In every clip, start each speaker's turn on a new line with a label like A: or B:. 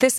A: This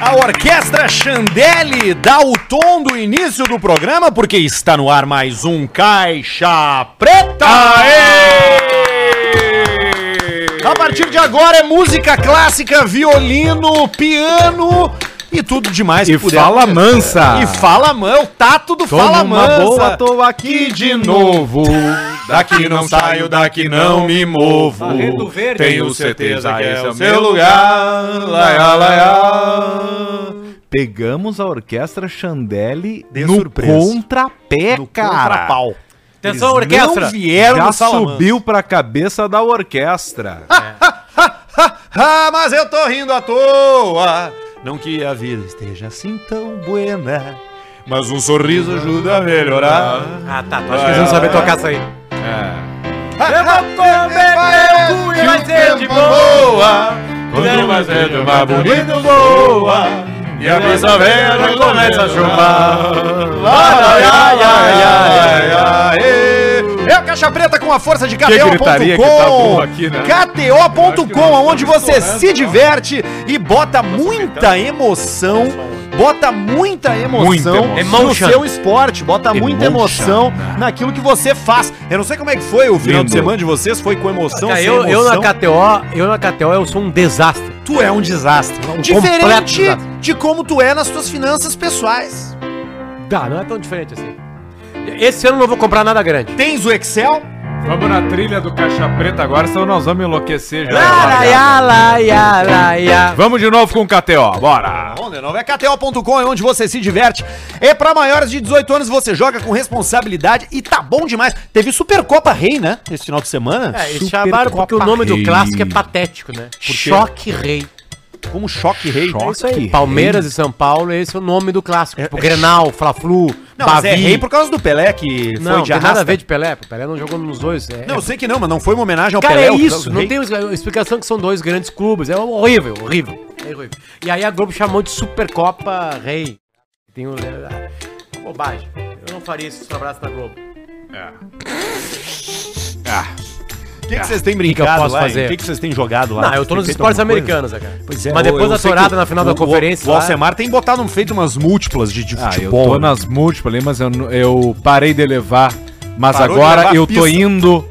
B: A Orquestra Chandelle dá o tom do início do programa porque está no ar mais um Caixa Preta. A partir de agora é música clássica, violino, piano e tudo demais
C: E fala mansa.
B: E fala mansa, o tato do
C: Toma
B: fala
C: uma
B: mansa.
C: boa, tô aqui de novo.
B: Daqui não saio, daqui não me movo.
C: Barreto Verde.
B: Tenho certeza que esse é o meu lugar. Laiá, laiá.
C: Pegamos a orquestra Chandelle
B: De
C: no
B: surpresa.
C: contrapé,
B: No
C: cara.
B: contrapau.
D: Atenção,
B: Eles
D: orquestra!
B: Não vieram
C: Já
B: no Salamandra.
C: subiu pra cabeça da orquestra.
B: Ah, mas eu tô rindo à toa. Não que a vida esteja assim tão buena. Mas um sorriso ajuda a melhorar.
D: Ah, tá. Tu acha que eles vão saber tocar isso aí?
E: É.
B: Eu vou comer meu cu e vai ser de boa. Quanto mais cedo, mais bonito boa. E a brisa velha começa a chupar. Ai, ai, ai, ai, ai, ai. É a Caixa Preta com a força de
C: gritaria que tá boa aqui, né?
B: KTO.com, onde você se diverte e bota muita emoção. Bota muita
C: Muita
B: emoção,
C: emoção.
B: no seu esporte, bota muita
C: Emotion.
B: emoção naquilo que você faz. Eu não sei como é que foi o final de
C: Lindo.
B: semana de vocês, foi com emoção,
D: Cara,
B: sem
D: eu, eu
B: emoção.
D: na KTO, eu na KTO eu sou um desastre.
B: Tu é um desastre.
D: completo
B: Diferente
D: desastre.
B: de como tu é nas tuas finanças pessoais.
D: Dá, não é tão diferente assim. Esse ano eu não vou comprar nada grande.
B: Tens o Excel?
E: Vamos na trilha do Caixa Preta agora, senão nós vamos enlouquecer já. Vamos de novo com o KTO, bora!
B: Bom, de novo é KTO.com, é onde você se diverte. É pra maiores de 18 anos, você joga com responsabilidade e tá bom demais. Teve Supercopa Rei, né? Esse final de semana.
D: É, eles chamaram porque o nome do clássico é patético, né? Choque Rei.
B: Como choque rei.
D: então
C: Choque.
B: Isso aí.
D: é Palmeiras e São Paulo, esse é o nome do clássico. Tipo, Grenal, Fla-Flu,
B: Não, mas é rei
D: Bavi.
B: por causa do Pelé que
D: Não,
B: foi
D: não
B: de
D: tem nada
B: arrasta.
D: a ver de Pelé. pô. Pelé não jogou nos dois. É,
B: Não, eu sei que não, mas não foi uma homenagem ao
D: Cara,
B: Pelé.
D: é
B: o
D: isso.
B: Rei.
D: Não tem ex- explicação que são dois grandes clubes. É horrível, horrível. É horrível. E aí a Globo chamou de Supercopa Rei. Tem um... Bobagem. Eu não faria isso se trabalhasse na Globo.
B: É. O que que vocês têm brincado
D: O que eu posso
B: lá? hein?
D: fazer?
B: O que que vocês têm jogado lá?
D: Não, eu tô
B: Tem
D: nos
B: feito
D: esportes
B: alguma coisa?
D: americanos, né, cara.
B: Pois é,
D: Mas
B: eu-
D: depois
B: eu
D: da
B: sei
D: torada
B: que
D: na final
B: o-
D: da
B: o-
D: conferência.
B: O
D: lá-
B: Alcemar tem botado feito umas múltiplas de, de
C: Ah, eu
B: futebol. né?
C: tô nas múltiplas ali, mas eu, n- eu parei de levar. Mas
B: Parou de
C: agora
B: levar a
C: eu tô
B: pista.
C: indo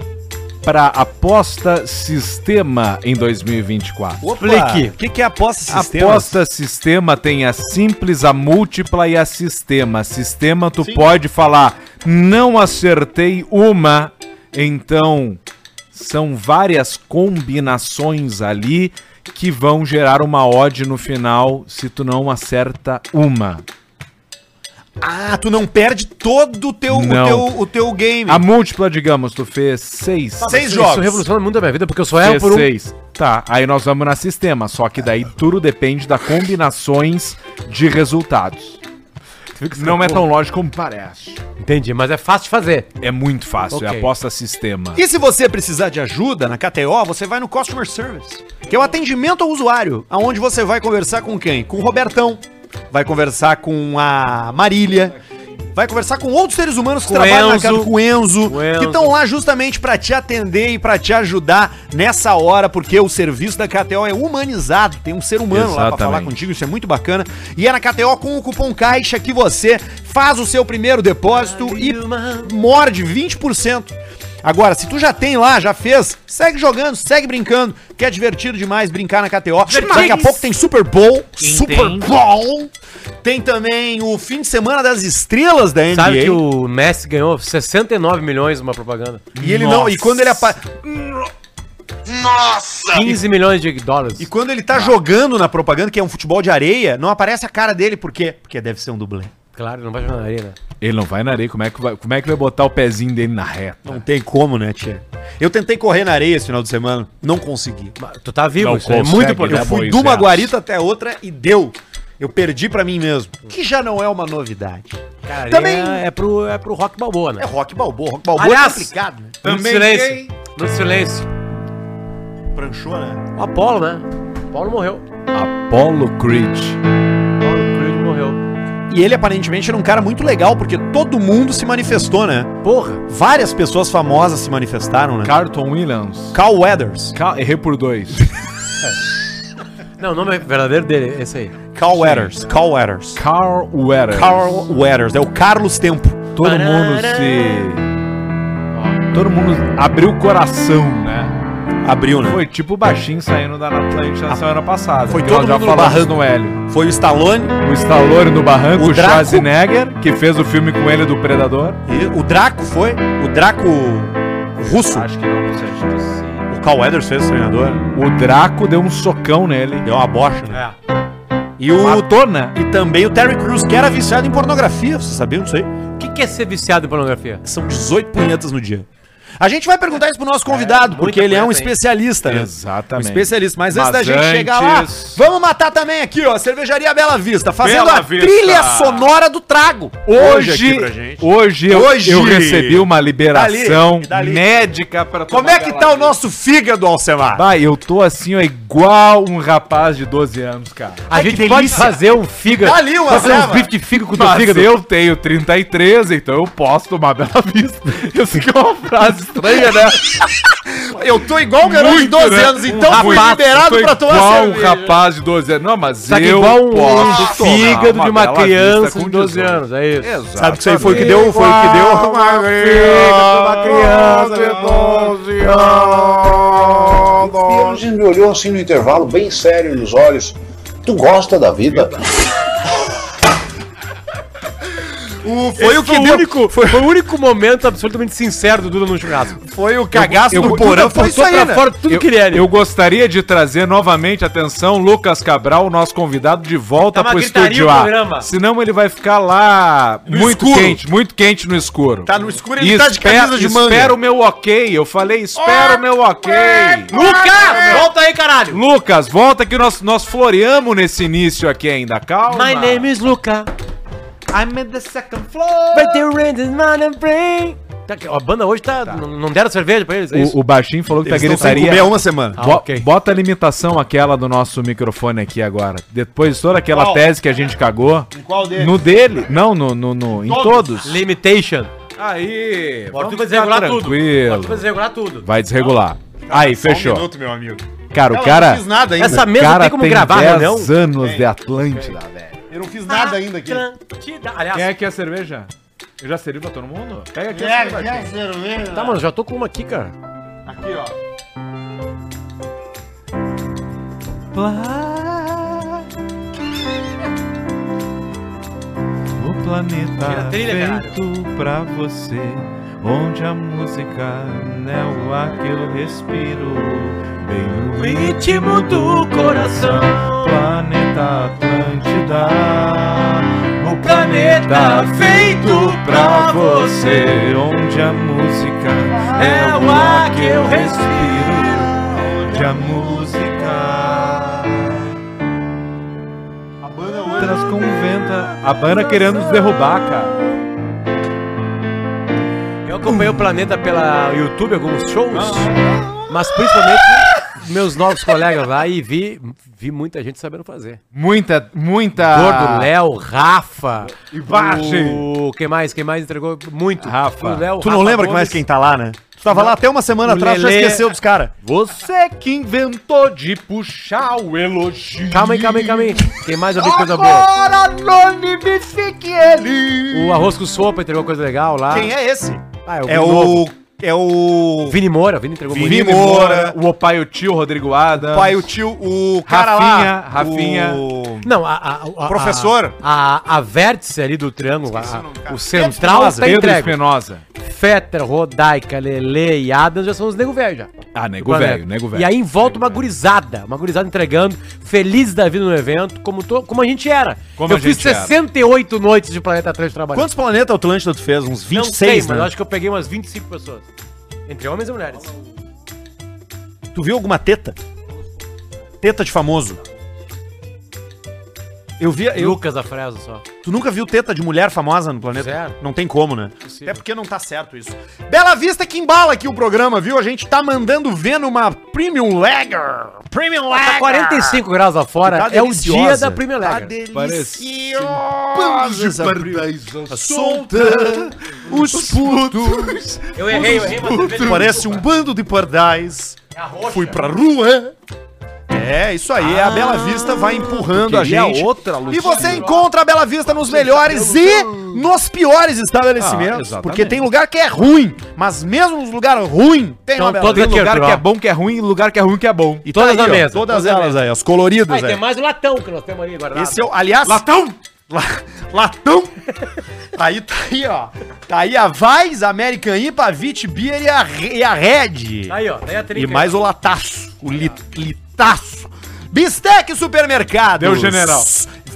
C: pra aposta sistema em 2024.
B: Explique. O que, que é aposta sistema?
C: Aposta sistema tem a simples, a múltipla e a sistema. Sistema, tu pode falar, não acertei uma, então são várias combinações ali que vão gerar uma odd no final se tu não acerta uma.
B: Ah, tu não perde todo o teu, o
C: Não.
B: teu, o teu game.
C: A múltipla, digamos, tu fez seis.
B: Seis
D: Isso
B: jogos.
D: revoluciona muito a minha vida, porque eu só erro
C: Fez
D: por um.
C: seis. Tá, aí nós vamos na sistema, só que daí tudo depende das combinações de resultados. Não
B: um
C: é tão lógico como parece.
D: Entendi, mas é fácil de fazer.
C: É muito fácil, é
D: Ok.
C: aposta sistema.
B: E se você precisar de ajuda na KTO, você vai no Customer Service, que é o atendimento ao usuário, aonde você vai conversar com quem? Com o Robertão, vai conversar com a Marília, vai conversar com outros seres humanos que
D: Com
B: trabalham
D: Enzo.
B: na KTO, com o Enzo,
D: Com Enzo.
B: que estão lá justamente para te atender e para te ajudar nessa hora, porque o serviço da KTO é humanizado, tem um ser humano lá para
C: Exatamente.
B: falar contigo, isso é muito bacana. E é na KTO com o cupom CAIXA que você faz o seu primeiro depósito e morde 20% Agora, se tu já tem lá, já fez, segue jogando, segue brincando, que é divertido demais brincar na KTO. Daqui a pouco tem Super Bowl, Super
F: tem?
B: Bowl. Tem também o fim de semana das estrelas da NBA.
D: Sabe que o Messi ganhou 69 milhões numa propaganda.
B: E ele não, e quando ele apa-
D: 15 milhões de dólares.
B: e quando ele tá jogando na propaganda, que é um futebol de areia, não aparece a cara dele, por quê? Porque deve ser um dublê.
D: Claro, não vai jogar na arena.
C: Ele não vai na areia, como é que vai, como é que vai botar o pezinho dele na reta?
B: Não tem como, né, tia? Eu tentei correr na areia esse final de semana, não consegui.
D: Mas tu tá vivo,
C: Não
D: isso é
C: consegue,
B: Eu
D: muito
C: né,
D: importante.
B: fui de uma guarita até outra e deu. Eu perdi pra mim mesmo, que já não é uma novidade.
D: Cara,
B: Também-
D: é, é pro, é pro Rock Balboa, né?
B: É rock balboa, rock balboa
D: Aliás,
B: é complicado, né?
D: No silêncio. No silêncio.
B: Pranchou, né?
D: O Apolo, né? O Apolo morreu.
C: Apollo Creed.
D: O Apolo Creed morreu.
B: E ele aparentemente era um cara muito legal, porque todo mundo se manifestou, né?
D: Porra.
B: Várias pessoas famosas se manifestaram, né?
C: Carlton Williams.
B: Carl Weathers.
C: Cal- Errei por dois.
D: Não, o nome é verdadeiro dele é esse aí.
B: Carl Weathers. Carl Weathers.
C: Carl Weathers.
B: Carl Weathers. É o Carlos Tempo.
C: Todo mundo se. Todo mundo abriu o coração, né?
B: Abriu, né? Foi,
C: Foi tipo o baixinho saindo da Atlântica na semana passada.
B: foi
C: que
B: todo
C: nós já
B: mundo no
C: falamos
B: barranco.
C: no Hélio.
B: o Stallone,
C: O Stallone no Barranco,
B: O
C: o
B: Draco.
C: Schwarzenegger, que fez o filme com ele do Predador.
B: e o Draco foi. O Draco russo.
C: Acho que não, precisa disso.
B: O Carl Weathers fez o treinador.
C: O Draco deu um socão nele.
B: Deu uma bocha, né?
D: É.
B: E o
C: Matou, né?
B: E também o Terry Crews, que era viciado em pornografia, vocês sabiam disso aí?
D: O que, que é ser viciado em pornografia?
B: São 18 punhetas no dia. A gente vai perguntar isso pro nosso convidado,
D: muita
B: porque ele é um
D: punheta, hein?
B: especialista, né? Um
C: Exatamente.
B: especialista. Mas, antes da
C: Mas
B: gente chegar lá,
C: antes-
B: vamos matar também aqui, ó, a Cervejaria Bela Vista, fazendo
G: Bela
B: a
G: Vista.
B: trilha sonora do trago.
C: Hoje, hoje, eu,
B: Hoje.
C: eu recebi uma liberação
B: Dali, dali.
C: médica pra
B: Como é que tá o nosso fígado, Alcemar?
C: Vai, eu tô assim, ó, igual um rapaz de 12 anos, cara.
D: A
B: Ai,
D: gente
B: que
D: pode
B: delícia.
D: fazer um fígado.
C: Tá
B: Dá ali uma
D: fazer um
B: ceva.
D: bife de fígado com o teu
C: Mas
D: fígado.
C: eu tenho 33, então eu posso tomar Bela Vista. Isso que é uma frase estranha, né?
B: Eu tô igual um garoto de
C: Muito,
B: 12
C: né?
B: anos,
C: Um
B: então fui
C: rapaz,
B: liberado
C: tô
B: pra tomar
C: igual um
B: cerveja.
C: rapaz de 12 anos. Não, mas
D: Tá que
C: eu
D: igual um
C: posso tomar
D: fígado de uma
C: Bela Vista
D: criança
C: com
D: de 12
C: 18.
D: anos, é isso.
C: Exato.
B: Sabe que isso aí foi o que deu, foi o que deu uma
C: uma criança de 12 anos.
H: E ele me olhou assim no intervalo, bem sério nos olhos. Tu gosta da vida?
B: O- Foi o que deu.
D: único, foi... o único momento absolutamente sincero do Duda no churrasco.
B: Foi o cagaço
C: Eu- eu-
B: do porão,
C: Duda
B: foi isso
D: Botou
B: aí,
D: pra
B: né?
D: fora tudo
C: Eu,
D: que ele é, era.
C: eu gostaria de trazer novamente, atenção, Lucas Cabral, nosso convidado, de volta
D: Tá uma
C: pro
D: gritaria
C: estúdio
D: o
C: A.
D: programa.
C: Senão ele vai ficar lá
B: No
C: muito
B: escuro.
C: quente, muito quente no escuro.
B: Tá no escuro,
C: e
B: ele tá de
C: espera-
B: camisa de manga.
C: Espera o meu ok. Eu falei, espera o meu ok.
B: É.
D: Lucas, volta aí, caralho.
C: Lucas, volta que nós, nós floreamos nesse início aqui ainda, calma.
D: My name is Luca.
C: I'm at the second floor.
D: But the wind is not a brain. Tá, aqui, ó, a banda hoje tá, n- não deram cerveja pra eles, é isso?
C: O, o baixinho falou que
B: Eles
C: tá
B: estão sem
C: gritaria.
B: comer há uma semana.
D: Ah,
C: Bo-
D: ok.
C: Bota a limitação aquela do nosso microfone aqui agora. Depois de toda aquela tese que a gente cagou.
B: Qual dele?
C: No dele? Não, no, no, no- em todos.
D: Limitation.
C: Aí,
D: Agora
C: vamos
D: tu vai desregular
C: ficar
D: tudo. Agora tu vai
C: tranquilo.
D: desregular tudo.
C: Vai desregular. Aí, fechou.
B: um minuto, meu amigo.
C: Cara, o
B: Ela
C: cara.
B: não fiz nada ainda.
D: Essa
C: o
D: mesa
C: cara
D: tem como
C: tem
D: gravar,
B: é
C: 10
D: não?
C: anos de Atlântida, velho.
B: Eu não fiz nada ainda aqui.
D: Atlântida. Aliás,
C: aqui é a cerveja? Eu já servi pra todo mundo? Pega aqui
B: é
D: tá, mano, já tô com uma aqui, cara.
B: Aqui, ó.
C: O
D: Tira
C: planeta
D: a trilha,
C: feito pra você, onde a música é o ar que eu respiro, bem o
D: Ritmo do coração.
C: planeta Atlântida. O
D: planeta É tá feito pra você,
C: onde a música
D: é o ar que eu respiro,
C: onde a música
B: A banda
C: transconventa. A banda querendo nos derrubar, cara.
D: Eu acompanhei o planeta pela YouTube, alguns shows, mas principalmente meus novos colegas lá e vi, vi muita gente sabendo fazer.
C: Muita, muita.
B: Ah.
D: Gordo, Léo, Rafa.
C: E Vache.
D: O quem mais? Quem mais entregou muito?
C: Rafa.
D: O Léo,
B: Tu não
D: Rafa
B: lembra que mais
D: Gomes.
B: quem tá lá, né? Tu tava lá até uma semana
D: O
B: atrás, já
D: Lelê.
B: esqueceu dos caras.
C: Você que inventou de puxar o elogio.
D: Calma aí, calma aí, calma aí. Quem mais ouviu coisa boa?
C: Agora anonimifique ele.
D: O Arroz com Sopa entregou coisa legal lá.
B: Quem é esse?
D: Ah, eu vi
B: É
D: novo.
B: o É o.
D: Vini Moura, Vini entregou
B: Vini
D: muito.
C: Vini
B: Moura.
C: Moura, o Opaio Tio, Rodrigo Adams.
B: Pai, o tio, o cara lá.
C: Rafinha,
B: o-
D: Não, a, a, a- a-
B: Professor.
D: A, a, vértice ali do triângulo, a-
C: o
D: Central
C: Central
D: tá entregue.
C: Espinosa.
D: Fetter, Rodaica, Lele e Adams já são os nego velho já.
C: Ah,
D: do
C: nego
D: planeta.
C: velho, nego velho.
D: E aí em volta
C: Nego
D: uma
C: velho.
D: gurizada, uma gurizada entregando, feliz da vida no evento, como, to- como a gente era.
C: Como
D: eu
C: a
D: fiz
C: gente era.
D: 68 noites de Planeta Atlântico trabalhando.
B: Quantos planetas Atlântida tu fez? Uns
D: Não
B: 26,
D: sei, mas eu
B: né?
D: acho que eu peguei umas 25 pessoas. Entre homens e mulheres.
B: Tu viu alguma teta? Teta de famoso. Eu vi. Eu,
D: Lucas da Fresa só.
B: Tu nunca viu teta de mulher famosa no planeta?
D: Zero.
B: Não tem como, né?
D: Impossível.
B: Até porque não tá certo isso. Bela Vista que embala aqui o programa, viu? A gente tá mandando ver numa
I: um
B: Premium Lager. Premium Lager.
D: Tá 45 graus lá fora,
B: Tá
D: é o dia
B: deliciosa.
D: da Premier
B: Tá
D: League.
B: deliciosa. essa solta os putos.
D: Eu errei, eu errei, mas cerveja-
B: Parece um bando de pardais.
D: É a roxa.
B: Fui pra rua. É, isso aí. a Bela Vista vai empurrando a gente.
C: outra,
B: E você encontra a Bela Vista nos melhores e nos piores
C: Ah,
B: estabelecimentos.
C: exatamente.
B: porque tem lugar que é ruim, mas mesmo nos lugares ruins, tem
D: Então,
B: uma Bela
D: todo
B: Vista.
C: Tem
D: aqui,
C: lugar
D: ó.
C: que é bom que é ruim, e lugar que é ruim que é bom.
B: E tá
D: todas
B: aí,
D: na
B: ó,
D: mesa.
B: Todas
D: Todas
B: elas aí, as coloridas
D: Aí tem
B: aí.
D: mais o latão que nós temos ali agora.
B: Esse é o, aliás...
C: Latão!
B: La- Latão! aí tá aí, ó. Tá aí a Vais, a American IPA, a Vit Beer e a, Re- e a Red.
D: Tá Aí, ó, daí a trinca.
B: E mais o lataço, o li- litaço. Bistec Supermercado.
C: Deu, general.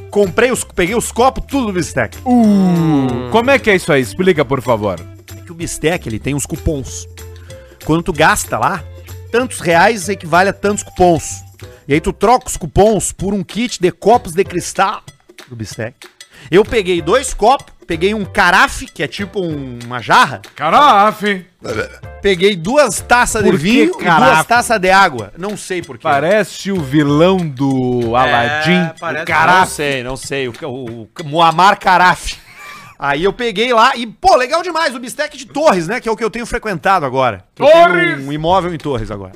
B: Comprei os, peguei os copos, tudo do Bistec. Uh,
C: Como é que é isso aí? Explica, por favor.
B: É que o Bistec, ele tem uns cupons. Quando tu gasta lá, tantos reais equivale a tantos cupons. E aí tu troca os cupons por um kit de copos de cristal do Bistec. Eu peguei dois copos, peguei um carafe, que é tipo um- uma jarra,
C: Carafe!
B: peguei duas taças de
C: Por que
B: vinho e duas
C: carafe?
B: taças de água. Não sei porquê.
C: Parece o vilão do
B: É,
C: Aladdin.
D: parece-
B: Não sei, não sei. O, o, o Muammar Carafe. Aí eu peguei lá e, pô, legal demais, o Bistec de Torres, né? Que é o que eu tenho frequentado agora. Que eu tenho
C: Torres!
B: Um imóvel em Torres agora.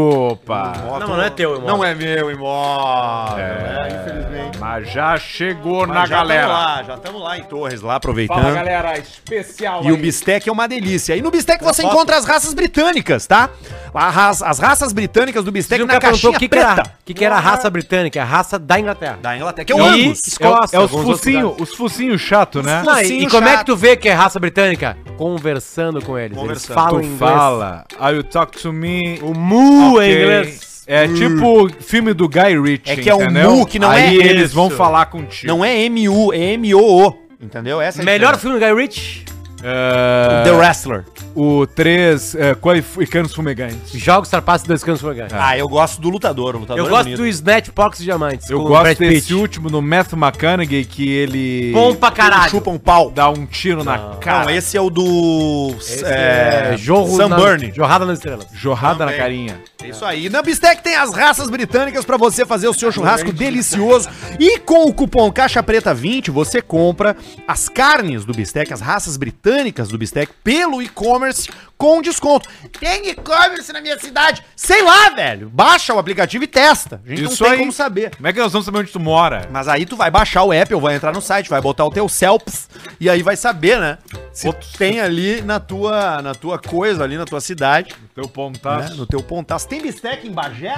C: Opa!
D: Não, mas não é teu, irmão.
B: Não é meu imóvel, né? Infelizmente.
C: É, Mas já chegou na
B: Mas já
C: galera.
B: Tamo lá, já estamos lá em Torres, lá aproveitando.
G: Fala, galera, especial
B: E o bistec é uma delícia. E no bistec você encontra as raças britânicas, tá? A raça- as raças britânicas do bistec
D: O
B: na
D: cara perguntou
B: caixinha
D: o que, que, era,
B: preta.
D: o que, que era a raça britânica, é a raça da Inglaterra.
B: Da Inglaterra, que eu
D: E-
B: amo.
D: Escócia,
C: é, é os
D: alguns outros
C: focinho, os focinho chato, né?
D: Não, e,
B: focinho
D: e como é
B: chato.
D: que tu vê que é raça britânica? Conversando com eles.
B: Conversando.
D: Eles falam
C: tu
D: inglês.
C: fala, are you talk to me?
D: O mu
C: Ok.
D: é inglês.
C: É tipo filme do Guy Ritchie,
B: É que é um mu que não
C: Aí
B: é
C: eles
B: isso.
C: vão falar contigo.
B: Não é MU, é M-O-O. Entendeu? Essa é a
D: Melhor
B: diferença.
D: filme do Guy Ritchie?
C: É,
B: The Wrestler.
C: o 3 é, Qualificanos Fumegantes.
D: Jogos, Trapaços e Dois Canos Fumegantes.
B: Ah, eu gosto do lutador. O lutador
D: Eu
B: é
D: gosto
B: bonito.
D: do Snatch, Porcos e Diamantes.
C: Eu
D: com o
C: gosto
D: Brad Pitt.
C: desse último no Matthew McConaughey que ele
D: Bom pra
B: Ele
D: caralho.
B: Chupa um pau.
C: dá um tiro na
B: Não,
C: cara,
B: esse é o do.
D: É, jorro na-
B: Sunburn.
D: Jorrada nas Estrelas.
C: jorrada
B: Também.
C: na carinha.
B: É isso aí. Na Bistec tem as raças britânicas pra você fazer o seu churrasco delicioso. E com o cupom Caixa Preta 20, você compra as carnes do Bistec, as raças britânicas do Bistec, pelo e-commerce com desconto. Tem e-commerce na minha cidade? Sei lá, velho. Baixa o aplicativo e testa. A gente
C: Isso
B: não tem
C: aí.
B: como saber.
C: Como é que nós vamos saber onde tu mora?
B: Mas aí tu vai baixar o app, ou vai entrar no site, vai botar o teu CELPS e aí vai saber, né? Se tem ali na tua, na tua coisa, ali na tua cidade,
C: Teu
B: né?
C: pontaço.
B: no teu pontaço. Tem bistec em Bagé?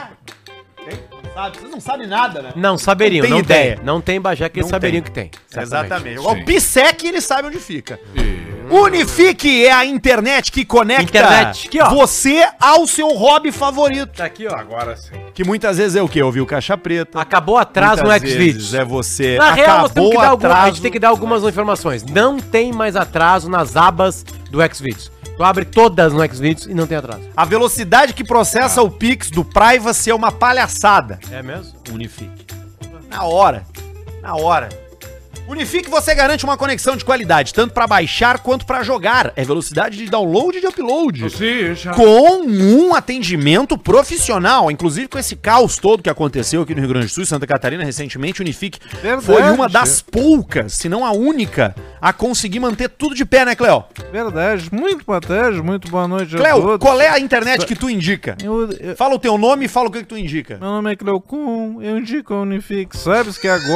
B: Tem? Não sabe, vocês não sabem nada, né?
D: Não, saberiam.
B: Não
D: Não,
B: tem
D: tem.
B: ideia.
D: Não tem Bajé que eles
B: Não
D: saberiam
B: tem.
D: que tem.
B: Exatamente. O Bisec, eles sabem onde fica. Unifique é a internet que conecta
D: Internet, aqui, ó.
B: você ao seu hobby favorito.
D: Tá aqui, ó.
G: Agora sim.
B: Que muitas vezes é o quê? Ouvir o Caixa Preta.
D: Acabou atrás no
B: Muitas
D: X-Videos.
B: vezes É você.
D: Na real, nós temos que dar
B: Acabou
D: alguma- a gente
B: atraso.
D: tem que dar algumas informações. Não tem mais atraso nas abas do Xvideos. Tu abre todas no Xvideos e não tem atraso.
B: A velocidade que processa o Pix do Privacy é uma palhaçada.
D: É mesmo?
B: Unifique. Na hora. Na hora. Unifique você garante uma conexão de qualidade, tanto para baixar quanto para jogar. É velocidade de download e de upload.
G: Sim, já.
B: Com um atendimento profissional, inclusive com esse caos todo que aconteceu aqui no Rio Grande do Sul e Santa Catarina recentemente, Unifique
C: Verdade.
B: foi uma das poucas, se não a única, a conseguir manter tudo de pé, né, Cleo?
C: Verdade. Muito boa tarde, muito boa noite a
B: Cleo,
C: todos.
B: qual é a internet que tu indica?
C: Eu- eu-
B: Fala o teu nome e fala o que, que tu indica.
C: Meu nome é Cleocum, eu indico a Unifix. Sabes que agora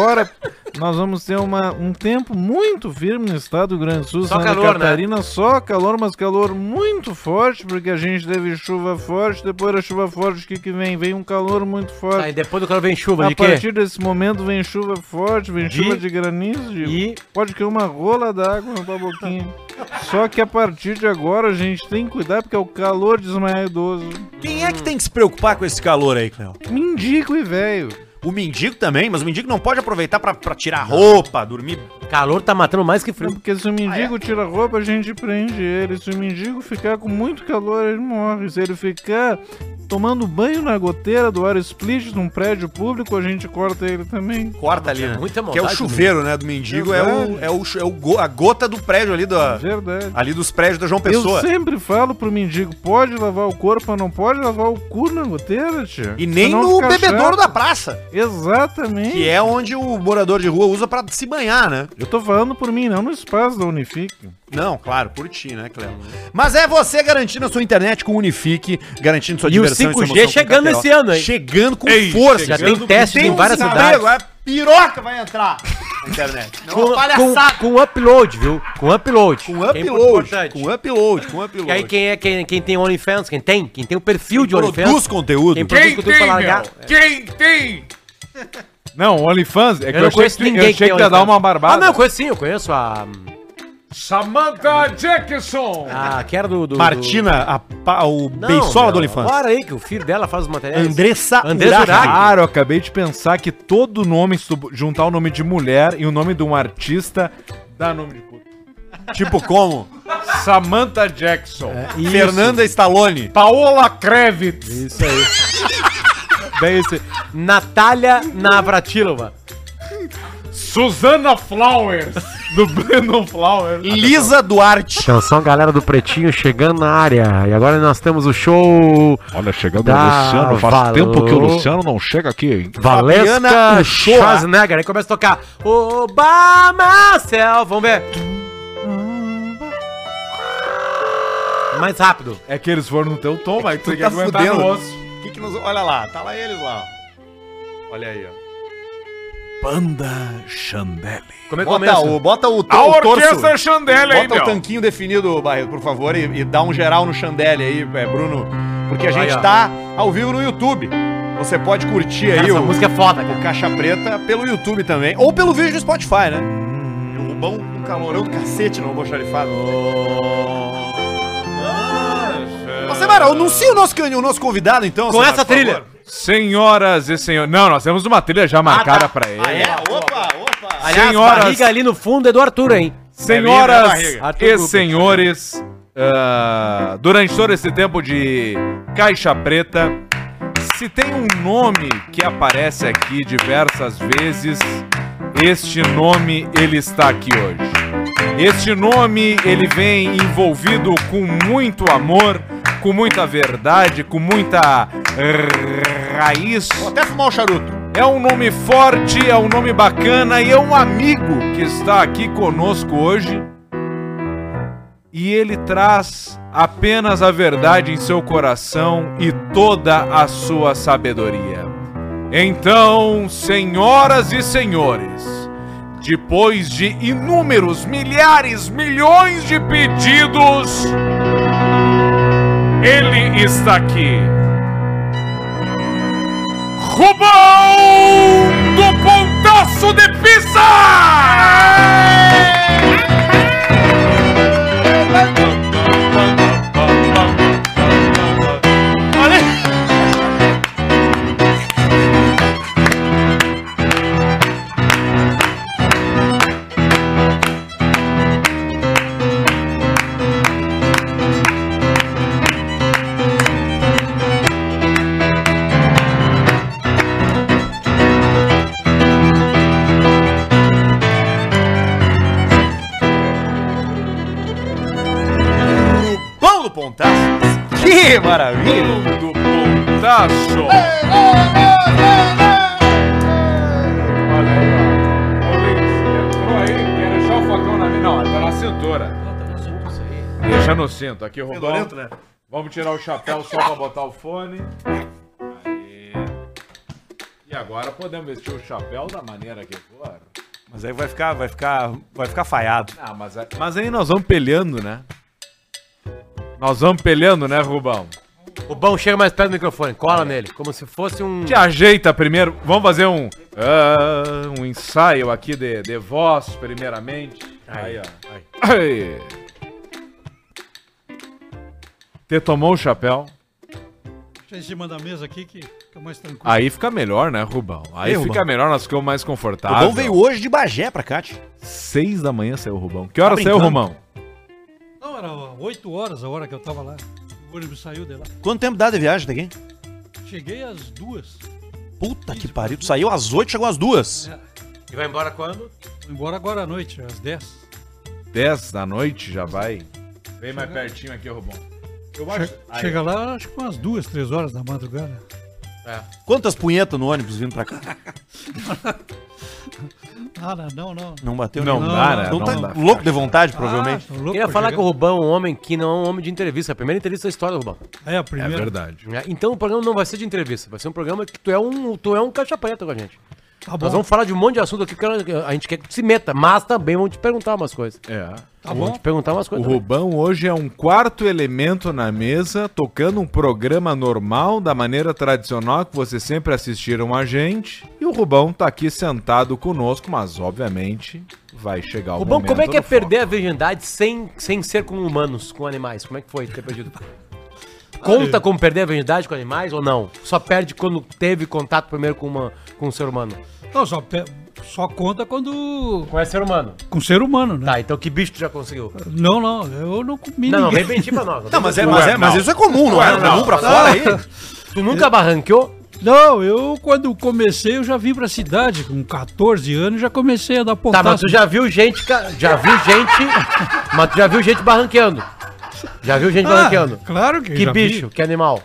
C: Nós vamos ter uma, um tempo muito firme no estado do Rio Grande do Sul,
D: Só
C: Santa
D: calor, né?
C: Catarina, só calor, mas calor muito forte, porque a gente teve chuva forte, depois da chuva forte, o que, que vem? Vem um calor muito forte.
D: Aí depois do calor vem chuva, de
C: a
D: quê?
C: partir desse momento vem chuva forte, vem
D: De-
C: chuva de granizo, de...
D: E
C: pode cair uma rola d'água na tua boquinha. Só que a partir de agora a gente tem que cuidar porque é o calor de Ismael Idoso.
B: Quem é que tem que se preocupar com esse calor aí, Cléo?
C: Mendigo e velho.
B: O mendigo também, mas o mendigo não pode aproveitar pra, pra tirar roupa, dormir.
D: calor tá matando mais que
C: É
D: frio.
C: porque se o mendigo tira a roupa, a gente prende ele. Se o mendigo ficar com muito calor, ele morre. Se ele ficar tomando banho na goteira do ar split num prédio público, a gente corta ele também.
B: Corta ali, né?
D: Muita
B: que é o
D: maldade,
B: chuveiro, né? Do mendigo é, o, é, o, chu- é o go- a gota do prédio ali, da,
C: Verdade.
B: ali dos prédios da João
C: Eu
B: Pessoa.
C: sempre falo pro mendigo, pode lavar o corpo, mas não pode lavar o cu na goteira, tia.
B: E nem
C: Senão
B: no
C: fica chato.
B: bebedouro da praça,
C: Exatamente.
B: que é onde o morador de rua usa pra se banhar, né?
C: Eu tô falando por mim, não no espaço da Unifique.
B: Não, claro, por ti, né, Cléo? Mas é você garantindo a sua internet com o Unifique, garantindo sua
D: E o
B: diversão
D: 5G
B: sua emoção com
D: chegando
B: KTO.
D: esse ano, hein?
B: Chegando com
G: Ei,
B: força.
D: Já
G: chegando
D: tem teste em
B: um
D: várias
C: Tá
B: desemprego,
C: É,
D: cidades.
B: A piroca vai entrar na internet. Não,
D: Com,
B: uma palhaçada.
D: com, Tá, com upload, viu? Com upload.
B: Com
D: Que é
B: upload,
D: importante.
B: com upload, com upload.
D: E aí quem é quem, quem tem OnlyFans, quem tem, quem tem o perfil de
B: produz
D: OnlyFans,
B: conteúdo.
D: quem produz conteúdo pra largar,
G: Quem tem?
C: Não, OnlyFans, é que eu,
D: eu não
C: achei
D: conheço
C: que, eu
D: ninguém
C: achei que ia
D: OnlyFans.
C: dar uma barbada.
D: Ah, não, eu conheço sim, eu conheço a
G: Samantha Jackson.
D: a Ah, que era do, do
B: Martina, a pa- o
D: do... Não,
B: Beisola
D: meu,
B: do OnlyFans.
D: Para aí que o filho dela faz os materiais.
B: Andressa
D: Andressa
B: Urach.
D: Urach.
C: Claro, eu acabei de pensar que todo nome, se tu juntar o nome de mulher e o nome de um artista, dá nome de puta.
B: Tipo como?
C: Samantha Jackson.
D: É,
B: Fernanda Stallone.
C: Paola Krevitz.
D: Isso aí. Bem isso. aí. Natália Navratilova.
C: Susana Flowers. Do Brandon Flowers.
B: Lisa Duarte.
D: Atenção, galera do Pretinho chegando na área. E agora nós temos o show
G: Olha, chegando
D: Dá valor.
G: não chega aqui, hein?
B: Fabiana
D: Valesca
B: Uchoa.
D: Schwarzenegger. Aí começa a tocar Obama Cell. Vamos ver. Mais rápido.
C: É que eles foram no teu tom, mas tu tem que
B: tá
C: aguentar
B: fudendo.
C: no osso.
B: Que que nos- Olha lá, tá lá eles lá. ó. Olha aí, ó.
C: Banda Chandelle.
D: Como é que
B: Bota
D: começa?
B: o, bota o, to-
G: A
B: o
G: orquestra Chandelle aí,
B: Bota o
G: meu.
B: tanquinho definido, Barreto, por favor, e, e dá um geral no Chandelle aí, é, Bruno. Porque a
D: Aí,
B: gente
D: ó.
B: tá ao vivo no YouTube. Você pode curtir
D: Cara,
B: aí
D: essa
B: o,
D: música é foda, cara.
B: o Caixa Preta pelo YouTube também. Ou pelo vídeo do Spotify, né? Um bom um calorão do cacete no almoxarifado. Ô, Samara, anuncia o nosso, can- o nosso convidado, então.
D: Com essa
B: por
D: trilha.
B: favor.
C: Senhoras e senhores. Não, nós temos uma trilha já marcada pra ele.
B: Ah, é? Opa, opa.
D: Aliás,
C: Senhoras-
D: barriga ali no fundo é do Arthur, hein?
B: É
C: Senhoras
B: minha
D: barriga.
C: e senhores, ah, durante todo esse tempo de Caixa Preta, se tem um nome que aparece aqui diversas vezes, este nome ele está aqui hoje. Este nome ele vem envolvido com muito amor, com muita verdade, com muita eh, raiz.
B: Vou até fumar um charuto.
C: É um nome forte, é um nome bacana e é um amigo que está aqui conosco hoje. E ele traz apenas a verdade em seu coração e toda a sua sabedoria. Então, senhoras e senhores, depois de inúmeros, milhares, milhões de pedidos, ele está aqui. Rubão do Pontaço de Pisa!
B: Pão do Pontaço. Que maravilha.
C: Rubão do Pontaço! Não, tá na cintura. Deixa no cinto. Aqui, Rubão.
B: Fedorento, né?
C: Vamos tirar o chapéu só pra botar o fone. Aí. E agora podemos vestir o chapéu da maneira que for.
I: Mas aí vai ficar, vai ficar, vai ficar falhado.
C: Ah, mas,
B: é-
C: a- mas aí nós vamos peleando, né? Nós vamos peleando, né, Rubão?
D: O bom chega mais perto do microfone, cola nele, como se fosse um.
C: Te ajeita primeiro. Vamos fazer um. ah, um ensaio aqui de, de voz, primeiramente. Aí, ó. Aí. Te tomou o chapéu.
J: Deixa em cima da mesa aqui que fica mais tranquilo.
C: Aí fica melhor, né, Rubão? Aí
B: Ei,
C: fica
B: Rubão.
C: melhor, nós ficamos mais confortáveis.
B: Rubão veio hoje de Bagé pra cá, tio.
C: Seis da manhã saiu o tá. Rubão. Que hora
B: Tá
C: saiu o
B: brincando?
C: Rubão?
J: Não, era 8 horas a hora que eu tava lá. O ônibus saiu de lá.
B: Quanto tempo dá de viagem daqui?
J: Cheguei às duas.
B: Puta que pariu, tu saiu às 8, chegou às duas.
D: E vai embora quando?
J: Fui embora agora à noite, às 10.
C: Dez da noite já vai. Vem mais pertinho aqui, Rubão.
J: Chega lá, acho que umas duas, três horas da madrugada.
B: É. Quantas punhetas no ônibus vindo pra cá?
J: Ah, não, não. não.
B: Não bateu
C: Não
B: nenhuma.
C: dá, né?
B: Então
C: Não
B: tá
C: dá.
B: louco de vontade, provavelmente.
J: Ah, tô louco
D: Queria
J: pra
D: falar
J: chegar.
D: com o Rubão, um homem que não é um homem de entrevista. A primeira entrevista da história do Rubão.
J: É a
C: É
J: primeira.
C: verdade.
D: É, Então o programa não vai ser de entrevista, vai ser um programa que tu é um, tu é um caixa preta com a gente.
J: Tá bom,
D: Nós vamos falar de um monte de assunto aqui que a gente quer que tu se meta, mas também vamos te perguntar umas coisas.
C: É.
J: tá
D: Vamos
J: bom.
D: te perguntar umas
C: O
D: coisas. também.
C: Rubão hoje é um quarto elemento na mesa, tocando um programa normal, da maneira tradicional que vocês sempre assistiram a gente. E o Rubão tá aqui sentado conosco, mas obviamente vai chegar o
D: Rubão,
C: momento
D: como é que é
C: do foco.
D: perder a virgindade sem, sem ser com humanos, com animais? Como é que foi ter perdido? Conta como perder a virgindade com animais ou não? Só perde quando teve contato primeiro com, uma, com um ser humano.
J: Não, só, pe- só conta quando.
D: Com é ser humano.
J: Com ser humano, né?
D: Tá, então que bicho tu já conseguiu?
J: Não, não, eu não comi
D: Não, não,
J: ninguém.
D: vem mentir pra nós.
B: Não, mas, é, mas, é, mas isso é comum, não é? Comum pra fora aí.
D: Tu nunca barranqueou?
J: Não, eu quando comecei, eu já vim pra cidade, com 14 anos, já comecei a dar
D: Tá,
J: pontada.
D: mas tu já viu gente. ca- Já viu gente. mas tu já viu gente barranqueando. Já viu
B: Ah,
D: gente barranqueando.
J: Claro que
D: Que
J: já vi.
D: bicho, que animal.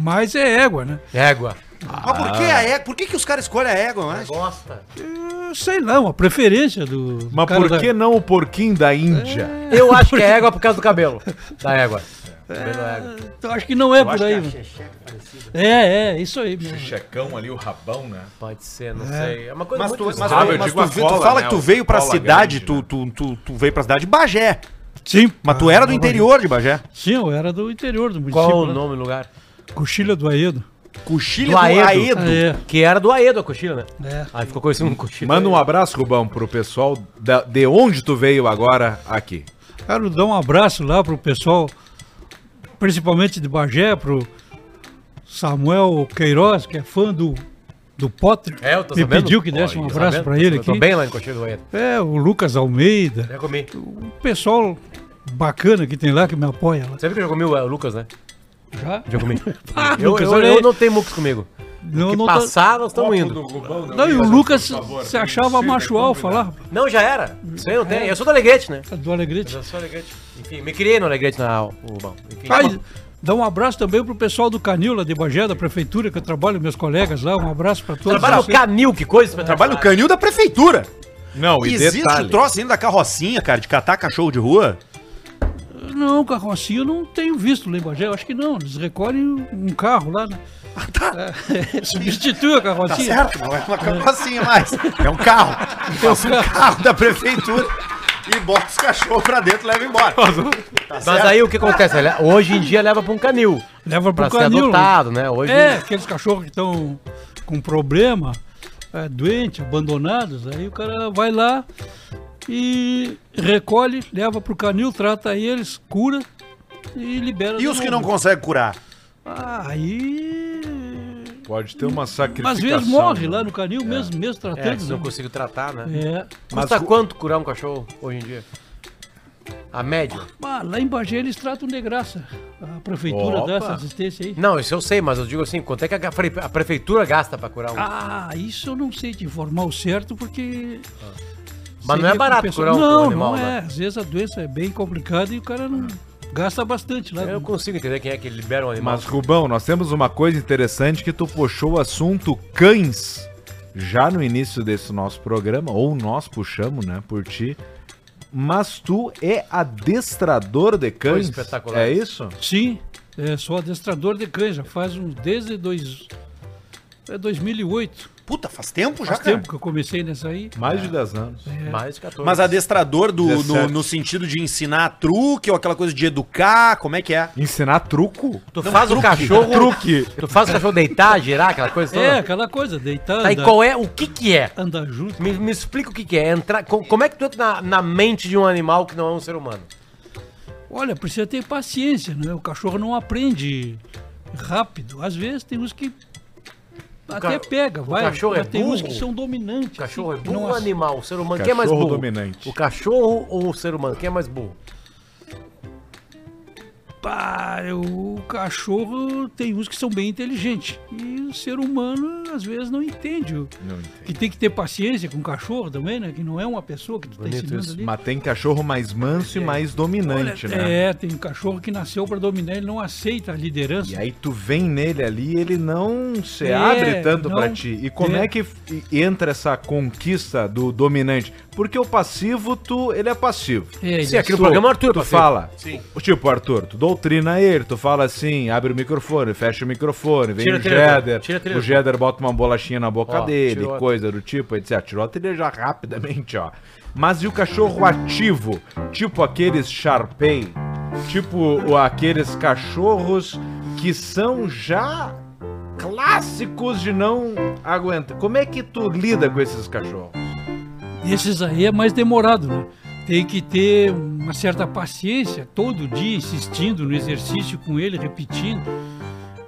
J: Mas é égua, né?
D: Égua.
B: Ah, Mas por
D: Ah.
B: que é? a égua? Por que, que os caras escolhem a égua, né? mais?
D: Gosta.
J: Eu sei lá, uma preferência do. do
C: Mas
J: cara
C: por
J: da-
C: que não o porquinho da Índia?
D: Eu acho que é égua por causa do cabelo. Da égua. Cabelo da égua.
J: É, Eu acho que não é por aí. mano. É, é, isso aí. mesmo.
C: Checão ali, o rabão, né?
D: Pode ser, não sei. É uma coisa
B: Mas tu,
D: muito
B: mas, tu-
D: bizarra.
C: Ah, eu
B: mas
C: digo a
B: tu vê- tu
C: cola,
B: fala
C: né?
B: que tu
C: O
B: veio pra
C: cola
B: cidade,
C: grande, né?
B: tu, tu, tu, tu veio pra cidade de Bagé.
J: Sim.
B: Mas tu era do
J: Ah,
B: interior de Bagé.
J: Sim, eu era do interior do município.
D: Qual o
J: né?
D: nome do lugar?
J: Cochilha do Aedo.
B: Cochilha do
D: Do Aedo.
B: Aedo.
J: É,
D: Que era do Aedo, a coxilha, né?
J: é.
D: Aí ficou conhecido como coxilha.
C: Manda um abraço, Rubão, pro pessoal da- de onde tu veio agora aqui.
J: Quero dar um abraço lá pro pessoal, principalmente de Bagé, pro Samuel Queiroz, que é fã do, do Potter.
D: É, eu tô
J: Me
D: sabendo.
J: pediu que desse um
D: Olha, tô
J: abraço
D: sabendo.
J: pra ele
D: Eu tô
J: aqui.
D: bem lá em coxilha do Aedo.
J: É, o Lucas Almeida.
D: Já comi.
J: O pessoal bacana que tem lá que me apoia lá.
D: Você viu que eu já comi o, é, o Lucas, né?
J: Já?
D: Já comi.
J: Ah,
D: eu,
J: Lucas,
D: eu-
J: olha
D: eu
J: aí.
D: não tenho mucos comigo.
J: Não,
D: que
J: não, tá-
D: passar, nós estamos indo.
J: não, e o Lucas se achava macho alfa lá, É.
D: Não, já era. Isso aí não tem. Eu sou do Alegrete, né?
J: do Alegrete.
D: Eu sou do Alegrete. Enfim, me criei no Alegrete na o bom. Enfim,
B: Tá
J: Ah, e dá um abraço também pro pessoal do Canil, lá de Bagé, da prefeitura, que eu trabalho, meus colegas lá. Um abraço pra todos.
D: trabalho no
J: vocês.
D: canil, que coisa.
B: Trabalho no canil da prefeitura.
C: Não, e
B: Existe o
C: detalhe.
B: troço ainda da carrocinha, cara, de catar cachorro de rua.
J: Não, carrocinha eu não tenho visto lá em Bagé. Eu acho que não. Eles recolhem um carro lá. Né? É, substitui a carrocinha.
B: Ah, tá. Certo, não é uma carrocinha mais. É um carro. É um carro da prefeitura. E bota os cachorros pra dentro e leva embora. Tá
D: Mas aí o que acontece? Ele- Hoje em dia leva pra um canil.
J: Leva pro
D: Pra ser
J: canil.
D: adotado, né? Hoje
J: É, aqueles cachorros que estão com problema, é, doente, abandonados. Aí o cara vai lá e recolhe, leva pro canil, trata eles, cura e libera.
B: E
J: de
B: os que
J: novo.
B: não conseguem curar?
J: Ah, aí.
C: Pode ter uma
J: Às
C: sacrificação.
J: vezes morre
C: né?
J: lá no canil, mesmo, mesmo
D: É, que se não
J: tratando.
D: consigo tratar, né?
J: né? é.
D: Custa quanto curar um cachorro hoje em dia? A média?
J: Ah, lá em Bagé eles tratam de graça. A prefeitura
C: Opa.
J: dá essa assistência aí.
D: Não, isso eu sei, mas eu digo assim, quanto é que a pre- a prefeitura gasta pra curar um?
J: Ah, isso eu não sei te informar o certo, porque.
D: Mas não é
J: seria
D: barato
J: compensar-
D: curar um
J: não,
D: animal,
J: Não,
D: né?
J: é. Às vezes a doença é bem complicada e o cara não gasta bastante lá.
D: Eu consigo entender quem é que libera um animal.
C: Mas, Rubão, nós temos uma coisa interessante que tu puxou o assunto cães já no início desse nosso programa, ou nós puxamos, né, por ti. Mas tu é adestrador de cães.
D: espetacular
C: É isso?
J: Sim, um, é, sou adestrador de cães, já faz uns desde dois, é 2008.
B: Puta, faz tempo já, É.
J: Faz tempo que eu comecei nessa aí. É.
C: Mais de 10 anos.
D: Mais de 14.
B: Mas adestrador do, no,
I: 17.
B: no sentido de ensinar truque ou aquela coisa de educar, como é que é?
C: Ensinar truco?
D: tu faz o cachorro. Truque. Tu faz o cachorro deitar, girar, aquela coisa toda.
J: É, aquela coisa, deitar,
D: Tá, e
J: andar,
D: qual é? O que que é?
J: andar junto.
D: Me, me explica o que que é. Entrar, co- como é que tu entra na, na mente de um animal que não é um ser humano?
J: Olha, precisa ter paciência, né? O cachorro não aprende rápido. Às vezes tem uns que até
D: ca-
J: pega, vai.
D: cachorro é
J: mas tem uns
D: burro?
J: que são dominantes.
D: O cachorro é
J: assim, que
D: burro
J: não
D: ou
J: ace-
D: animal? O ser humano, quem é mais
C: Cachorro
D: burro?
C: dominante.
D: O cachorro ou o ser humano? Quem é mais burro?
J: Pá, o cachorro tem uns que são bem inteligentes. E o ser humano, às vezes, não entende. o- Que tem que ter paciência com o cachorro também, né? Que não é uma pessoa que tu tá ensinando ali.
C: Mas tem cachorro mais manso e mais dominante, né?
J: É, tem um cachorro que nasceu pra dominar, ele não aceita a liderança.
C: E aí tu vem nele ali, ele não se
J: É,
C: abre tanto pra
J: não-
C: ti. E como é.
J: é.
C: que f- entra essa conquista do dominante? Porque o passivo, tu, ele é passivo.
J: É, ele
D: Sim, aqui no
C: Tu-
D: programa o Arthur é
C: tu
D: passivo.
C: fala. Tipo, Arthur, tu doutrina ele, tu fala assim, abre o microfone, fecha o microfone, vem
D: Tira
C: o
D: a trilha,
C: Jeder,
D: tira a trilha.
C: o Jeder bota uma bolachinha na boca
D: Ó,
C: dele,
D: tirou a-
C: coisa do tipo, etc. Tirou a trilha já rapidamente, ó. Mas e o cachorro ativo? Tipo aqueles Sharpei, tipo o- aqueles cachorros que são já clássicos de não aguentar. Como é que tu lida com esses cachorros?
J: Esses aí é mais demorado, né? Tem que ter uma certa paciência, todo dia insistindo no exercício com ele, repetindo.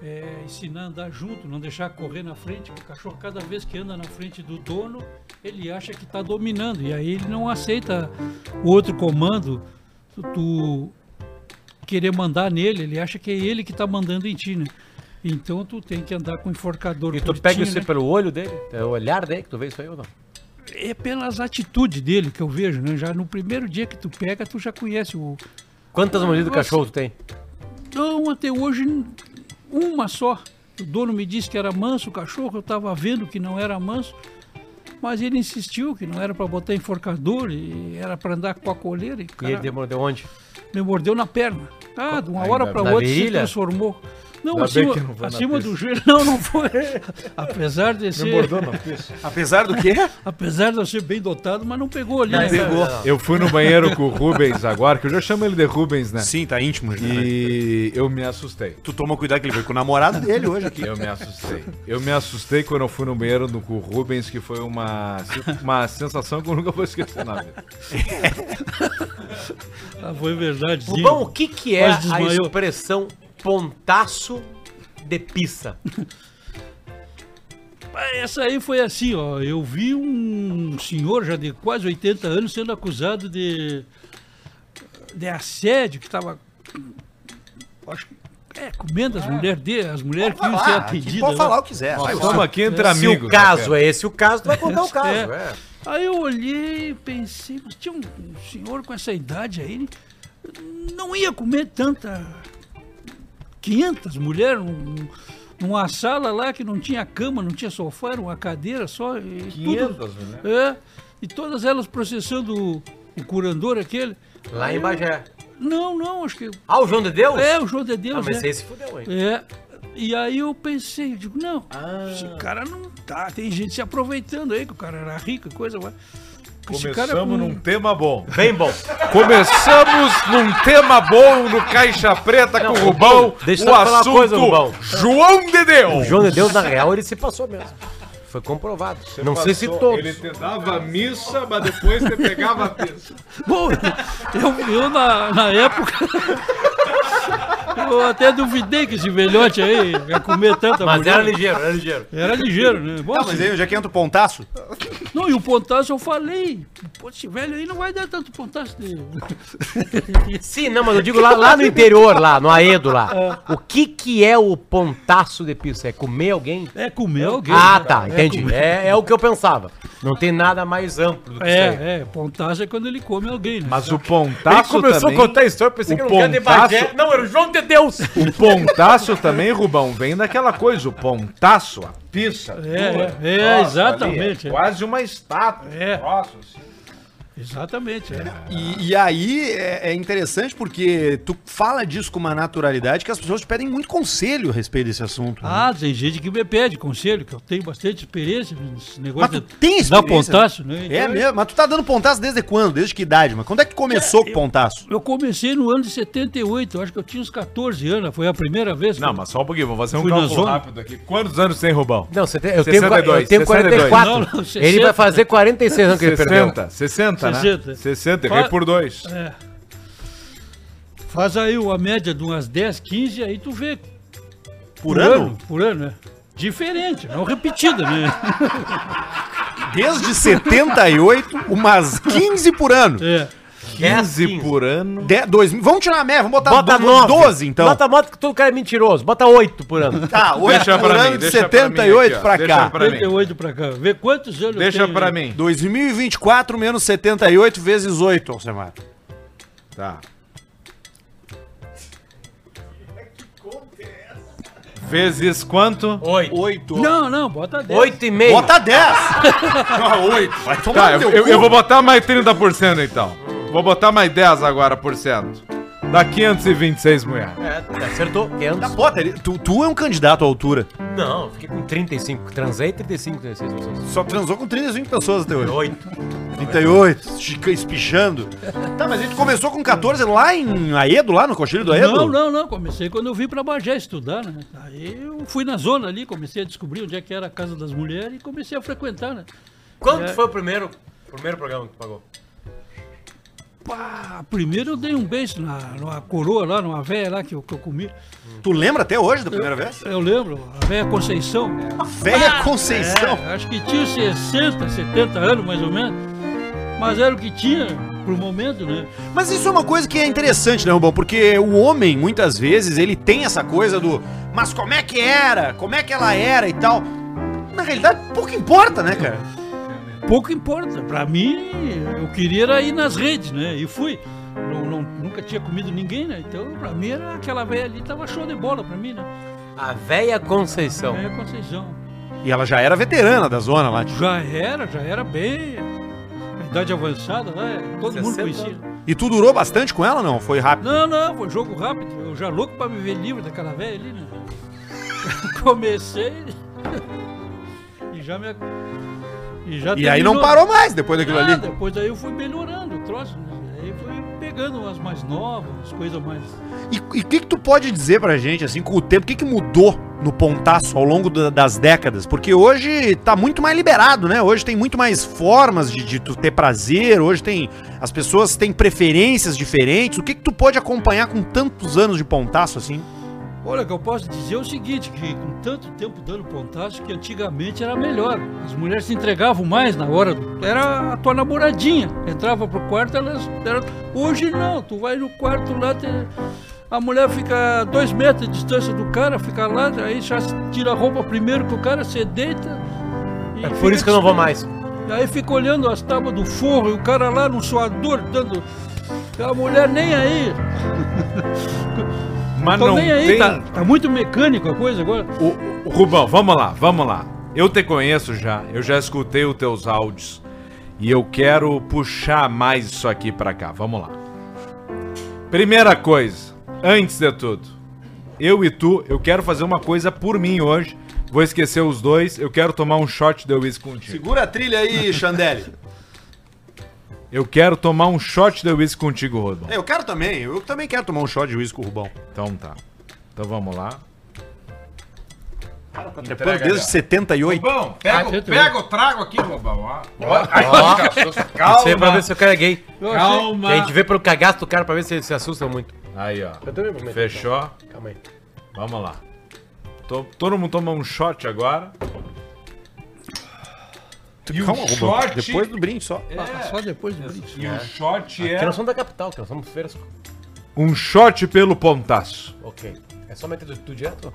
J: É, ensinar a andar junto, não deixar correr na frente, porque o cachorro cada vez que anda na frente do dono, ele acha que está dominando, e aí ele não aceita o outro comando, tu, tu querer mandar nele, ele acha que é ele que está mandando em ti, né? Então tu tem que andar com o enforcador
D: E tu pega
J: curtinho,
D: isso
J: né?
D: pelo olho dele? É o olhar dele que tu vê isso aí ou não?
J: é pelas atitudes dele que eu vejo, né? Já no primeiro dia que tu pega, tu já conhece o.
D: Quantas mordidas do
J: Nossa.
D: cachorro tu tem?
J: Não, até hoje, n- uma só. O dono me disse que era manso o cachorro, eu tava vendo que não era manso, mas ele insistiu que não era para botar enforcador, e era para andar com a coleira. E,
D: E
J: cara,
D: ele demordeu onde?
J: me mordeu na perna. Ah, de uma hora para
D: na
J: outra se
D: virilha?
J: transformou. Não,
C: Ainda bem
J: acima,
C: que não foi na
J: acima
C: pista.
J: do joelho, não, não foi. Apesar de ser,
B: Apesar do quê?
J: apesar de eu ser bem dotado, mas não pegou ali. né?
C: Eu fui no banheiro com o Rubens agora, que eu já chamo ele de Rubens, né?
B: Sim, tá íntimo. já, né?
C: E eu me assustei.
B: Tu toma cuidado que ele veio com o namorado dele hoje aqui.
C: Eu me assustei. Eu me assustei quando eu fui no banheiro no, com o Rubens, que foi uma, uma sensação que eu nunca vou esquecer na vida.
J: Ah, foi verdade. sim.
D: Rubão, o que que é
J: Quase
D: a
J: desmaiou.
D: expressão pontaço de pizza?
J: Ah, Essa aí foi assim, ó. Eu vi um senhor já de quase 80 anos sendo acusado de, de assédio, que estava. Acho que. É, comendo as mulheres dele, as mulheres que iam ser atendidas. né?
B: pode
J: lá.
B: falar o que quiser. Vai,
C: Estamos aqui tá entre
D: É, Se
C: amigos. né,
D: o caso é esse o caso, tu vai contar o caso.
J: É.
D: é.
J: Aí eu olhei e pensei, mas tinha um, um senhor com essa idade aí, não ia comer tanta. 500 mulheres num- numa sala lá que não tinha cama, não tinha sofá, era uma cadeira só. E 500 tudo, É, e todas elas processando o, o curandor aquele. É.
D: Lá em Bagé.
J: Não, não, acho que.
D: Ah, o João de Deus?
J: É, o João de
D: Ah,
J: Deus.
D: mas
J: é.
D: esse fudeu, hein?
J: É. E aí eu pensei, eu digo, não,
D: Ah.
J: esse cara não tá. Tem gente se aproveitando aí, que o cara era rico e coisa, mas. Esse cara é um com-
C: Começamos num tema bom.
D: Bem bom.
C: Começamos num tema bom no Caixa Preta com o Rubão.
D: deixa eu
C: o
D: só falar uma coisa, Rubão.
C: assunto João de
D: O
C: Deus.
D: João de Deus, na real, ele se passou mesmo. Foi comprovado. Não sei se todos.
C: Ele te dava missa, mas depois te pegava a missa.
J: Bom, eu, eu na, na época. Eu até duvidei que esse velhote aí ia comer tanta
D: Mas
J: mulher.
D: era ligeiro, era ligeiro.
J: Era ligeiro, né? Bom,
B: Ah, mas aí já que entra o pontaço?
J: Não, e o pontaço eu falei. Pô, esse velho aí não vai dar tanto pontaço dele.
D: Sim, não, mas eu digo lá, lá no interior, lá, no Aedo lá. O que que é o pontaço de pizza? É comer alguém?
J: É comer alguém.
D: Ah,
J: cara.
D: tá,
J: É
D: entendi.
J: comer-
D: É, é o que eu pensava. Não tem nada mais amplo do que isso aí.
J: É, é, pontaço é quando ele come alguém, né?
C: Mas o pontaço também...
D: história, pensei
C: o
D: de
C: pontaço-
D: Bagé. Não, era o João de Deus.
C: O pontaço também, Rubão, vem daquela coisa, o pontaço, a pizza.
J: É,
C: dura,
J: é, é,
C: grossa
J: exatamente,
C: ali, é
J: é.
C: quase uma estátua.
J: É.
C: grossa, assim.
J: Exatamente. é.
B: E, e aí é, é interessante porque tu fala disso com uma naturalidade que as pessoas te pedem muito conselho a respeito desse assunto. né?
J: Ah, tem gente que me pede conselho, que eu tenho bastante experiência nesse
B: mas
J: negócio.
B: tu
J: Mas
B: tem experiência?
J: pontaço, né?
B: É
J: Então,
B: mesmo? Mas tu tá dando pontaço desde quando? Desde que idade? Mas quando é que começou com pontaço?
J: Eu comecei no ano de 78, eu acho que eu tinha uns 14 anos, foi a primeira vez. que
C: Não,
J: eu-
C: mas só um pouquinho, vou fazer um
J: Fui na
C: cálculo
J: zona.
C: rápido aqui. Quantos anos tem, Rubão?
D: Não, você tem, eu,
C: 62,
D: tenho, eu tenho 44.
J: Não, não, 60.
D: ele vai fazer 46 anos que ele perdeu.
C: 60, 60, né?
J: 60.
C: 60,
J: Fa-
C: errei por dois.
J: É. Faz aí uma média de umas 10, 15, aí tu vê. Por
B: ano?
J: Por ano, é. Diferente, não repetida, né?
B: Desde 78, umas 15 por ano.
J: É.
C: 15 por ano.
B: De, dois, mil- vamos tirar a média, vamos botar,
D: Bota
B: do-
D: 9.
B: 12 então.
D: Bota moto que todo cara é mentiroso. Bota 8 por ano.
B: Tá, hoje
G: Deixa
B: por
G: pra
B: ano
G: mim,
B: de
G: deixa pra mim
B: 78
G: aqui, ó.
B: pra
G: Deixa
B: cá.
G: pra- mim.
J: 38 pra cá. Vê quantos anos eu
G: Deixa
J: tenho. né?
G: pra mim.
B: 2024 menos 78 vezes 8, Alcemar.
C: Tá. Vezes quanto?
D: 8.
B: 8.
J: Não, não, bota 10.
D: 8 e meio.
B: Bota 10.
J: Ah,
G: Vai tá, eu, eu- eu vou botar mais 30% então. Vou botar mais 10 agora por cento.
C: Dá 526 mulher.
D: É, acertou. 500.
B: Tá, Bota, ele- tu, tu é um candidato à altura.
D: Não, fiquei com 35. Transei 35, 36 pessoas.
B: Só transou com 35 pessoas até hoje.
D: 8.
B: 38, chica- espichando. Tá, mas a gente começou com 14 lá em Aedo, lá no Cochilho do Aedo?
J: Não, não, não. Comecei quando eu vim pra Bagé estudar, né? Aí eu fui na zona ali, comecei a descobrir onde é que era a casa das mulheres e comecei a frequentar, né?
D: Quanto foi o primeiro, primeiro programa que tu pagou?
J: Pá, primeiro eu dei um beijo na, numa coroa lá, numa véia lá que eu, que eu comi.
B: Tu lembra até hoje da primeira vez?
J: Eu lembro, a véia Conceição. Ah!
B: Velha Conceição.
J: É, acho que tinha 60, 70 anos mais ou menos. Mas era o que tinha pro momento, né?
B: Mas isso é uma coisa que é interessante, né, Rubão? Porque o homem, muitas vezes, ele tem essa coisa do mas como é que era? Como é que ela era e tal. Na realidade, pouco importa, né, cara?
J: Pouco importa. Pra mim, eu queria era ir nas redes, né? E fui. Não- não- nunca tinha comido ninguém, né? Então, pra mim, era aquela velha ali tava show de bola pra mim, né?
D: A véia Conceição.
J: Véia Conceição.
B: E ela já era veterana da zona lá. tipo.
J: Já era, já era bem. A idade avançada, né? Todo mundo
D: 60
J: conhecia.
B: E tu durou bastante com ela, não? Foi rápido.
J: Não, não, foi um jogo rápido. Eu já louco pra me ver livre daquela velha ali, né? Comecei e já me. ac- E, já
B: E aí não
J: terminou.
B: parou mais depois daquilo
J: Ah,
B: ali.
J: Depois daí eu fui melhorando o troço, né? Aí fui pegando umas mais novas, umas coisas mais.
B: E o que, que tu pode dizer pra gente, assim, com o tempo, o que, que mudou no pontaço ao longo da- das décadas? Porque hoje tá muito mais liberado, né? Hoje tem muito mais formas de, de tu ter prazer, hoje tem. As pessoas têm preferências diferentes. O que, que tu pode acompanhar com tantos anos de pontaço, assim?
J: Olha, o que eu posso dizer é o seguinte, que com tanto tempo dando pontaço, que antigamente era melhor. As mulheres se entregavam mais na hora. do- Era a tua namoradinha. Entrava pro quarto, elas. Era... Hoje não, tu vai no quarto lá, te- a mulher fica a dois metros de distância do cara, fica lá, aí já se tira a roupa primeiro que o cara, se deita. e
D: É por
J: fica
D: isso que eu não vou mais.
J: Aí fica olhando as tábuas do forro e o cara lá no suador dando. A mulher nem aí.
C: Mas
J: Tô
C: não
J: nem aí,
C: tem...
J: tá, tá muito mecânico a coisa agora.
C: O, o- Rubão, vamos lá, vamos lá. Eu te conheço já, eu já escutei os teus áudios. E eu quero puxar mais isso aqui pra cá. Vamos lá. Primeira coisa, antes de tudo, eu e tu, eu quero fazer uma coisa por mim hoje. Vou esquecer os dois, eu quero tomar um shot de uísque contigo.
B: Segura a trilha aí, Xandelli.
C: Eu quero tomar um shot de uísque contigo, Rubão.
B: Eu quero também, eu também quero tomar um shot de uísque com o Rubão.
C: Então tá. Então vamos lá.
B: Depois, desde 78.
G: Rubão, pega,
J: Ah,
G: o- pega o trago aqui, Rubão. ó. Ó, aí,
D: Calma. Isso aí é pra ver se o cara é gay.
J: Eu achei-
C: Calma.
D: A gente vê pelo cagaço do cara pra ver se ele se assusta muito.
C: Aí, ó.
D: também vou meter.
C: Fechou.
D: Calma aí.
C: Vamos lá. To- todo mundo toma um shot agora. E o shot,
B: Depois do brinde só.
J: Ah, Só depois do brinde.
C: É. e o shot
D: Porque
C: é
D: nós somos da capital, cara. Nós somos frescos.
C: um shot pelo pontaço.
D: Ok. É só meter do, do direto?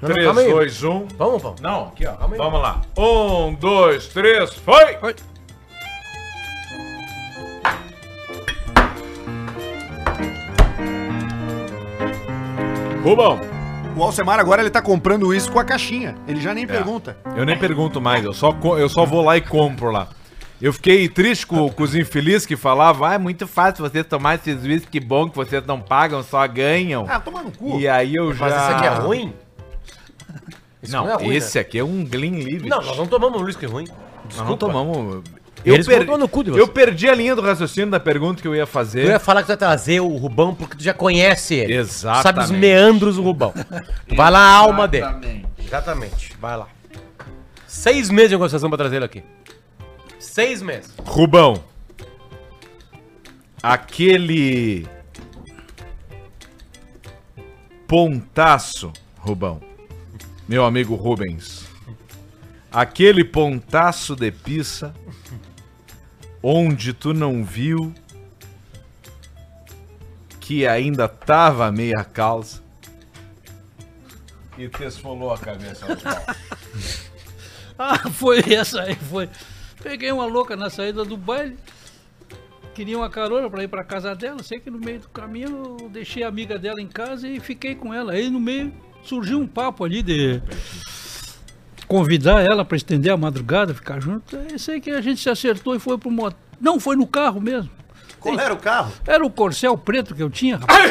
D: Não, não,
C: 3,
D: calma aí.
C: 2, 1.
D: Vamos, vamos.
C: Não, aqui ó.
D: Calma aí.
C: Vamos lá. 1, 2, 3, um, foi! Rubão,
B: O Alcemar agora ele tá comprando
C: É.
B: uísque com a caixinha. Ele já nem pergunta.
C: eu nem pergunto mais, eu só, co- eu só vou lá e compro lá. Eu fiquei triste com, com os infelizes que falavam, ah, é muito fácil você tomar esses whisky que bom que vocês não pagam, só ganham.
B: Ah, toma no cu.
C: e aí eu já...
D: Mas isso aqui é ruim? Isso
C: Não,
D: é ruim,
C: esse aqui é um Glen Livre.
D: Né? Não, nós não tomamos um whisky ruim.
C: Nós não tomamos.
D: Eu
C: Eu,
D: Eles
C: per-
D: vão tomar no cu de você.
C: eu perdi a linha do raciocínio da pergunta que eu ia fazer.
D: Eu ia falar que tu ia trazer o Rubão porque tu já conhece ele.
C: Exatamente.
D: Sabe os meandros do Rubão. Tu vai lá a alma dele. Exatamente. Vai lá. Seis meses de negociação pra trazer ele aqui. Seis meses.
C: Rubão. Aquele. Pontaço, Rubão. Meu amigo Rubens. Aquele pontaço de pizza. Onde tu não viu. Que ainda tava a meia calça. E te esfolou a cabeça.
J: Ah, foi essa aí, foi. Peguei uma louca na saída do baile, queria uma carona pra ir pra casa dela, sei que no meio do caminho eu deixei a amiga dela em casa e fiquei com ela. Aí no meio surgiu um papo ali de convidar ela pra estender a madrugada, ficar junto. Aí sei que a gente se acertou e foi pro moto. Não, foi no carro mesmo.
B: Qual era o carro?
J: Era o corcel preto que eu tinha, rapaz.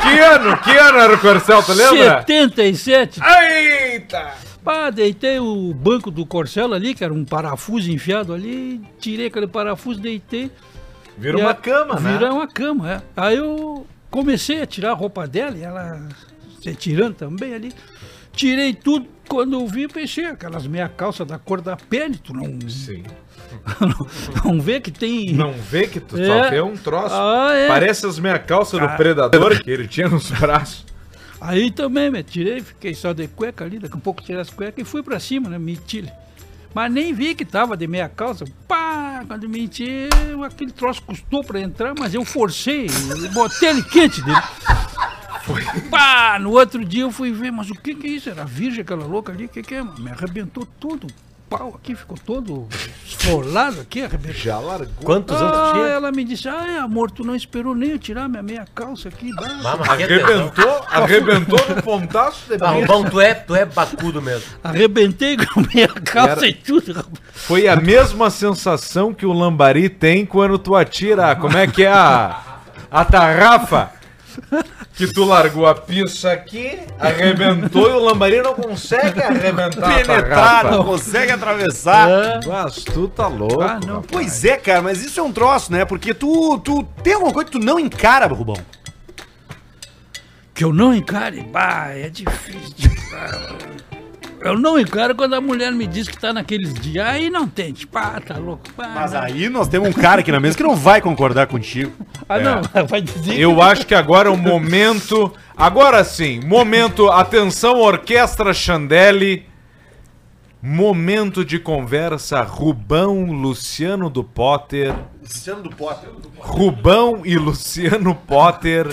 C: que ano? Que ano era o Corcel, tu lembra?
J: 77.
C: Eita!
J: Pá, deitei o banco do Corcel ali, que era um parafuso enfiado ali, tirei aquele parafuso, deitei.
C: Vira
J: E
C: uma
J: a-
C: cama, né?
J: Virar uma cama, é. Aí eu comecei a tirar a roupa dela e ela se tirando também ali. Tirei tudo, quando eu vi, pensei, aquelas meia calça da cor da pele, tu não,
C: Sim.
J: não, vê que tem...
C: Não vê que tu
J: É.
C: só vê um troço.
J: Ah, é.
C: Parece as minhas calças do predador que ele tinha nos braços.
J: Aí também, me tirei, fiquei só de cueca ali, daqui a pouco tirei as cuecas e fui pra cima, né, mentira. Mas nem vi que tava de meia calça. Pá, quando menti, aquele troço custou pra entrar, mas eu forcei, eu botei ele quente dele. Pá, no outro dia eu fui ver, mas o que que é isso? Era virgem aquela louca ali, o que que é? mano? Me arrebentou todo, o pau aqui ficou todo esfolado aqui, arrebentou.
C: Já largou.
D: Quantos anos
J: Ah,
D: tu tinha?
J: ela me disse, ah, é, amor, tu não esperou nem eu tirar minha meia calça aqui. bah."
D: Mama, que é tesão. Tá
C: Arrebentou, arrebentou no pontaço.
D: Ah, Rubão, tu é, tu é bacudo mesmo.
J: Arrebentei com a minha calça e tudo, rapaz.
C: Foi a mesma sensação que o lambari tem quando tu atira. Como é que é a, a tarrafa? Que tu largou a pista aqui, arrebentou e o lambari não consegue arrebentar a
B: Penetrar, não
C: tarrafa.
B: consegue
J: É.
B: atravessar.
C: Mas Ah, tu tá louco.
J: Ah, não.
B: Pois é, cara, mas isso é um troço, né? Porque tu, tu tem alguma coisa que tu não encara, Rubão.
J: Que eu não encare, bah, é difícil. de- Eu não encaro quando a mulher me diz que tá naqueles dias. Aí não tem, tipo, ah, tá louco. pá,
B: Mas
J: não.
B: aí nós temos um cara aqui na mesa que não vai concordar contigo.
J: Ah,
C: É.
B: É.
J: não, vai dizer que-
C: Eu acho que agora é o momento. Agora sim, momento. Atenção, Orquestra Chandelle. Momento de conversa. Rubão, Luciano do Potter.
B: Luciano do Potter.
C: Rubão e Luciano Potter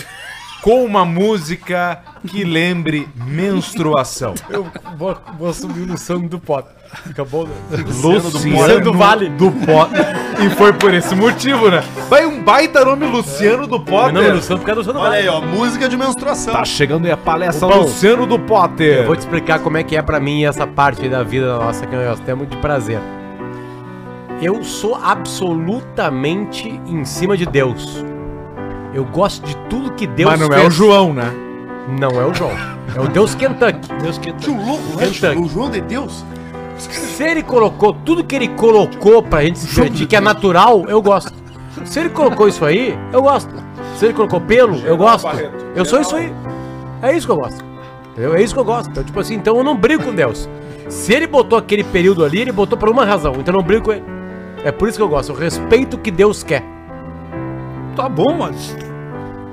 C: com uma música que lembre menstruação.
D: Eu vou, subir no sangue do pote. Acabou, né?
C: Luciano do Vale do Potter. E foi por esse motivo, né? Vai um baita nome Luciano do
D: Não, não, no
C: Potter.
D: sangue, porque é do sangue do
B: Olha
D: vale.
B: aí, ó, música de menstruação.
C: Tá chegando aí a palestra
D: Rubão.
C: Luciano do
D: Eu vou
C: Potter.
D: te explicar como é que é pra mim essa parte aí da vida nossa que nós temos de prazer. Eu sou absolutamente em cima de Deus. Eu gosto de tudo que Deus
C: Mas não é o João, né?
D: Não é o João. É o Deus Kentucky.
J: Deus que tá.
B: Tio louco,
D: né, tio? O
B: João de Deus.
D: Se ele colocou tudo que ele colocou pra gente se divertir, que é natural, eu gosto. Se ele colocou isso aí, eu gosto. Se ele colocou pelo, eu gosto. Eu sou isso aí. É isso que eu gosto. Entendeu? É isso que eu gosto. Então, tipo assim, então eu não brigo com Deus. Se ele botou aquele período ali, ele botou por uma razão. Então eu não brigo com ele. É por isso que eu gosto. Eu respeito o que Deus quer.
J: Tá bom, mas.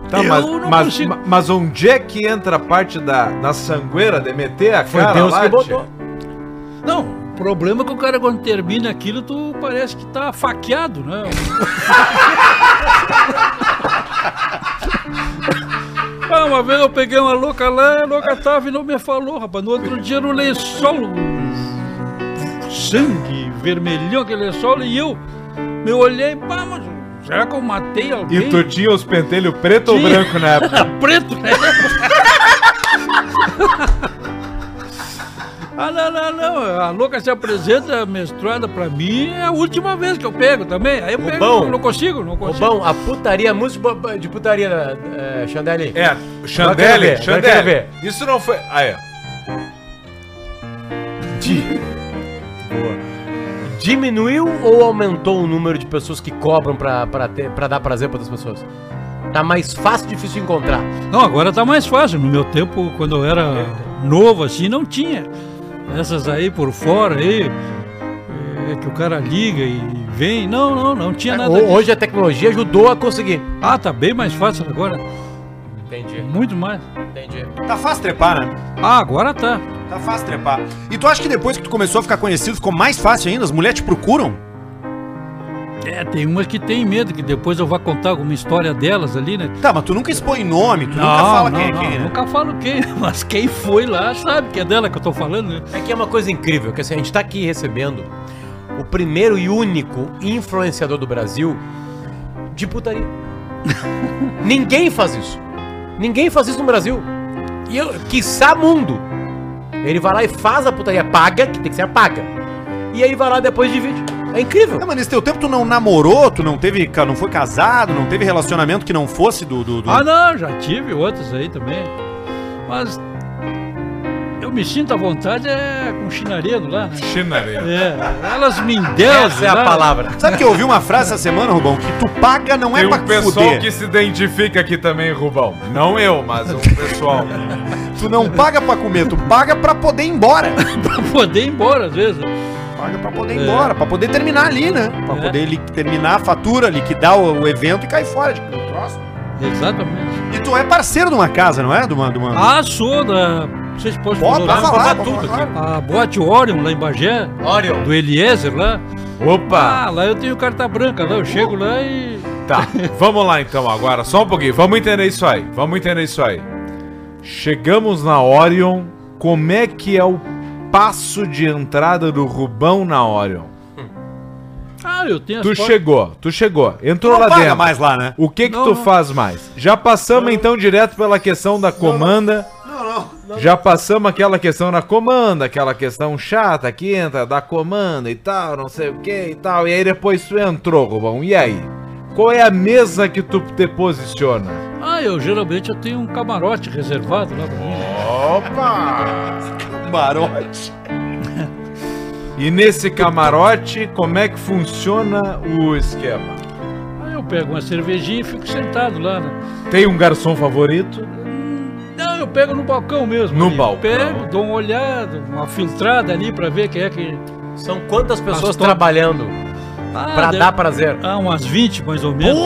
C: Tá,
J: Eu
C: mas,
J: não
C: mas,
J: consigo.
C: ma- mas onde é que entra a parte da, da sangueira de meter a
D: Foi
C: cara
D: Deus
C: lá,
D: que botou.
C: tchê?
J: Não, o problema é que o cara, quando termina aquilo, tu parece que tá faqueado, né? Ah, uma vez eu peguei uma louca lá, a louca tava e não me falou, rapaz. No outro dia no lençol, sangue vermelhão aquele lençol, e eu me olhei, pá, mas será que eu matei alguém?
C: E tu tinha os pentelhos preto ou
J: Tinha.
C: branco na
D: Tá
C: época?
J: Preto, né? Ah, não, não, não. A louca se apresenta menstruada pra mim, é a última vez que eu pego também. Aí eu pego,
D: Rubão.
J: não consigo, não
D: Ô,
J: consigo.
D: bom, a putaria, música de putaria, eh, Xandeli.
C: É,
D: quero
C: Xandele,
D: ver, agora eu quero
C: Xandele. Isso não foi. Ah, é.
D: Diminuiu ou aumentou o número de pessoas que cobram pra, pra, ter, pra dar prazer pra outras pessoas? Tá mais fácil, difícil de encontrar.
J: Não, agora tá mais fácil. No meu tempo, quando eu era novo assim, não tinha. Essas aí por fora aí, é, que o cara liga e vem. Não, não, não tinha nada
D: É, Ho- Hoje a tecnologia ajudou a conseguir.
J: Ah, tá bem mais fácil agora.
D: Entendi,
J: Muito mais.
D: entendi.
B: Tá fácil trepar, né?
J: Ah, agora tá.
B: Tá fácil trepar. E tu acha que depois que tu começou a ficar conhecido, ficou mais fácil ainda? As mulheres te procuram?
J: É, tem umas que tem medo, que depois eu vou contar alguma história delas ali, né?
B: Tá, mas tu nunca expõe nome, tu nunca fala quem é quem, né?
J: Ah, Nunca falo quem, mas quem foi lá sabe que é dela que eu tô falando, né?
D: É que é uma coisa incrível, que assim, a gente tá aqui recebendo o primeiro e único influenciador do Brasil de putaria. Ninguém faz isso. Ninguém faz isso no Brasil. E eu, quiçá mundo. Ele vai lá e faz a putaria paga, que tem que ser a paga. E aí vai lá depois e divide. É incrível.
B: É, mas nesse teu tempo tu não namorou, tu não teve, ca- não foi casado, não teve relacionamento que não fosse do... do, do-
J: Ah, não, já tive outros aí também. Mas eu me sinto à vontade é com chinaredo lá, né?
C: Xinareia.
J: É, elas me endeuram.
D: Essa é a
J: lá.
D: palavra.
B: Sabe que eu ouvi uma frase essa semana, Rubão? Que tu paga não é
C: Tem
B: pra
C: um pessoal
B: fuder.
C: que se identifica aqui também, Rubão. Não eu, mas um pessoal.
B: Tu não paga pra comer, tu paga pra poder ir embora.
J: Pra poder ir embora, às vezes.
B: Paga pra poder ir embora, pra poder terminar ali, né? Pra
J: É.
B: poder li- terminar a fatura, liquidar o, o evento e cair fora de do troço.
J: Exatamente.
B: E tu é parceiro de uma casa, não é? De uma... De uma...
J: Ah, sou da. Vocês podem
B: Pode,
J: falar,
B: pode falar,
J: vou
B: pode
J: tudo
B: falar.
J: aqui. Ah, A Boate Orion lá em Bagé,
D: Orion.
J: do Eliezer lá.
C: né? Opa!
J: Ah, lá eu tenho carta branca, lá eu chego lá e.
C: Tá, vamos lá então agora, só um pouquinho. Vamos entender isso aí, vamos entender isso aí. Chegamos na Orion, como é que é o passo de entrada do Rubão na Orion?
J: Ah, eu tenho as
C: Tu
J: fotos-
C: chegou, tu chegou, entrou
B: Não
C: lá
B: paga
C: dentro.
B: mais lá, né?
C: O que que
J: Não,
C: tu
J: não.
C: faz mais? Já passamos então direto pela questão da comanda. Já passamos aquela questão da comanda, aquela questão chata que entra da comanda e tal, não sei o que e tal. E aí depois tu entrou, Rubão. E aí? Qual é a mesa que tu te posiciona?
J: Ah, eu geralmente eu tenho um camarote reservado lá pra mim. né?
B: Barote.
C: E nesse camarote, como é que funciona o esquema?
J: Aí eu pego uma cervejinha e fico sentado lá, né?
C: Tem um garçom favorito?
J: Não, eu pego no balcão mesmo.
C: No
J: ali.
C: balcão.
J: Pego, dou uma olhada, uma filtrada ali pra ver quem é que.
D: São quantas pessoas
J: Pastor.
D: trabalhando
J: Ah,
D: pra
J: deve-
D: dar prazer?
J: Ah, umas 20 mais ou menos.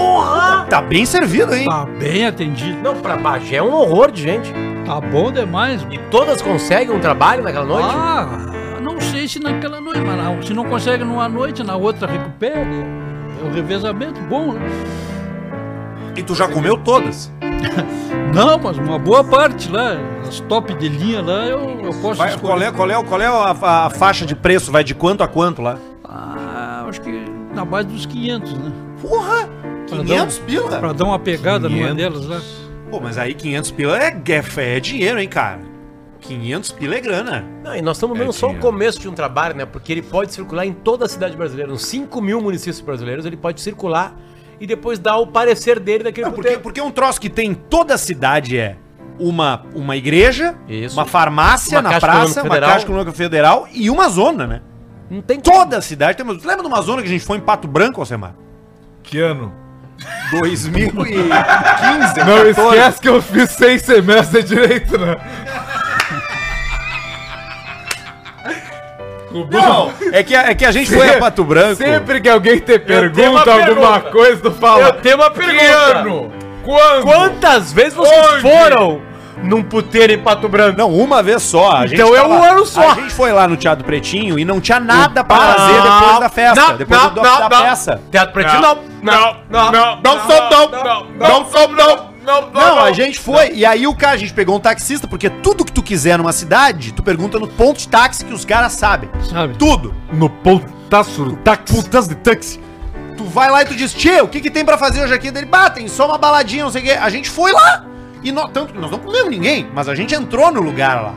B: Tá bem servido, hein?
J: Tá bem atendido.
D: Não, pra Bagé é um horror de gente.
J: Tá bom demais.
D: E todas conseguem um trabalho naquela noite?
J: Ah, não sei se naquela noite, mas na- se não consegue numa noite, na outra recupera. É um revezamento bom, né?
B: E tu já comeu todas.
J: Não, mas uma boa parte lá, as top de linha lá, eu, eu posso
B: Vai,
J: escolher.
B: qual é, qual é, qual é a, a- a faixa de preço? Vai de quanto a quanto lá?
J: Ah, acho que na base dos 500, né?
B: Porra!
J: Pra um
B: 500
J: Pra
B: pila?
J: dar uma pegada numa
C: 500.
J: delas lá.
B: Pô, mas aí 500 pila é, é, é dinheiro, hein, cara? 500 pila é grana.
D: Não, e nós estamos vendo só o começo de um trabalho, né? Porque ele pode circular em toda a cidade brasileira. Nos 5 mil municípios brasileiros, ele pode circular e depois dar o parecer dele daquele
B: Não, porque,
D: puteiro.
B: porque um troço que tem em toda a cidade é uma, uma igreja,
D: Isso.
B: uma farmácia
D: Uma
B: na
D: Caixa
B: praça,
D: Econômica
B: uma
D: Federal.
B: Caixa Econômica Federal e uma zona, né?
D: Não tem
B: Toda a cidade tem uma... Tu lembra de uma zona que a gente foi em Pato Branco, Alcemar?
C: Que ano?
B: 2015.
C: Não esquece que eu fiz seis semestres de direito, né? Rubão,
B: É que, a- é que a gente foi a Pato Branco.
C: Sempre que alguém te
D: tenho uma
C: pergunta alguma
D: pergunta.
C: coisa, tu fala.
D: Eu tenho uma pergunta.
C: Que ano? Quando?
D: Quantas vezes vocês
C: Onde?
D: foram num puteiro em Pato Branco?
B: Não, uma vez só. A
D: Então é
B: tava-
D: um ano só.
B: A gente foi lá no Teatro Pretinho e não tinha nada pra
D: Ah,
B: fazer depois da festa.
D: não,
B: depois
D: não,
B: do-
D: não,
B: da
D: não.
B: peça.
D: Teatro
I: É.
D: Pretinho, não.
C: Não, não, não, não
B: sou não,
C: não sou não, não,
B: Não, a gente foi. E aí o cara, a gente pegou um taxista, porque tudo que tu quiser numa cidade, tu pergunta no ponto de táxi que os caras sabem.
J: Sabe?
B: Tudo.
C: No pontaço do táxi.
B: Putas de táxi. Tu vai lá e tu diz, tio, o que, que tem pra fazer hoje aqui? Daí Ele batem, só uma baladinha, não sei o quê. A gente foi lá. E nó- tanto que nós não comemos ninguém, mas a gente entrou no lugar lá.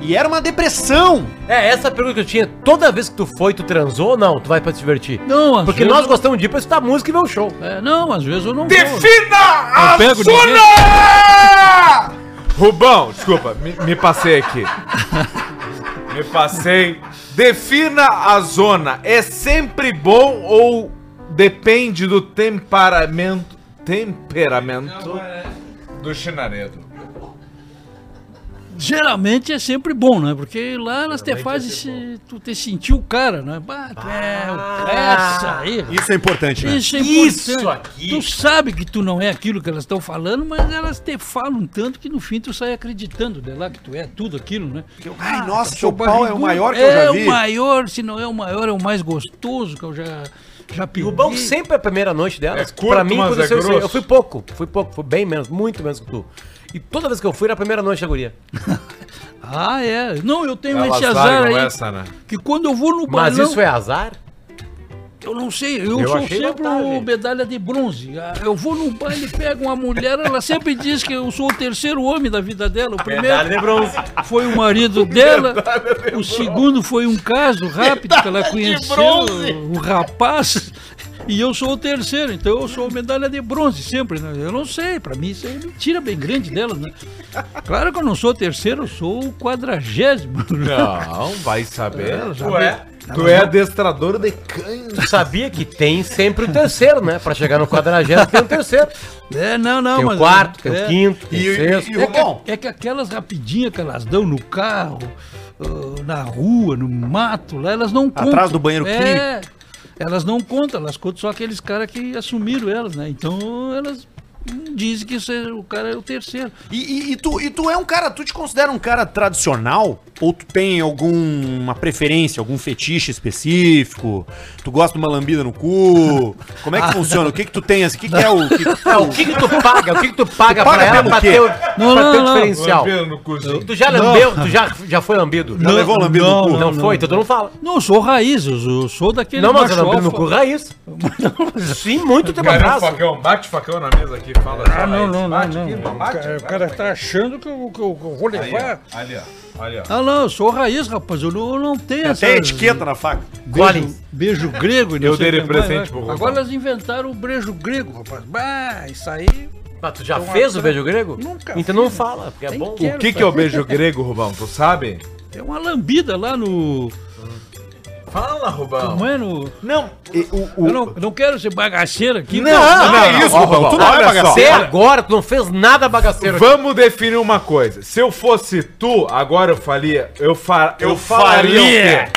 B: E E era uma depressão.
D: É, essa pergunta que eu tinha, toda vez que tu foi, tu transou ou não? Tu vai pra te divertir?
J: Não, às
D: Porque
J: vezes-
D: nós gostamos de ir pra escutar música e ver o show.
J: É, não, às vezes eu não vou.
C: Ah,
F: Defina
J: Eu
F: a
J: pego ninguém.
F: zona!
C: Rubão, desculpa, me, me passei aqui. Me passei. Defina a zona. É sempre bom ou depende do temperamento. Temperamento do chinaredo.
J: Geralmente é sempre bom, né? Porque lá elas
D: é
J: te fazem se- tu te sentir o cara, né? Bah, tu é o- essa aí.
B: Isso é importante, né?
J: Isso é
D: Ah! Isso
J: importante.
D: aqui.
J: Tu sabe que tu não é aquilo que elas estão falando, mas elas te falam tanto que no fim tu sai acreditando de lá que tu é tudo aquilo, né?
B: Ai, nossa,
J: Seu
B: seu pau é o
J: barrigudo
B: maior que eu já
J: É
B: vi.
J: o maior, se não é o maior, é o mais gostoso que eu já, já
D: E
J: pedi.
D: o bom sempre é a primeira noite delas.
C: É curto,
D: pra mim,
C: mas
D: quando
C: é
D: eu,
C: grosso.
D: eu fui pouco, fui pouco, fui bem menos, muito menos que tu. E toda vez que eu fui, era a primeira noite da guria.
J: Ah, é. Não, eu tenho
C: Elas
J: esse azar
C: largam
J: aí,
C: essa, né?
J: que quando eu vou no
D: Mas
J: balão,
D: isso é azar?
J: eu não sei, eu,
D: Eu
J: sou
D: achei
J: sempre
D: vantagem.
J: o medalha de bronze. Ah, Eu vou num baile, pego uma mulher, ela sempre diz que eu sou o terceiro homem da vida dela. O primeiro
K: um.
D: bronze.
J: foi o marido dela, o segundo foi um caso rápido que ela conheceu, o rapaz, e eu sou o terceiro, então eu sou medalha de bronze sempre, né? Eu não sei, pra mim isso é mentira bem grande dela, né? Claro que eu não sou o terceiro, eu sou o quadragésimo.
C: Não, vai saber.
D: Tu é.
C: Tu é adestrador de cães.
D: Tu sabia que tem sempre o terceiro, né? Pra chegar no quadragésimo tem o terceiro.
J: É, não, não,
D: Tem o
J: mas-
D: quarto, tem
J: é.
D: o quinto, tem o sexto.
B: E, Rubão,
J: É que aquelas rapidinhas que elas dão no carro, ah, na rua, no mato, lá elas não contam.
B: Atrás do banheiro
J: é, Elas não contam, elas contam só aqueles caras que assumiram elas, né? Então elas hum, dizem que isso é- o cara é o terceiro.
B: e, e- e tu, e tu é um cara, tu te considera um cara tradicional? Ou tu tem alguma preferência, algum fetiche específico? Tu gosta de uma lambida no cu? Como é
D: Ah.
B: que funciona? O que que tu tem assim? O que, que é o... Que,
D: É, o que que tu paga? O que que tu paga,
B: paga
D: pra ela
B: pelo
D: pra
B: quê?
D: ter o,
J: Não,
D: pra
J: não,
D: ter o
J: não.
D: diferencial? Tu já lambeu? Tu já, já foi lambido?
B: Já levou lambida no cu?
D: Não, foi? Então tu não fala.
J: Não, eu sou raiz, eu sou- eu sou daquele
D: Não, mas eu
J: macho
D: lambi no
J: alfa.
D: cu raiz. Sim, muito tempo
C: Cara,
D: atrás.
C: facão, bate o facão na mesa aqui, fala.
J: Ah, não, não, não,
C: bate
J: não.
C: aqui,
J: O
C: bate.
J: cara, o cara tá achando que eu, que eu- que eu vou levar.
C: Ali, ó. Ali, ó.
J: Ah, não, eu sou raiz, rapaz. Eu não, eu não tenho essa.
B: na faca.
D: Colin.
J: Beijo, beijo grego. e não
C: Eu
J: sei
C: dei
J: o que mais,
C: presente
J: né?
C: pro Rodolfo.
J: Agora elas inventaram o beijo grego, rapaz. Bah, isso aí...
D: Mas tu já fez o beijo grego?
J: Nunca
D: Então
J: fiz.
D: não fala, porque é
J: Nem
D: bom.
J: quero,
C: O que, que é
J: cara.
C: o beijo grego, Rubão? Tu sabe?
J: É uma lambida lá no...
C: Fala, Rubão.
J: Como é no...
C: Não,
J: Eu não, eu não quero ser bagaceiro aqui. É
C: Não, não, é
B: não, não, ó, Rubão, olha só.
D: Até agora tu não fez nada bagaceiro.
C: Vamos definir uma coisa. Se eu fosse tu, agora eu faria. Eu, fa eu, faria. o quê?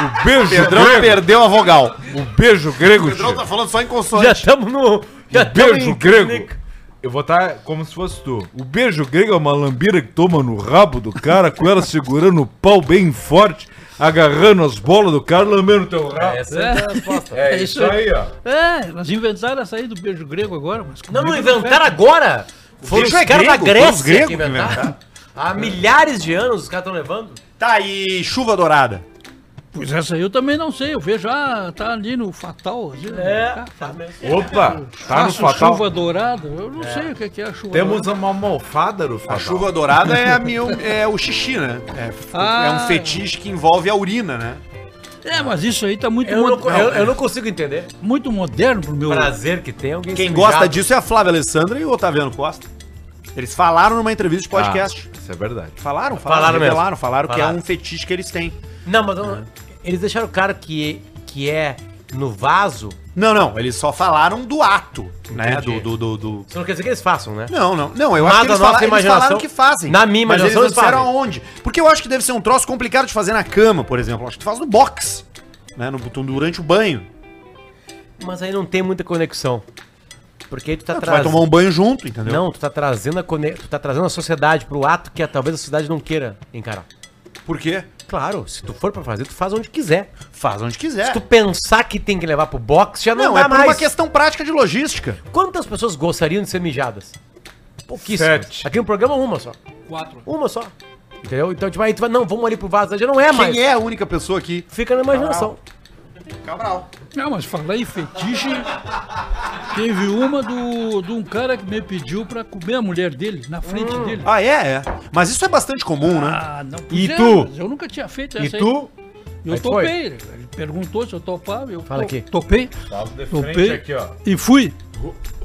C: O beijo
B: Pedrão
C: grego.
B: perdeu a vogal. tá
C: O beijo grego, Gil.
B: falando só em
D: Já
B: consonante.
D: estamos no. Já
C: O beijo
D: tamo em
C: grego.
D: clínica.
C: Eu vou estar como se fosse tu. O beijo grego é uma lambira que toma no rabo do cara, com ela segurando o pau bem forte, agarrando as bolas do cara, lambendo teu rabo.
D: Essa é a resposta.
C: É,
J: isso aí.
C: ó.
J: É, elas inventaram essa aí do beijo grego agora. Mas
D: Não, não
J: comigo
D: inventaram agora. Foram os
B: beijo é
D: caras da
B: grego, foram os
D: Grécia
B: gregos
D: que
B: que
D: inventaram. Há milhares de anos os caras estão levando.
B: Tá aí, chuva dourada.
J: Pois essa aí eu também não sei. Eu vejo, ah, tá ali no Fatal. assim, né?
D: tá mesmo.
C: Opa, tá no
J: Faço
C: fatal.
J: chuva dourada. Eu não sei o que é, que é a chuva
C: Temos
J: dourada.
C: uma almofada no fatal.
B: A chuva dourada é, a minha, é o xixi, né? É, é
J: Ah.
B: um fetiche que envolve a urina, né?
J: É, mas isso aí tá muito,
D: Eu não,
J: mo-
D: eu- eu não consigo entender.
J: muito moderno pro meu...
D: Prazer que tem alguém
B: Quem
D: se
B: gosta
D: mijar.
B: disso é a Flávia Alessandra e o Otaviano Costa. Eles falaram numa entrevista
D: Tá.
B: de podcast.
C: Isso é verdade.
B: Falaram, falaram,
D: Ah, Falaram mesmo.
B: revelaram, falaram que é
D: Falaram.
B: um fetiche que eles têm.
D: Não, mas não- eles deixaram claro que, que é no vaso.
B: Não, não, eles só falaram do ato, né?
D: Entendi.
B: Do, do, do, do-
D: Isso não quer dizer que eles façam, né?
B: Não, não, não, eu
D: Nada
B: acho que eles,
D: nossa
B: fala- eles
D: imaginação.
B: falaram que fazem.
D: Na minha
B: mas eles
D: imaginação,
B: não
D: eles
B: disseram
D: fazem.
B: aonde. Porque eu acho que deve ser um troço complicado de fazer na cama, por exemplo. Acho que tu faz no box, né? No, durante o banho.
D: Mas aí não tem muita conexão. Porque aí tu tá
B: Tu vai
D: trazendo.
B: tomar um banho junto, entendeu?
D: Não, tu tá trazendo a cone... tu tá trazendo a sociedade pro ato que é, talvez a sociedade não queira encarar.
B: Por quê?
D: Claro, se tu for pra fazer, tu faz onde quiser.
B: Faz onde quiser.
D: Se tu pensar que tem que levar pro box, já não,
B: Não,
D: dá
B: é por
D: mais.
B: uma questão prática de logística.
D: Quantas pessoas gostariam de ser mijadas? Pouquíssimas.
C: Sete.
D: Aqui no programa, uma só.
J: Quatro.
D: Uma só. Entendeu? Então, tipo, aí tu vai, não, vamos ali pro vaso, já não é mais.
B: Quem é a única pessoa aqui?
D: Fica na imaginação.
F: Cabral.
J: Não, mas falar em fetiche. Teve uma do, de um cara que me pediu pra comer a mulher dele, na frente
D: Hum.
J: dele.
B: Ah, é, é. Mas isso é bastante comum, né?
J: Ah, não
C: E tu?
J: mas Eu nunca tinha feito
C: E
J: essa aí.
C: tu?
J: Eu
D: Aí foi?
J: topei. Ele perguntou se eu topava. Eu
D: Fala
J: to-
D: aqui.
J: Topei. Topei.
C: ó.
J: E fui.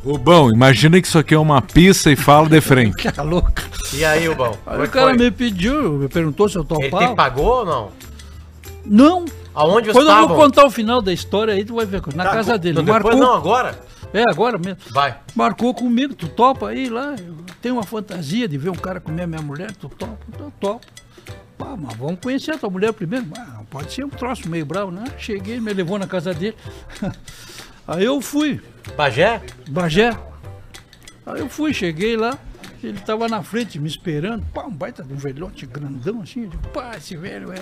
C: Rubão, imagina que isso aqui é uma pista e fala de frente.
J: Tá louco.
D: E aí, Rubão?
J: Aí
D: Como é
J: o
D: que
J: cara
D: foi?
J: me pediu, me perguntou se eu
D: Ele te
J: topava.
D: pagou ou não?
J: Não.
D: Aonde
J: Quando eu vou
D: estavam?
J: contar o final da história aí, tu vai ver. Na
D: Tá,
J: casa
D: co-
J: dele.
D: Não, depois
J: Marcou.
D: não, agora?
J: É, agora mesmo.
D: Vai.
J: Marcou comigo, tu topa aí lá. Eu tenho uma fantasia de ver um cara comer a minha mulher, tu topa, eu topo. Pá, mas vamos conhecer a tua mulher primeiro. Ah, pode ser um troço meio bravo, né? Cheguei, me levou na casa dele. aí eu fui,
D: Bagé?
J: Bagé. Aí eu fui, cheguei lá, ele tava na frente me esperando. Pá, um baita de um velhote grandão assim. Eu digo, pá, esse velho é.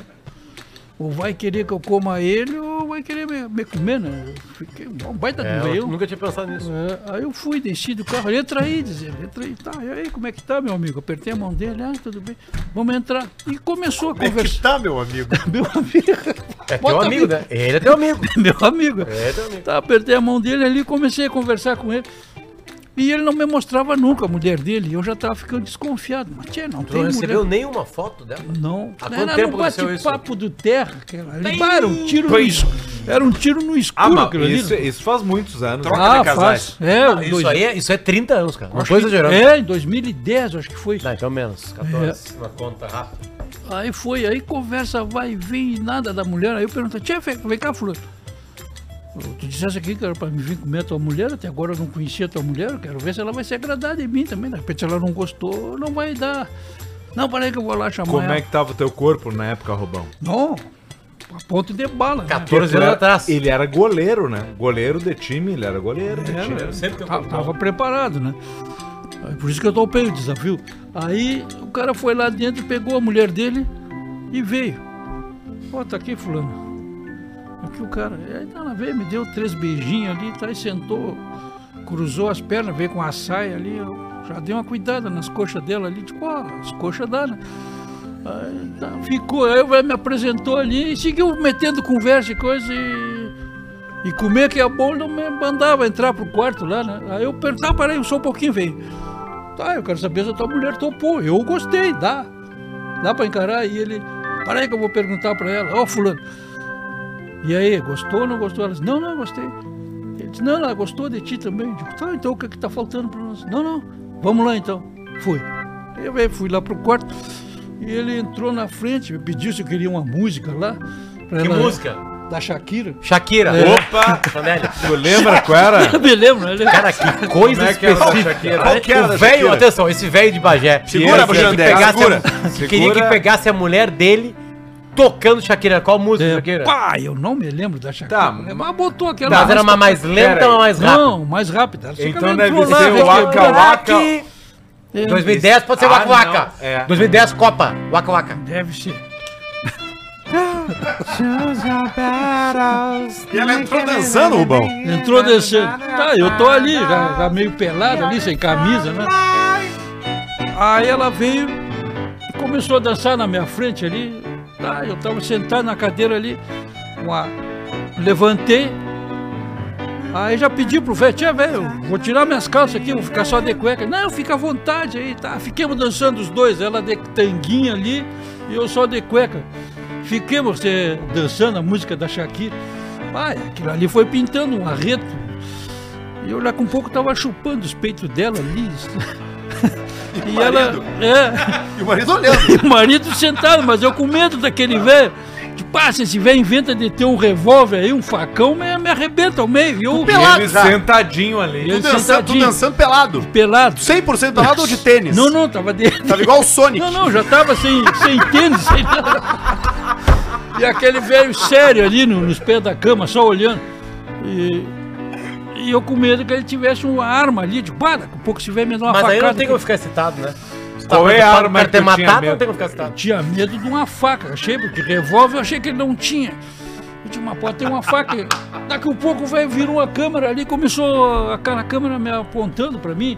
J: Ou vai querer que eu coma ele ou vai querer me, me comer, né? Eu Fiquei um baita
D: É,
J: de um
D: eu
J: velhão.
D: nunca tinha pensado nisso.
J: É, aí eu fui, desci do carro, entra aí, dizia, entra aí, tá, e aí, como é que tá, meu amigo? Apertei a mão dele, ah, tudo bem, vamos entrar. E começou a conversar.
F: Tá, meu amigo.
J: Meu amigo,
D: É teu
J: Bota
D: amigo,
J: vida.
D: né? Ele é teu amigo.
J: meu amigo.
D: É teu amigo.
J: Tá, apertei a mão dele ali, comecei a conversar com ele. E ele não me mostrava nunca a mulher dele, e eu já tava ficando desconfiado. Mas, tchê, não
D: Tu
J: tem mulher.
D: não recebeu nenhuma foto dela?
J: Não,
D: Há quanto
J: era
D: tempo
J: no
D: aconteceu
J: bate-papo do terra, aquela. ali. Bah, Era um tiro no escuro. Era um tiro no escuro,
C: Ah, mas
J: aquilo ali.
C: isso, isso faz muitos anos. né?
F: Troca
J: Ah,
F: de casais.
J: faz. É, dois-
D: Isso aí é, isso é 30 anos, cara. Não
J: acho
D: tô
J: que-
D: exagerando.
J: É, em 2010, acho que foi.
D: Tá, então menos. 14, uma conta rápida.
J: Aí foi, aí conversa, vai e vem, e nada da mulher. Aí eu perguntei, tia, vem, vem cá, fulano. Tu dissesse aqui que era pra me vir comer a tua mulher, até agora eu não conhecia a tua mulher, eu quero ver se ela vai se agradar de mim também. De repente ela não gostou, não vai dar. Não, peraí que eu vou lá chamar
C: Como
J: ela.
C: é que tava o teu corpo na época, Rubão?
J: Não, a ponto de bala. né?
D: 14 anos atrás.
C: Ele era goleiro, né? Goleiro de time, ele era goleiro
J: É,
C: de time.
J: né?
D: Eu sempre que eu
J: Ta- Tava preparado, né? Aí Por isso que eu topei o desafio. Aí o cara foi lá dentro, pegou a mulher dele e veio. Ó, tá aqui, fulano. Aqui o cara. Aí tá, ela veio, me deu três beijinhos ali, tá, e sentou, cruzou as pernas, veio com a saia ali. Eu já dei uma cuidada nas coxas dela ali, tipo, ó, as coxas dá, né? Aí, tá, ficou, aí o velho me apresentou ali e seguiu metendo conversa e coisa e. E comer que é bom, não me mandava entrar pro quarto lá, né? Aí eu perguntava, peraí, só um pouquinho, vem. Tá, eu quero saber se a tua mulher topou. Eu gostei, dá. Dá pra encarar? E ele, peraí que eu vou perguntar pra ela. Ó, fulano. E aí, gostou ou não gostou? Ela disse, não, não, gostei. Ele disse, não, ela gostou de ti também. Eu digo, tá, então o que é que tá faltando pra nós? Não, não, vamos lá então. Fui. Eu eh, fui lá pro quarto. E ele entrou na frente, me pediu se eu queria uma música lá. pra
D: Que
J: ela-
D: música?
J: Da Shakira.
D: Shakira.
J: É.
D: Opa! Chanel.
C: Tu lembra qual era?
J: Eu me lembro, né?
D: Cara, que coisa
C: é que era da
D: específica.
C: Shakira?
D: Qual que era
B: da
D: o velho,
B: Shakira?
D: atenção, esse velho de Bagé.
B: Segura,
D: queria que
B: Bujandé,
D: pegasse a-
B: segura.
D: que Queria que
C: Segura.
D: pegasse a mulher dele tocando Shakira. Qual música,
J: É,
D: Shakira?
J: pá, eu não me lembro da Shakira.
C: Tá,
J: né? mas botou aquela.
D: Mas era uma mais lenta
C: Pera
D: ou
C: aí.
D: uma mais rápida?
J: Não, mais rápida. Ela só que
C: Então
J: ela
C: deve
J: entrou lá,
C: ser
J: né?
C: o Waka Waka.
D: 2010 pode ser Waka
C: Ah,
D: Waka.
C: não, é.
D: 2010 Copa. Waka Waka.
J: Deve ser.
B: E ela entrou dançando, Rubão.
J: Entrou descendo. Tá, eu tô ali, já, já meio pelado ali, sem camisa, né? Aí ela veio e começou a dançar na minha frente ali. Tá, eu tava sentado na cadeira ali. Uma... Levantei. Aí já pedi pro velho, tia, velho, eu vou tirar minhas calças aqui, vou ficar só de cueca. Não, fica à vontade aí, tá? Fiquemos dançando os dois, ela de tanguinha ali e eu só de cueca. Fiquemos eh, dançando a música da Shakira. Pai, aquilo ali foi pintando um arreto. E eu lá com pouco tava chupando os peitos dela ali. E, ela. É,
B: E o marido olhando.
J: e o marido sentado, mas eu com medo daquele velho. Tipo, pá, se esse velho inventa de ter um revólver aí, um facão, me, me arrebenta ao meio. E eu,
B: Pelado
C: Ele
B: já.
C: sentadinho ali.
J: e
B: Tu
J: ele
B: dançando, tu
J: sentadinho,
B: dançando pelado.
J: pelado.
B: 100% pelado ou de tênis?
J: Não, não, tava dentro.
B: Tava igual o Sonic.
J: Não, não, já tava sem, sem tênis, sem nada. E aquele velho sério ali no- nos pés da cama, só olhando. E, e eu com medo que ele tivesse uma arma ali, de para, daqui a pouco se tiver me dar uma
D: Mas aí não
J: facada.
D: tem
J: que
D: como ficar excitado, né? Se
C: Qual é a
D: preocupado
C: arma
D: com
C: que
D: o cara ter
C: tu tinha
D: matado, não
C: medo?
D: tem como ficar
J: eu
D: excitado.
J: tinha medo de uma faca, achei, porque revólver eu achei que ele não tinha. Eu tinha uma porta, tem uma faca. Daqui a pouco o velho virou a câmera ali, começou aquela câmera me apontando pra mim.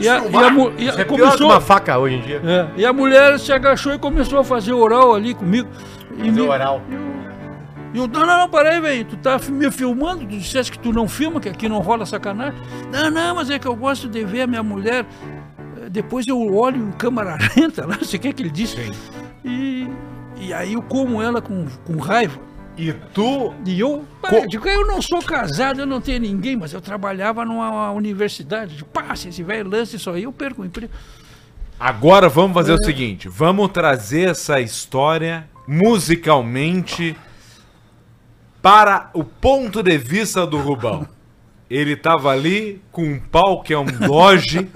J: E a, e a, mu- e a-
D: Isso é pior que
J: começou,
D: uma faca hoje em dia.
J: É, e a mulher se agachou e começou a fazer oral ali comigo. E
D: Fazer
J: me-
D: oral.
J: E eu, não, não, não, para aí, velho. Tu tá fi- me filmando, tu disseste que tu não filma, que aqui não rola sacanagem. Não, não, mas é que eu gosto de ver a minha mulher. Eh, Depois eu olho em câmera lenta lá, não sei o que é que ele disse. E, e aí eu como ela com, com raiva.
C: E tu.
J: E eu, pá, eu digo, eu não sou casado, eu não tenho ninguém, mas eu trabalhava numa universidade. Eu digo, Pá, se esse velho lance isso aí, eu perco o emprego. É.
C: Agora vamos fazer o seguinte: vamos trazer essa história musicalmente para o ponto de vista do Rubão. Ele tava ali com um pau que é um doge,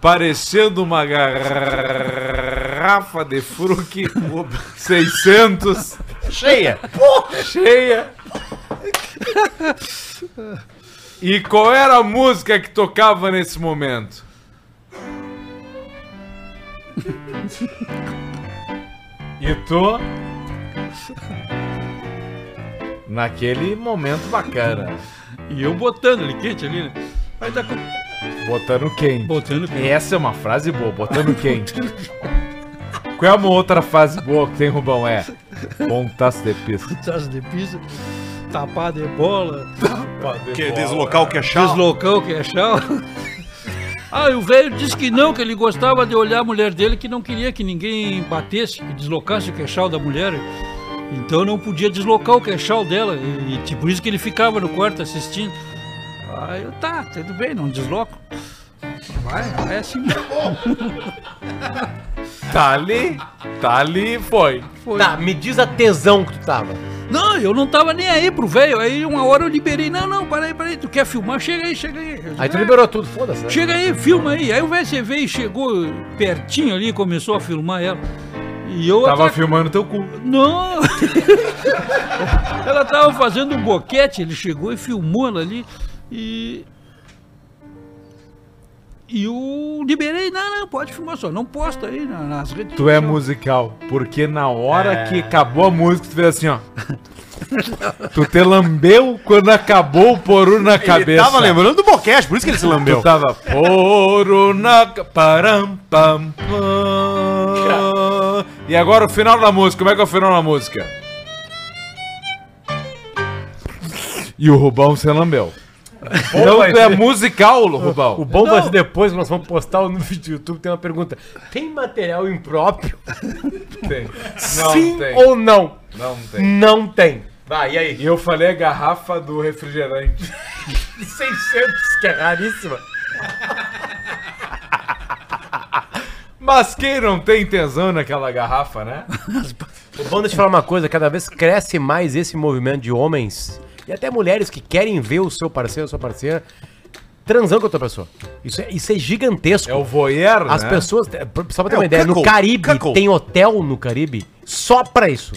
C: parecendo uma garrafa de fruque 600
B: Cheia.
C: cheia. E qual era a música que tocava nesse momento? E tô naquele momento bacana,
J: E eu botando ele quente ali, né? Aí tá
C: botando quem?
J: botando
C: E Essa é uma frase boa, botando quem? Qual é uma outra frase boa que tem, Rubão? É, bom taço de pista.
J: taça de pizza, tapar de bola,
L: Que deslocar o que é chato.
J: deslocão que é chão. Ah, e o velho disse que não, que ele gostava de olhar a mulher dele, que não queria que ninguém batesse, que deslocasse o queixal da mulher. Então não podia deslocar o queixal dela. E, e tipo, isso que ele ficava no quarto assistindo. Aí eu, tá, tudo bem, não desloco. Vai, vai assim.
C: Tá ali, tá ali, foi.
D: Tá, me diz a tesão que tu tava.
J: Não, eu não tava nem aí pro velho. Aí uma hora eu liberei. Não, não, para aí, para aí. Tu quer filmar? Chega aí, chega aí. Eu
D: Aí tu
J: disse,
D: liberou tudo, foda-se. né?
J: Chega aí, filma aí. Aí o VC veio e chegou pertinho ali, começou a filmar ela. E eu.
C: Tava
J: atra-
C: filmando teu cu.
J: Não! ela tava fazendo um boquete, ele chegou e filmou ela ali. E. E eu liberei. Não, não, pode filmar só. Não posta aí na- nas redes
C: Tu é
J: sociais.
C: musical, porque na hora
B: É.
C: que acabou a música, tu fez assim, ó. tu te lambeu quando acabou o poru na cabeça.
B: Ele tava lembrando do boquete, por isso que ele se
C: Tu
B: lambeu.
C: tava poru na... ca- Param, pam, pam. E agora o final da música, como é que é o final da música? E o Rubão se lambeu. Então
D: vai
C: tu é
D: ser-
C: musical, Rubão.
D: O bom vai ser depois que nós vamos postar no vídeo do YouTube, tem uma pergunta. Tem material impróprio?
C: tem.
D: Sim ou não?
C: Não tem.
D: Não tem.
C: e aí? eu falei a garrafa do refrigerante.
D: 600, que é raríssima.
C: Mas quem não tem tesão naquela garrafa, né?
D: O bom, deixa eu falar uma coisa, cada vez cresce mais esse movimento de homens e até mulheres que querem ver o seu parceiro, a sua parceira, transando com outra pessoa. Isso é, isso é gigantesco.
C: É o voyeur,
D: As
C: né?
D: pessoas, é, pra- só pra ter
B: É
D: uma
B: o
D: ideia, no
B: cuckold,
D: Caribe,
B: cuckold.
D: tem hotel no Caribe só pra isso.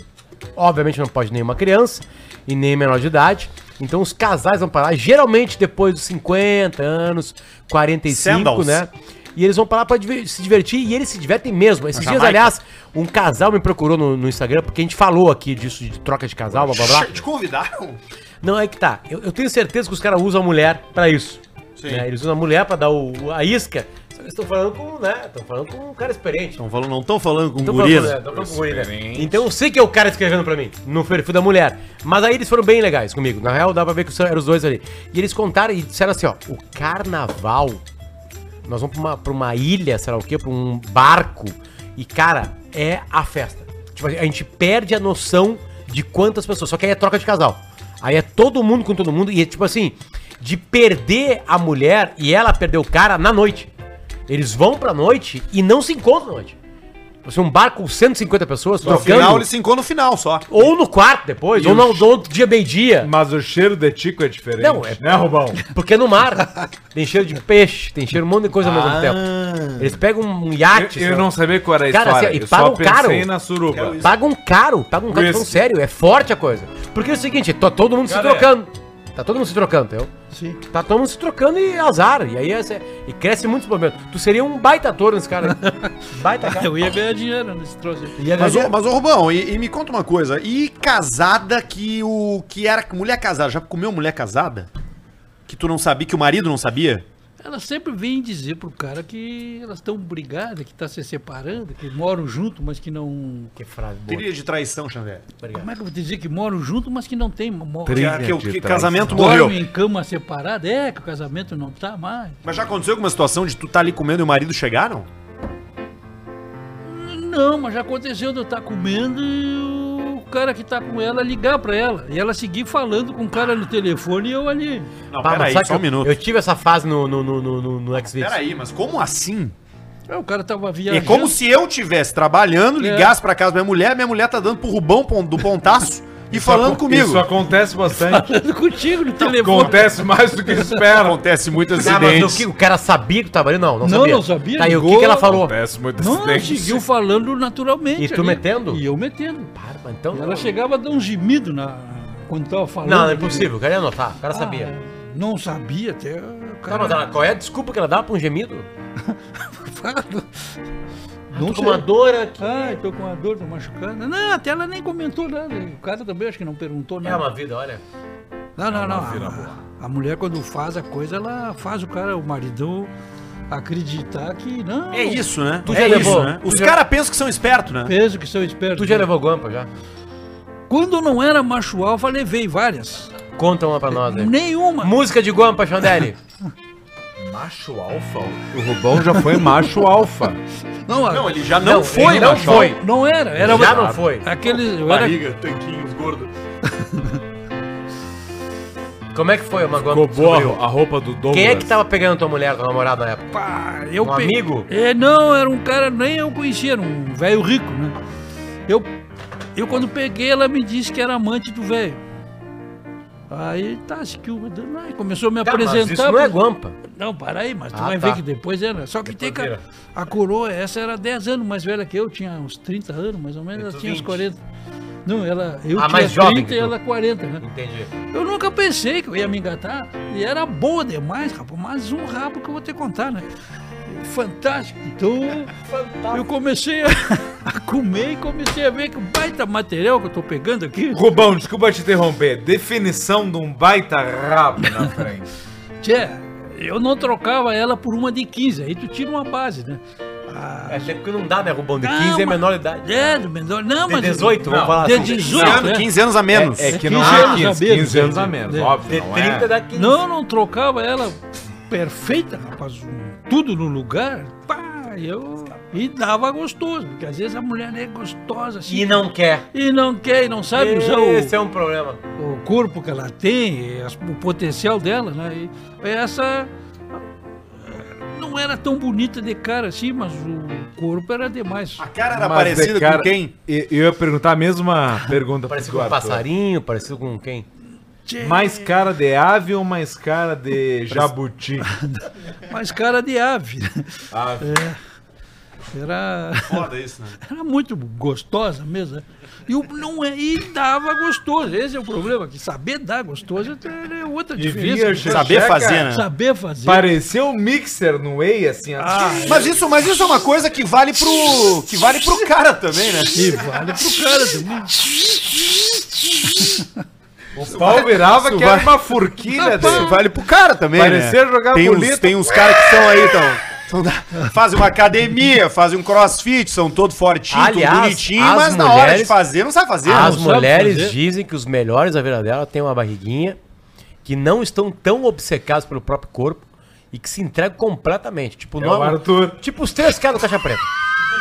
D: Obviamente não pode nenhuma criança e nem menor de idade. Então os casais vão parar, geralmente depois dos 50 anos, 45,
L: Sandals.
D: né? E eles vão parar pra diver- se divertir e eles se divertem mesmo. Esses dias,
L: Jamaica.
D: aliás, um casal me procurou no, no Instagram, porque a gente falou aqui disso de troca de casal, blá blá blá.
L: Te convidaram?
D: Não, é que tá. Eu, eu tenho certeza que os caras usam a mulher pra isso. né? Eles usam a mulher pra dar o, a isca. Só que eles estão falando com, né? Estão falando com um cara experiente.
B: Não falando, não estão falando com
D: Tão
B: gurias.
D: falando, é, tão falando com guri, né? Então eu sei que é o cara escrevendo pra mim, no perfil da mulher. Mas aí eles foram bem legais comigo. Na real, dá pra ver que são- eram os dois ali. E eles contaram e disseram assim, ó, o carnaval, nós vamos pra uma, pra uma ilha, sei lá o quê, pra um barco. E, cara, é a festa. Tipo, a gente perde a noção de quantas pessoas. Só que aí é troca de casal. Aí é todo mundo com todo mundo. E é tipo assim, de perder a mulher e ela perder o cara na noite. Eles vão pra noite e não se encontram na noite. Você um barco com 150 pessoas
B: No
D: trocando,
B: final, ele se encontrou no final só.
D: ou no quarto depois, ou no, no outro dia meio-dia.
C: Mas o cheiro de tico é diferente.
D: Não, é-
C: Né, Rubão?
D: Porque no mar tem cheiro de peixe, tem cheiro de um monte de coisa ao mesmo tempo. Eles pegam um iate,
C: Ah. Eu,
D: sei
C: eu
D: lá,
C: não sabia qual era a
D: Cara,
C: história.
D: assim, e
C: eu só
D: pagam
C: pensei
D: caro.
C: na
I: é
C: suruba.
D: pagam um caro, pagam caro,
C: Whisky.
D: falando sério, é forte a coisa. Porque é o seguinte, tá todo mundo
C: Cara,
D: se trocando. Tá todo mundo se trocando, entendeu?
J: Sim.
D: Tá todo mundo se trocando e azar. E aí essa- é, e cresce muito esse problema. Tu seria um baita ator nesse cara. aí. baita cara.
J: Eu ia ganhar dinheiro nesse troço aí.
B: Mas, ô, mas ô Rubão, e, e me conta uma coisa. E casada que o. que era mulher casada? Já comeu mulher casada? Que tu não sabia, que o marido não sabia?
J: Ela sempre vem dizer pro cara que elas estão brigadas, que tá se separando, que moram junto, mas que não.
D: Que frase boa.
I: Trilha de traição, Xandé.
J: Como é que eu vou dizer que moram junto, mas que não tem. Mo...
I: Que, a- que, o- que casamento morreu.
J: Dormem em cama separada, é que o casamento não tá mais.
I: Mas já aconteceu alguma situação de tu tá ali comendo e o marido chegar, não?
J: Não, mas já aconteceu de eu estar comendo e o cara que tá com ela ligar pra ela. E ela seguir falando com o cara no telefone e eu ali.
I: Não,
D: Ah, mas
I: peraí,
D: sabe
I: só um
D: que eu-
I: minuto.
D: Eu tive essa fase no, no, no, no, no, no Xvideos.
I: Peraí, mas como assim?
J: Aí o cara tava
I: É
J: viajando.
I: como se eu tivesse trabalhando,
D: É.
I: ligasse pra casa da minha mulher, minha mulher tá dando pro Rubão pon- do Pontaço e falando comigo.
C: Isso acontece bastante.
J: Falando contigo no telefone.
C: acontece mais do que espera.
I: acontece muito
D: Ah, mas o, que, o cara sabia que tu tava ali? Não, não
J: Não,
D: sabia.
J: não sabia,
D: Tá, e o que,
J: ligou.
D: que ela falou?
C: Acontece muito
J: Não, ela
C: acidente.
J: seguiu falando naturalmente.
D: E tu metendo?
J: E eu metendo.
D: Barba, então.
J: E
D: Não,
J: ela chegava a dar um gemido na... quando tava falando.
D: não, é impossível. O cara ia anotar. O cara
J: Ah,
D: sabia.
J: Não sabia até. o
D: Tá, mas ela- qual é a desculpa que ela dá pra um gemido? Ah,
J: Não
D: Tô com
J: sei.
D: uma dor aqui.
J: Ai, tô com uma dor, tô machucando. Não, até ela nem comentou nada. O cara também acho que não perguntou
D: É
J: nada.
D: uma vida, olha.
J: Não, não, não. A, a mulher quando faz a coisa, ela faz o cara, o maridão, acreditar que não.
I: É isso, né?
D: Tu
I: é
D: já
I: isso,
D: levou?
I: né?
D: Tu
I: Os
D: já-
I: caras pensam que são espertos, né?
J: Peso que são espertos.
D: Tu já levou guampa já?
J: Quando não era macho alfa, levei várias.
D: Conta uma pra nós aí.
J: Nenhuma.
D: Música de guampa, Xandelli.
I: Macho alfa?
C: O Rubão já foi macho alfa.
J: Não, a-
I: Não, ele já não,
D: Não,
I: foi,
D: ele não
I: macho
D: foi.
I: alfa.
J: não era. Era
D: Já não foi.
J: Aquele. eu era-
I: tanquinhos, gordo.
D: Como é que foi uma guampa?
C: Ficou
D: que
C: boa
D: descobriu?
C: a roupa do Douglas.
D: Quem é que tava pegando tua mulher, tua namorada na época?
J: Pá, eu
D: Um
J: pe-
D: amigo?
J: É, não, era um cara, nem eu conhecia, era um velho rico, né? Eu, eu quando peguei, ela me disse que era amante do velho. Aí tá, se que o- aí começou a me
D: Tá, mas
J: apresentar.
D: isso não é
J: pros-
D: guampa.
J: Não, para aí, mas tu
D: Ah,
J: vai
D: tá.
J: ver que depois era. Só que tem que.
D: vira.
J: A, a coroa, essa era 10 anos mais velha que eu, tinha uns 30 anos, mais ou menos, ela
D: tu
J: tinha uns
D: 20.
J: 40. Não, ela. Eu
D: Ah,
J: tinha
D: mais jovem que
J: e
D: tu.
J: ela 40, né?
D: Entendi.
J: Eu nunca pensei que eu ia me engatar. E era boa demais, rapaz. Mais um rabo que eu vou ter que contar, né? Fantástico. Então, eu comecei a, a comer e comecei a ver que o baita material que eu tô pegando aqui.
C: Rubão, desculpa te interromper. Definição de um baita rabo na frente.
J: Tchê, eu não trocava ela por uma de 15. Aí tu tira uma base, né?
D: É sempre que não dá, né, Rubão? De
J: Não,
D: 15 é
J: mas-
D: menor idade.
J: É, do menor. Não,
D: De
J: mas.
D: 18, vamos falar
J: De
D: assim.
J: 18, né?
I: 15 anos a menos.
C: É que não
J: 15
C: é
J: anos
C: 15,
J: a
C: 15,
J: menos,
C: anos a
J: entendi.
C: menos,
J: É.
C: óbvio.
D: De
C: Não
D: 30
C: é.
D: dá 15.
J: Não, não trocava ela perfeita, rapaz. um- Tudo no lugar. Pá, eu. E dava gostoso, porque às vezes a mulher é gostosa assim.
D: E não quer.
J: E não quer, e não sabe usar
D: Esse
J: o,
D: é um problema.
J: o corpo que ela tem, e as- o potencial dela, né? E essa eh, não era tão bonita de cara assim, mas o corpo era demais.
I: A cara era
C: Mas, é
I: parecida
C: cara,
I: com quem?
C: e- Eu ia perguntar a mesma pergunta pro
D: Parecido com um
C: Arthur.
D: passarinho, parecido com quem?
J: Tchê,
C: Mais cara de ave ou mais cara de jabuti?
J: mais cara de ave. É.
C: Ave.
J: Era,
I: Foda isso, né?
J: era muito gostosa mesmo. né? E, o- não é, e dava gostoso. Esse é o problema, que saber dar gostoso é é outra diferença.
I: Saber fazer, né?
J: Saber fazer.
C: Pareceu um mixer no Whey, assim. assim.
I: Ah, Mas isso, mas isso é uma coisa que vale pro. que vale pro cara também, né?
J: E vale pro cara também.
C: O pau virava que era uma forquilha
I: Isso
C: dele.
I: vale pro cara também,
C: Parecer
I: né?
C: jogar
I: tem uns,
C: bolita.
I: tem uns caras que são aí, então. são da- Fazem uma academia, fazem um crossfit, são todo fortinho, todo
D: Aliás,
I: bonitinho,
D: as
I: mas na hora de
D: mulheres-
I: fazer, não sabe fazer.
D: As
I: não.
J: sabe
D: mulheres
J: fazer.
D: dizem que os melhores da vida dela têm uma barriguinha, que não estão tão obcecados pelo próprio corpo e que se entregam completamente. Tipo,
C: É o Arthur.
D: Tipo os três caras do Caixa Preta.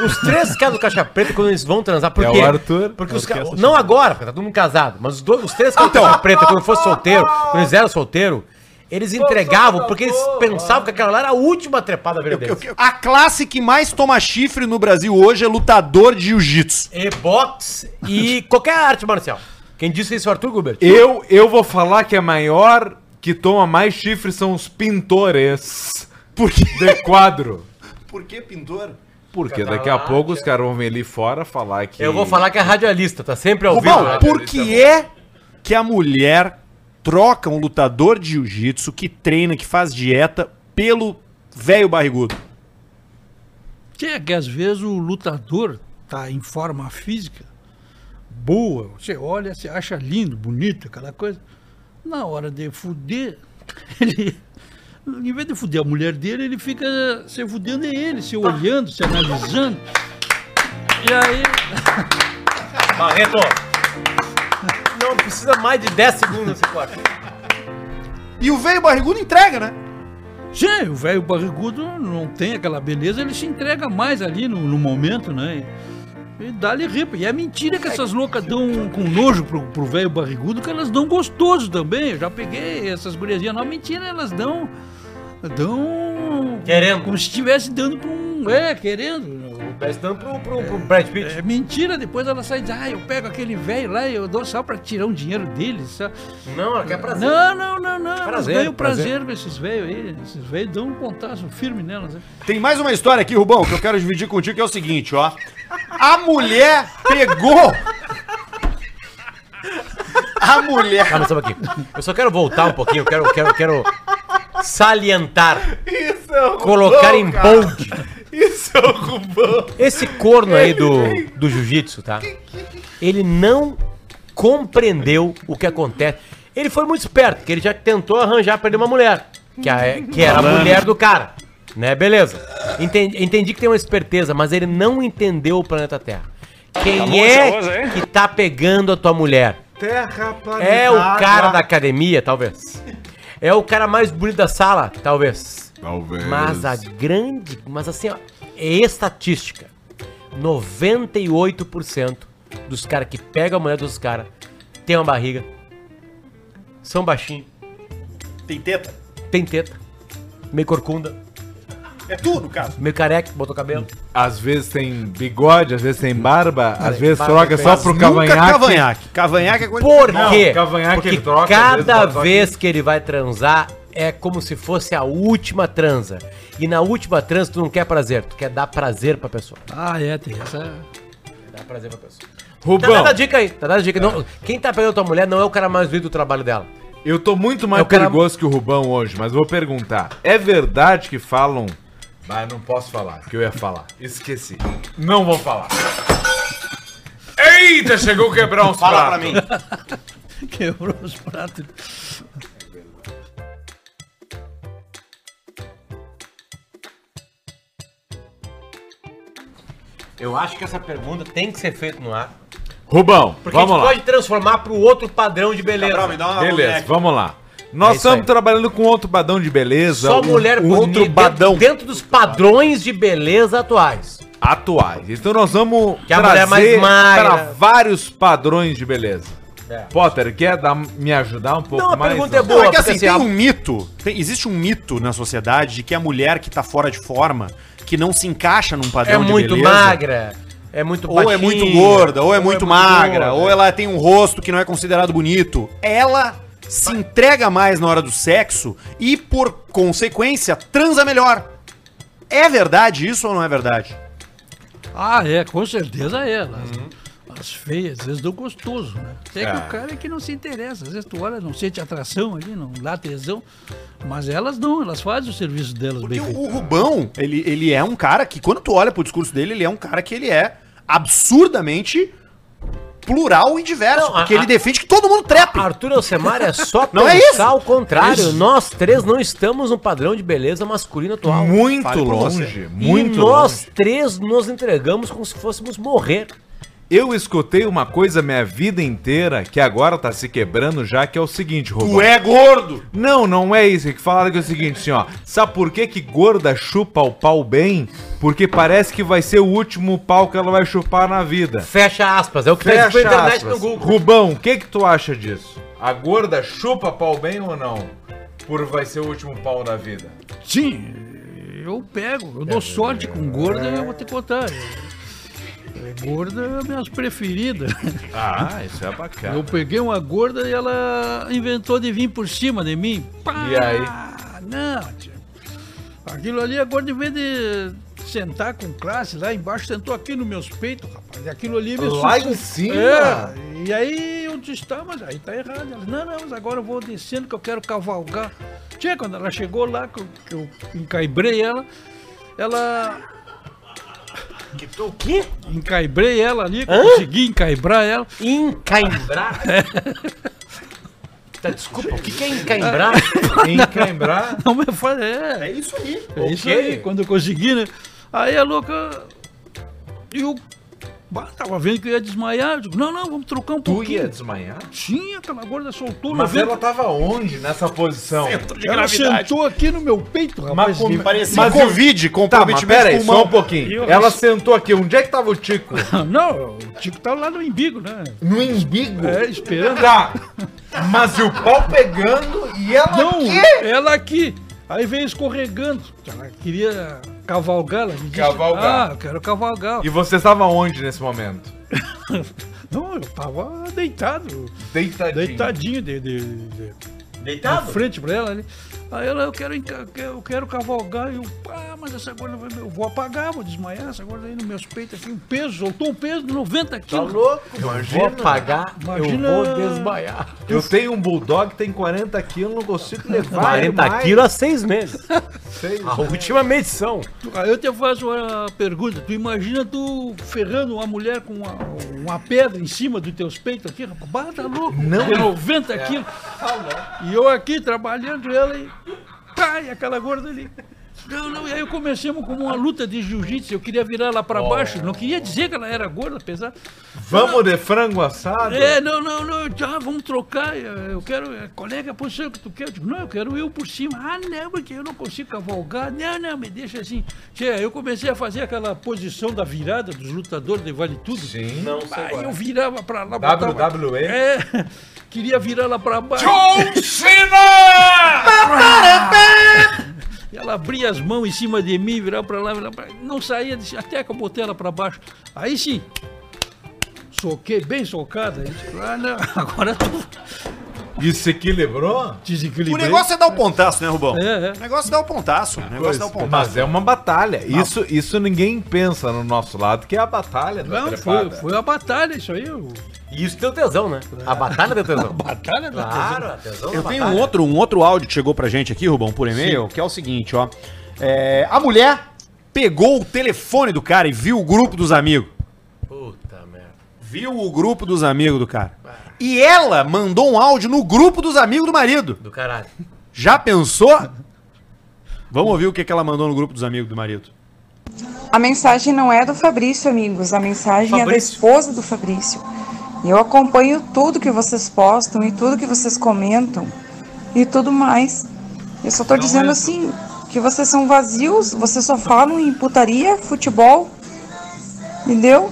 D: Os três caras do Caixa Preta, quando eles vão transar, por
C: É
D: quê?
C: o Arthur,
D: Porque
C: é
D: os
C: o
D: caras.
C: Orquestra
D: Não agora, porque tá todo mundo casado, mas os, dois, os três caras do Caixa Preta, quando fosse solteiro, quando eles eram solteiro, eles entregavam porque eles pensavam que aquela lá era a última trepada da vida
I: Eu-
D: deles.
I: eu- A classe que mais toma chifre no Brasil hoje é lutador de jiu-jitsu.
D: E boxe e qualquer arte marcial. Quem disse isso é o Arthur Gubert.
C: Eu, eu vou falar que a maior que toma mais chifre são os pintores
I: Porque.
C: de quadro.
I: Por que pintor?
C: Porque daqui a pouco os caras vão vir ali fora falar que.
D: Eu vou falar que é radialista, tá sempre ao vivo.
I: Rubão,
D: né?
I: por que é que a mulher troca um lutador de jiu-jitsu que treina, que faz dieta, pelo velho barrigudo?
J: É que às vezes o lutador tá em forma física boa, você olha, você acha lindo, bonito, aquela coisa. Na hora de fuder, ele Em vez de fuder a mulher dele, ele fica se fudendo é ele, se olhando, se analisando. E aí.
D: Barreto! Não precisa mais de 10 segundos esse corte.
B: E o veio barrigudo entrega, né?
J: Sim, o velho barrigudo não tem aquela beleza, ele se entrega mais ali no, no momento, né? E, e dá-lhe ripa. E é mentira que essas loucas dão um, com nojo pro, pro velho barrigudo, que elas dão gostoso também. Eu já peguei essas guriazinhas. Não, mentira, elas dão. dão.
D: Querendo.
J: Como se estivesse dando pra um. É, querendo.
D: Tá dando pro, pro, pro Brad Pitt.
J: É mentira, depois ela sai e diz, ah, eu pego aquele velho lá e eu dou só pra tirar um dinheiro dele. Só...
D: Não, é ela quer prazer.
J: Não, não, não, não. Elas
D: Prazer,
J: ganham prazer com esses velhos aí. Esses velhos dão um contato firme nelas. né?
B: Tem mais uma história aqui, Rubão, que eu quero dividir contigo, que é o seguinte, ó. A mulher pegou. A mulher.
D: Calma, sabe aqui. Eu só quero voltar um pouquinho, eu quero, eu quero, eu quero salientar,
I: Isso é o
D: colocar
I: Rubão,
D: em
I: cara.
D: bold
I: Isso é o Rubão.
D: esse corno aí do, do jiu-jitsu, tá? Ele não compreendeu o que acontece. Ele foi muito esperto, porque ele já tentou arranjar pra ele uma mulher, que, a- que era a mulher do cara, né? Beleza. Entendi, entendi que tem uma esperteza, mas ele não entendeu o planeta Terra. Quem é que tá pegando a tua mulher?
I: Terra planetária.
D: É o cara da academia, talvez. É o cara mais bonito da sala, talvez.
I: Talvez.
D: Mas a grande. Mas assim, ó, é estatística: 98% dos caras que pegam a mulher dos caras tem uma barriga, são baixinhos,
B: Tem teta.
D: tem teta, meio corcunda,
B: É tudo, cara.
D: meio careca, botou cabelo.
C: Às vezes tem bigode, às vezes tem barba, às vezes
D: barba é
C: troca
D: tem
C: só
D: barba.
C: pro
B: Nunca
C: cavanhaque.
B: cavanhaque. Cavanhaque é coisa.
D: Por
C: Não,
D: quê?
C: cavanhaque
D: Porque
C: ele troca, às
D: cada
C: vezes dá
D: vez que ele vai transar é como se fosse a última transa. E na última transa tu não quer prazer, tu quer dar prazer pra pessoa.
J: Ah, é, tem essa.
D: Dá prazer pra pessoa. Tá
C: Rubão,
D: dando a dica aí, tá dando a dica. Não, quem tá pegando tua mulher não é o cara mais vivo do trabalho dela.
C: eu tô muito mais
D: Eu quero-
C: perigoso que o Rubão hoje, mas vou perguntar. É verdade que falam... Mas não posso falar, que eu ia falar. Esqueci. Não vou falar. Eita, chegou a quebrar uns Fala pra mim.
J: Quebrou os pratos.
D: Eu acho que essa pergunta tem que ser feita no ar.
C: Rubão,
D: Porque a
C: vamos
D: gente
C: lá.
D: pode transformar pro outro padrão
B: Tá
D: de beleza.
B: então,
C: Beleza, vamos lá. Nós
D: É isso
C: estamos
D: aí.
C: trabalhando com outro badão de beleza.
D: Só
C: um-
D: mulher
C: um
D: bonita
C: outro
D: dentro-
C: badão
D: Dentro dos padrões de beleza atuais.
C: atuais. Então nós vamos
D: Que a mulher é mais magra.
C: para vários padrões de beleza.
D: É.
C: Potter, quer dar- me ajudar um pouco
D: Não, a
C: mais?
D: pergunta é boa.
B: Não, é que
D: porque
B: assim,
D: assim,
B: tem
D: a-
B: um mito, tem- existe um mito na sociedade de que a mulher que tá fora de forma, que não se encaixa num
D: É
B: padrão de
D: muito
B: beleza,
D: magra. É muito
B: ou é muito gorda, ou é muito magra, ou ela tem um rosto que não é considerado bonito, ela se entrega mais na hora do sexo e, por consequência, transa melhor. É verdade isso ou não é verdade?
J: Ah, é, com certeza é. Elas, as feias, às vezes dão gostoso, né? Até que o cara é que não se interessa. Às vezes tu olha, não sente atração ali, não dá tesão. Mas elas não, elas fazem o serviço delas
B: Porque
J: bem feito.
B: o, o Rubão, ele, ele é um cara que, quando tu olha pro discurso dele, ele é um cara que ele é absurdamente plural e diverso.
D: Não, a-
B: porque
D: a-
B: ele defende que todo mundo trepe.
D: Arthur Alcemar é só
B: Não é isso.
D: ao contrário. né?
B: É isso.
D: Nós três não estamos no padrão de beleza masculina atual.
C: Muito
B: Fale por
C: longe,
B: você.
C: muito
D: e nós
C: longe.
D: três nos entregamos como se fôssemos morrer.
C: Eu escutei uma coisa minha vida inteira que agora tá se quebrando já, que é o seguinte, Rubão.
B: é gordo!
C: Não, não é isso. É que falaram que é o seguinte, assim, ó. Sabe por que que gorda chupa o pau bem? Porque parece que vai ser o último pau que ela vai chupar na vida.
D: Fecha aspas. É o que tá escrito
C: Fecha
D: na internet
C: aspas.
D: no Google.
C: Rubão, o que que tu acha disso? A gorda chupa pau bem ou não? Por vai ser o último pau da vida.
J: Sim, eu pego. Eu dou sorte com gorda, eu vou te contar. É, Gorda é minhas preferidas.
C: Ah, isso é bacana.
J: Eu peguei uma gorda e ela inventou de vir por cima de mim. Pá!
C: E aí?
J: Não, tia. Aquilo ali, a gorda, em vez de sentar com classe lá embaixo, sentou aqui nos meus peitos, rapaz. E aquilo ali me
C: Lá em
J: sufoca.
C: cima?
J: É, e aí eu disse, tá, mas aí tá errado. Ela, não, não, mas agora eu vou descendo que eu quero cavalgar. Tinha, quando ela chegou lá, que eu, que eu encaibrei ela, ela
D: O quê?
J: encaibrei ela ali, consegui encaibrar ela.
D: Encaibrar? Tá, desculpa, o que, que é encaimbrar?
C: Encaimbrar.
J: Não me fala, é. É isso aí. É isso aí, quando eu consegui, né? Aí a louca. Eu. Bah, tava vendo que eu ia desmaiar. Eu digo, não, não, vamos trocar um
C: Tu
J: pouquinho.
C: ia desmaiar?
J: Sim, aquela gorda soltou
C: Mas
J: 90.
C: ela tava onde nessa posição?
J: Ela sentou aqui no meu peito, rapaz.
C: com-
J: Me-
C: parecia
B: Mas Covid,
C: Tá, mas
B: comprometimento
C: pera aí,
B: pulmão.
C: só um pouquinho.
J: Eu-
C: Ela sentou aqui, onde é que tava o Tico?
J: Não, o Tico tá lá no embigo, né?
C: No embigo?
J: É, esperando.
C: Tá. Mas e o pau pegando e ela
J: Não,
C: quê?
J: ela aqui. Aí veio escorregando. Ela queria cavalgar, ela me disse.
C: Cavalgar.
J: Ah, eu quero cavalgar.
C: E você estava onde nesse momento?
J: Não, eu tava deitado.
C: Deitadinho.
J: Deitadinho de, de- de- na
D: Deitado?
J: frente pra ela ali. Aí ela, eu quero, enca- eu quero cavalgar. E eu, pá, mas essa gorda, vai- eu vou apagar, vou desmaiar. Essa gorda aí nos meus peitos aqui, um peso, soltou um peso de
C: Tá
J: 90 quilos.
D: Vou apagar,
J: Imagina-
D: eu vou desmaiar.
C: Eu tenho um bulldog que tem 40 quilos, não consigo levar.
D: 40
C: mais.
D: quilos há seis meses. A última medição.
J: Aí Ah, eu te faço uma pergunta. Tu imagina tu ferrando uma mulher com uma, uma pedra em cima dos teus peitos aqui, rapaz? Bah, tá louco.
C: Não. É. Ah,
J: De 90 quilos. E eu aqui trabalhando ela e... Pá, e aquela gorda ali. Não, não, e aí começamos com uma luta de jiu-jitsu. Eu queria virar lá pra baixo. Não queria dizer que ela era gorda, apesar...
C: Vamos de frango assado?
J: É, não, não, não, tá, vamos trocar. Eu quero, eh, qual é a posição que tu quer? Eu digo, não, eu quero eu por cima. Ah, não, porque eu não consigo cavalgar. Não, não, me deixa assim. Tchê, eu comecei a fazer aquela posição da virada dos lutadores de Vale Tudo.
C: Sim. Não
J: Bah, eu virava pra lá. botava-
C: WWE.
J: É, queria virar lá pra baixo. E Ela abria as mãos em cima de mim, virava pra lá, virava pra lá. Não saía, disse, até que eu botei ela pra baixo. Aí sim, soquei bem socada. Aí disse, Ah, não, agora tu
C: E se equilibrou?
B: O
J: desequilibrei.
B: negócio é dar o pontaço, né, Rubão?
J: É, é.
B: O negócio é dar o pontaço. O negócio é dar o pontaço.
C: Mas é uma batalha. Isso, isso ninguém pensa no nosso lado, que é a batalha da
J: Não, foi,
C: trepada.
J: foi uma batalha isso aí. o-
D: E isso deu tesão, né? A batalha deu tesão. Ah,
J: Batalha da
D: Claro, a tesão
B: Eu tenho um outro, um outro áudio que chegou pra gente aqui, Rubão, por e-mail, que é o seguinte, ó. É, a mulher pegou o telefone do cara e viu o grupo dos amigos.
D: Puta merda.
B: Viu o grupo dos amigos do cara. E ela mandou um áudio no grupo dos amigos do marido.
D: Do caralho.
B: Já pensou? Vamos ouvir o que, que ela mandou no grupo dos amigos do marido.
M: A mensagem não é do Fabrício, amigos. A mensagem é da
D: Fabrício.
M: esposa do Fabrício. E eu acompanho tudo que vocês postam e tudo que vocês comentam e tudo mais. Eu só tô dizendo assim que vocês são vazios, vocês só falam em putaria, futebol, entendeu?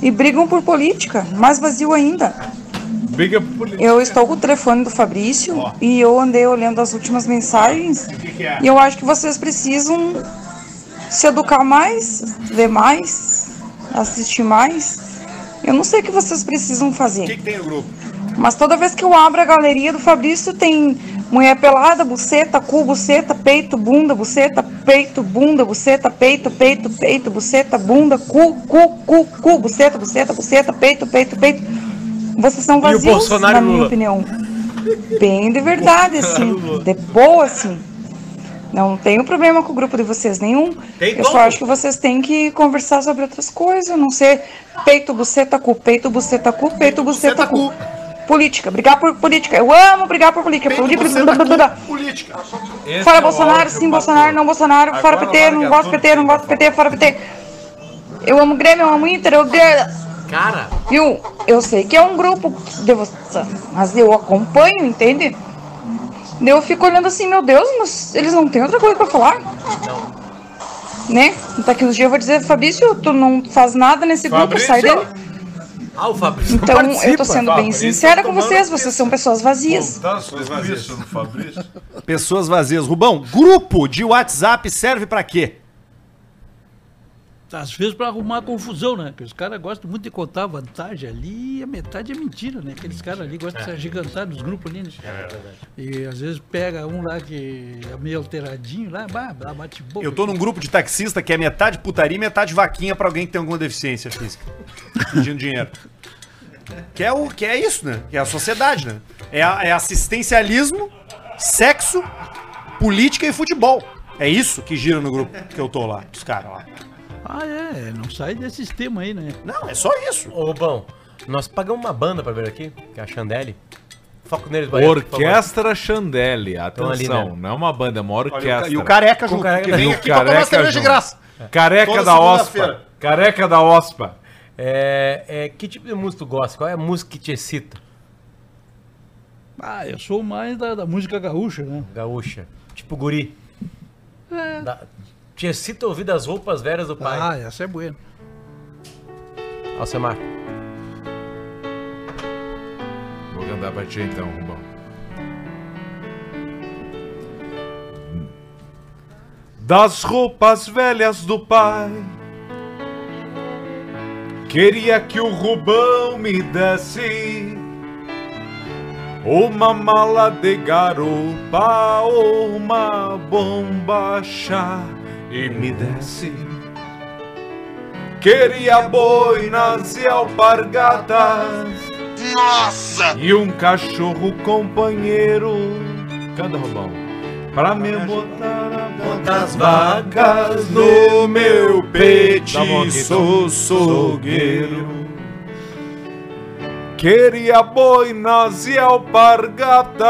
M: E brigam por política, mais vazio ainda.
F: é
C: Briga por política.
M: Eu estou com o telefone do Fabrício e eu andei olhando as últimas mensagens. E eu acho que é? vocês precisam se educar mais, ver mais, assistir mais. Eu não sei o que vocês precisam fazer.
B: tem no grupo?
M: Mas toda vez que eu abro a galeria do Fabrício, tem mulher pelada, buceta, cu, buceta, peito, bunda, buceta, peito, bunda, buceta, peito, peito, peito, buceta, bunda, cu, cu, cu, cu, buceta, buceta, buceta, peito, peito, peito. Vocês são vazios,
D: Bolsonaro
M: na
D: e
M: minha
D: Lula.
M: opinião. Bem de verdade, assim. De boa, assim. Não tenho problema com o grupo de vocês nenhum.
D: Tem
M: eu só
D: como.
M: acho que vocês têm que conversar sobre outras coisas, a não ser peito, buceta, cu, peito, buceta, cu, peito, buceta, cu. Política, brigar por política. Eu amo brigar por política. política, blá, blá, blá, blá.
B: Política.
C: Esse
M: Fora
C: é o
M: Bolsonaro,
C: áudio
M: sim,
C: pra-
M: Bolsonaro, não Bolsonaro,
C: Agora
M: fora PT, não
C: larga
M: gosto
C: tudo
M: PT, não
C: que
M: gosto PT, fora PT. Eu amo Grêmio, eu amo Inter, eu Grêmio.
D: Cara,
M: Viu? Eu sei que é um grupo de você, mas eu acompanho, entende? Eu fico olhando assim, meu Deus, mas eles não têm outra coisa pra falar? Né? Daqui uns dias eu vou dizer, Fabrício, tu não faz nada nesse grupo, sai dele.
D: ah, o Fabrício
M: Então, eu tô sendo bem
C: Fabrício,
M: sincera com
C: tomando
M: vocês, vocês são pessoas vazias.
C: Tá sobre isso no Fabrício?
B: Pessoas vazias. Rubão, grupo de WhatsApp serve pra quê?
J: Às vezes para arrumar confusão, né? Porque os caras gostam muito de contar vantagem ali e a metade é mentira, né? Aqueles caras ali gostam de se agigantar nos grupos ali, né? E às vezes pega um lá que é meio alteradinho lá, bah, dá bate boca.
B: Eu tô num grupo de taxista que é metade putaria e metade vaquinha pra alguém que tem alguma deficiência física. Pedindo dinheiro. Que é, o, que é isso, né? Que é a sociedade, né? É, a- é assistencialismo, sexo, política e futebol. É isso que gira no grupo que eu tô lá, dos caras lá.
J: Ah, é, não sai desse sistema aí, né?
B: Não, é só isso.
D: Ô, Rubão, nós pagamos uma banda pra ver aqui, que é a Chandelle. Toco neles baianos, por favor.
F: Orquestra Chandelle, atenção,
D: ali, né?
F: não é uma banda, é uma
I: Então, Olha,
F: orquestra.
I: E o careca junto.
D: careca
I: que vem
F: junto.
I: aqui pra tomar
F: Careca
I: cerveja de
F: junto.
I: graça.
F: Careca
I: Toda
F: da Ospa.
I: segunda-feira.
F: Careca da Ospa.
D: É, é, que tipo de música tu gosta? Qual é a música que te excita?
J: Ah, eu sou mais da, da música gaúcha, né? É.
D: Gaúcha. Tipo guri. Da- te excita ouvir das roupas velhas do pai.
J: Ah, essa é boa.
D: Alcemar.
F: Vou cantar pra ti então, Rubão. Das roupas velhas do pai Queria que o Rubão me desse Uma mala de garupa ou uma bombacha E me desse Queria boinas e alpargatas e um cachorro companheiro. Canta, Robão. Pra me botar a botar as vacas no
J: então.
F: meu petiço sogueiro. Queria boinas e alpargatas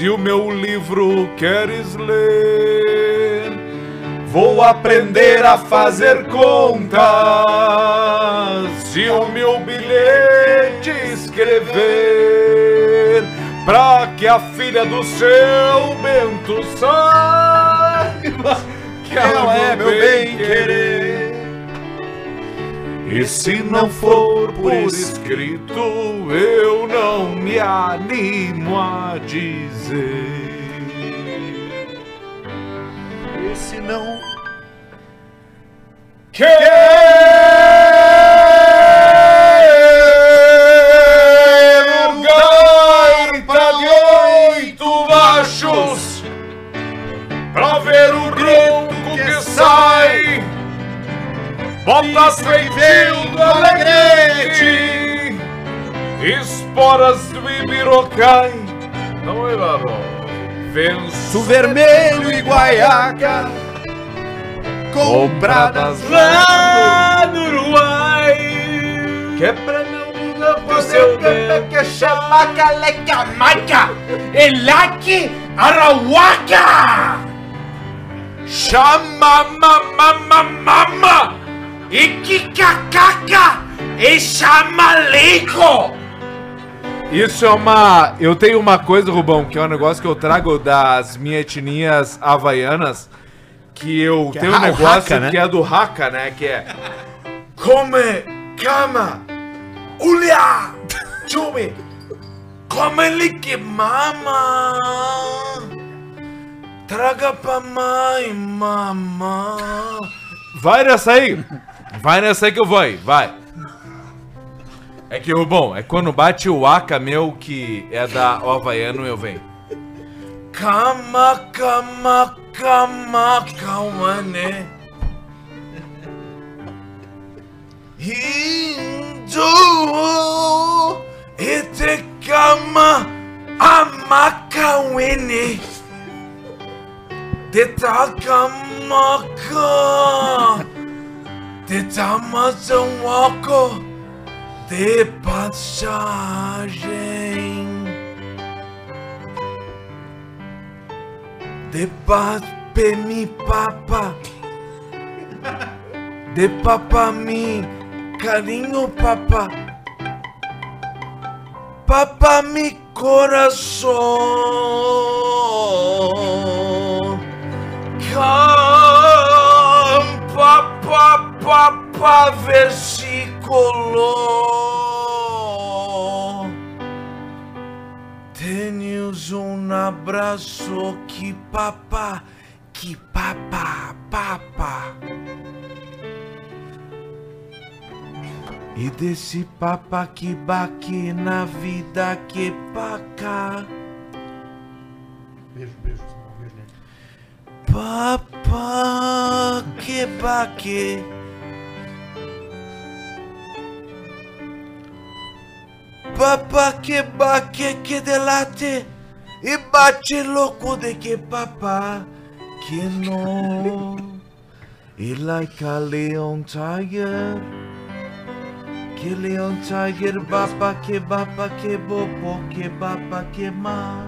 F: e o meu livro queres ler. Vou aprender a fazer contas e o meu bilhete escrever pra que a filha do seu Bento saiba que ela é meu bem querer. E se não for por escrito, eu não me animo a dizer.
I: Se não...
F: Quero gaita de oito baixos Pra ver o ronco que sai Botas feitio do alegrete Esporas do Ibirocai Não é, Barro? Venço
I: vermelho e guaiaca
F: compradas lá no Uruguai. Que é pra não mudar pro seu bem.
I: Que chamaca lecamaca Elaque arauaca
F: Chama, mama, mama, mama.
I: Iquicacaca E chamaleco
F: Isso é uma. Eu tenho uma coisa, Rubão, que é um negócio que eu trago das minhas etnias havaianas. Que eu
I: Que é
F: tenho um
I: ha- o
F: negócio
I: haka, né?
F: que é do haka, né? Que é. Come, cama, ulia, chume, come lique mama, traga pra mãe, mama. Vai nessa aí, vai nessa aí que eu vou aí, vai. É que, Rubão, é quando bate o aca meu que é da o Havaiano eu venho. Cama, cama, cama, calma, né? Indo, entre cama, amacauene. Detacamaca, detamazão oco de passagem de pa pe mi papa de papa mi carinho papa papa mi coração Campa, pa, pa, pa, versículo. Tens um abraço que papá, que papá, papá. E desse papá que baque na vida que paca. Papá que baque. Papá que baque que delate e bate louco de que papá que não. E like a leon tiger Que leão, tiger, bapa, que bapa, que bopo, que bapa, que ma.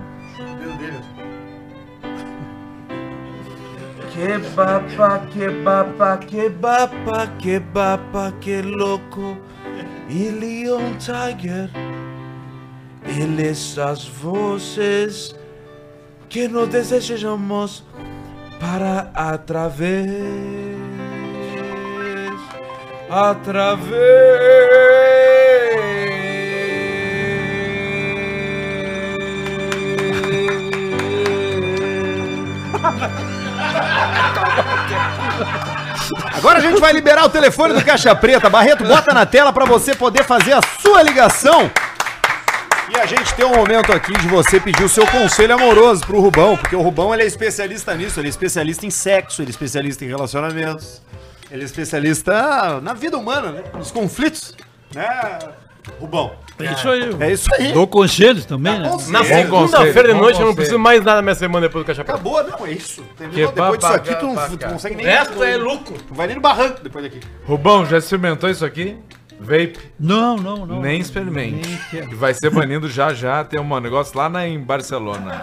F: Que bapa, que bapa, que bapa, que bapa, que louco. E leão, tiger. Ele essas vozes que nos desejamos para através, através.
B: Agora a gente vai liberar o telefone do Caixa Preta. Barreto, bota na tela pra você poder fazer a sua ligação. E a gente tem um momento aqui de você pedir o seu conselho amoroso pro Rubão, porque o Rubão ele é especialista nisso, ele é especialista em sexo, ele é especialista em relacionamentos, ele é especialista na vida humana, né? Nos conflitos, né? Rubão.
J: É isso aí.
B: É isso aí.
J: Dou conselhos também, né?
D: Na segunda-feira de noite eu não preciso mais nada minha semana depois do Caixa Preta.
B: Acabou, não, é isso. Terminou. Depois disso aqui, tu não, tu não consegue nem.
D: Essa é louco.
B: Tu vai nem no barranco depois daqui.
G: Rubão, já experimentou isso aqui? Vape?
J: Não, não, não. é.
G: Nem
J: experimente.
G: experimente. Que vai ser banido já já. Tem um negócio lá na, em Barcelona.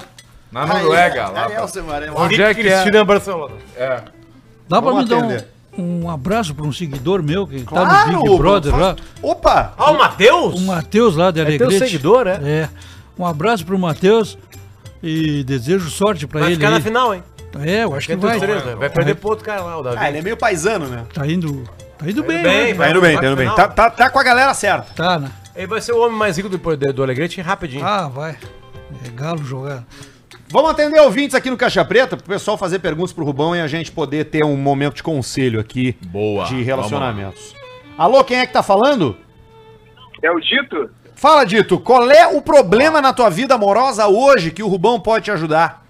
G: Na Noruega, lá. pra-
B: um
G: Onde é que é?
D: Cristina Barcelona.
G: É.
J: Dá pra
B: Vamos
J: me dar
B: atender.
J: um, um abraço pra um seguidor meu que tá no Big Brother lá,
B: Opa!
D: Ah, o Matheus?
J: o Matheus lá de
D: teu
J: Alegrete.
D: seguidor, né?
J: É. Um abraço pro Matheus e desejo sorte pra
D: Vai
J: ele.
D: ficar na
J: aí.
D: final, hein?
J: É, eu acho que vai.
D: Três, né? Vai perder pro outro cara lá, o Davi.
B: Ah, ele é meio paisano, né?
J: Tá indo, tá indo bem,
D: bem,
J: né?
D: vai.
B: Tá indo bem, tá indo bem. Tá, tá, tá com a galera certa.
J: Tá, né?
D: Ele vai ser o homem mais rico do, do, do Alegrete rapidinho.
J: Ah, vai. É galo jogar.
B: Vamos atender ouvintes aqui no Caixa Preta pro pessoal fazer perguntas pro Rubão e a gente poder ter um momento de conselho aqui
G: Boa.
B: de relacionamentos. Alô, quem é que tá falando?
K: É o Dito?
B: Fala, Dito, qual é o problema na tua vida amorosa hoje que o Rubão pode te ajudar?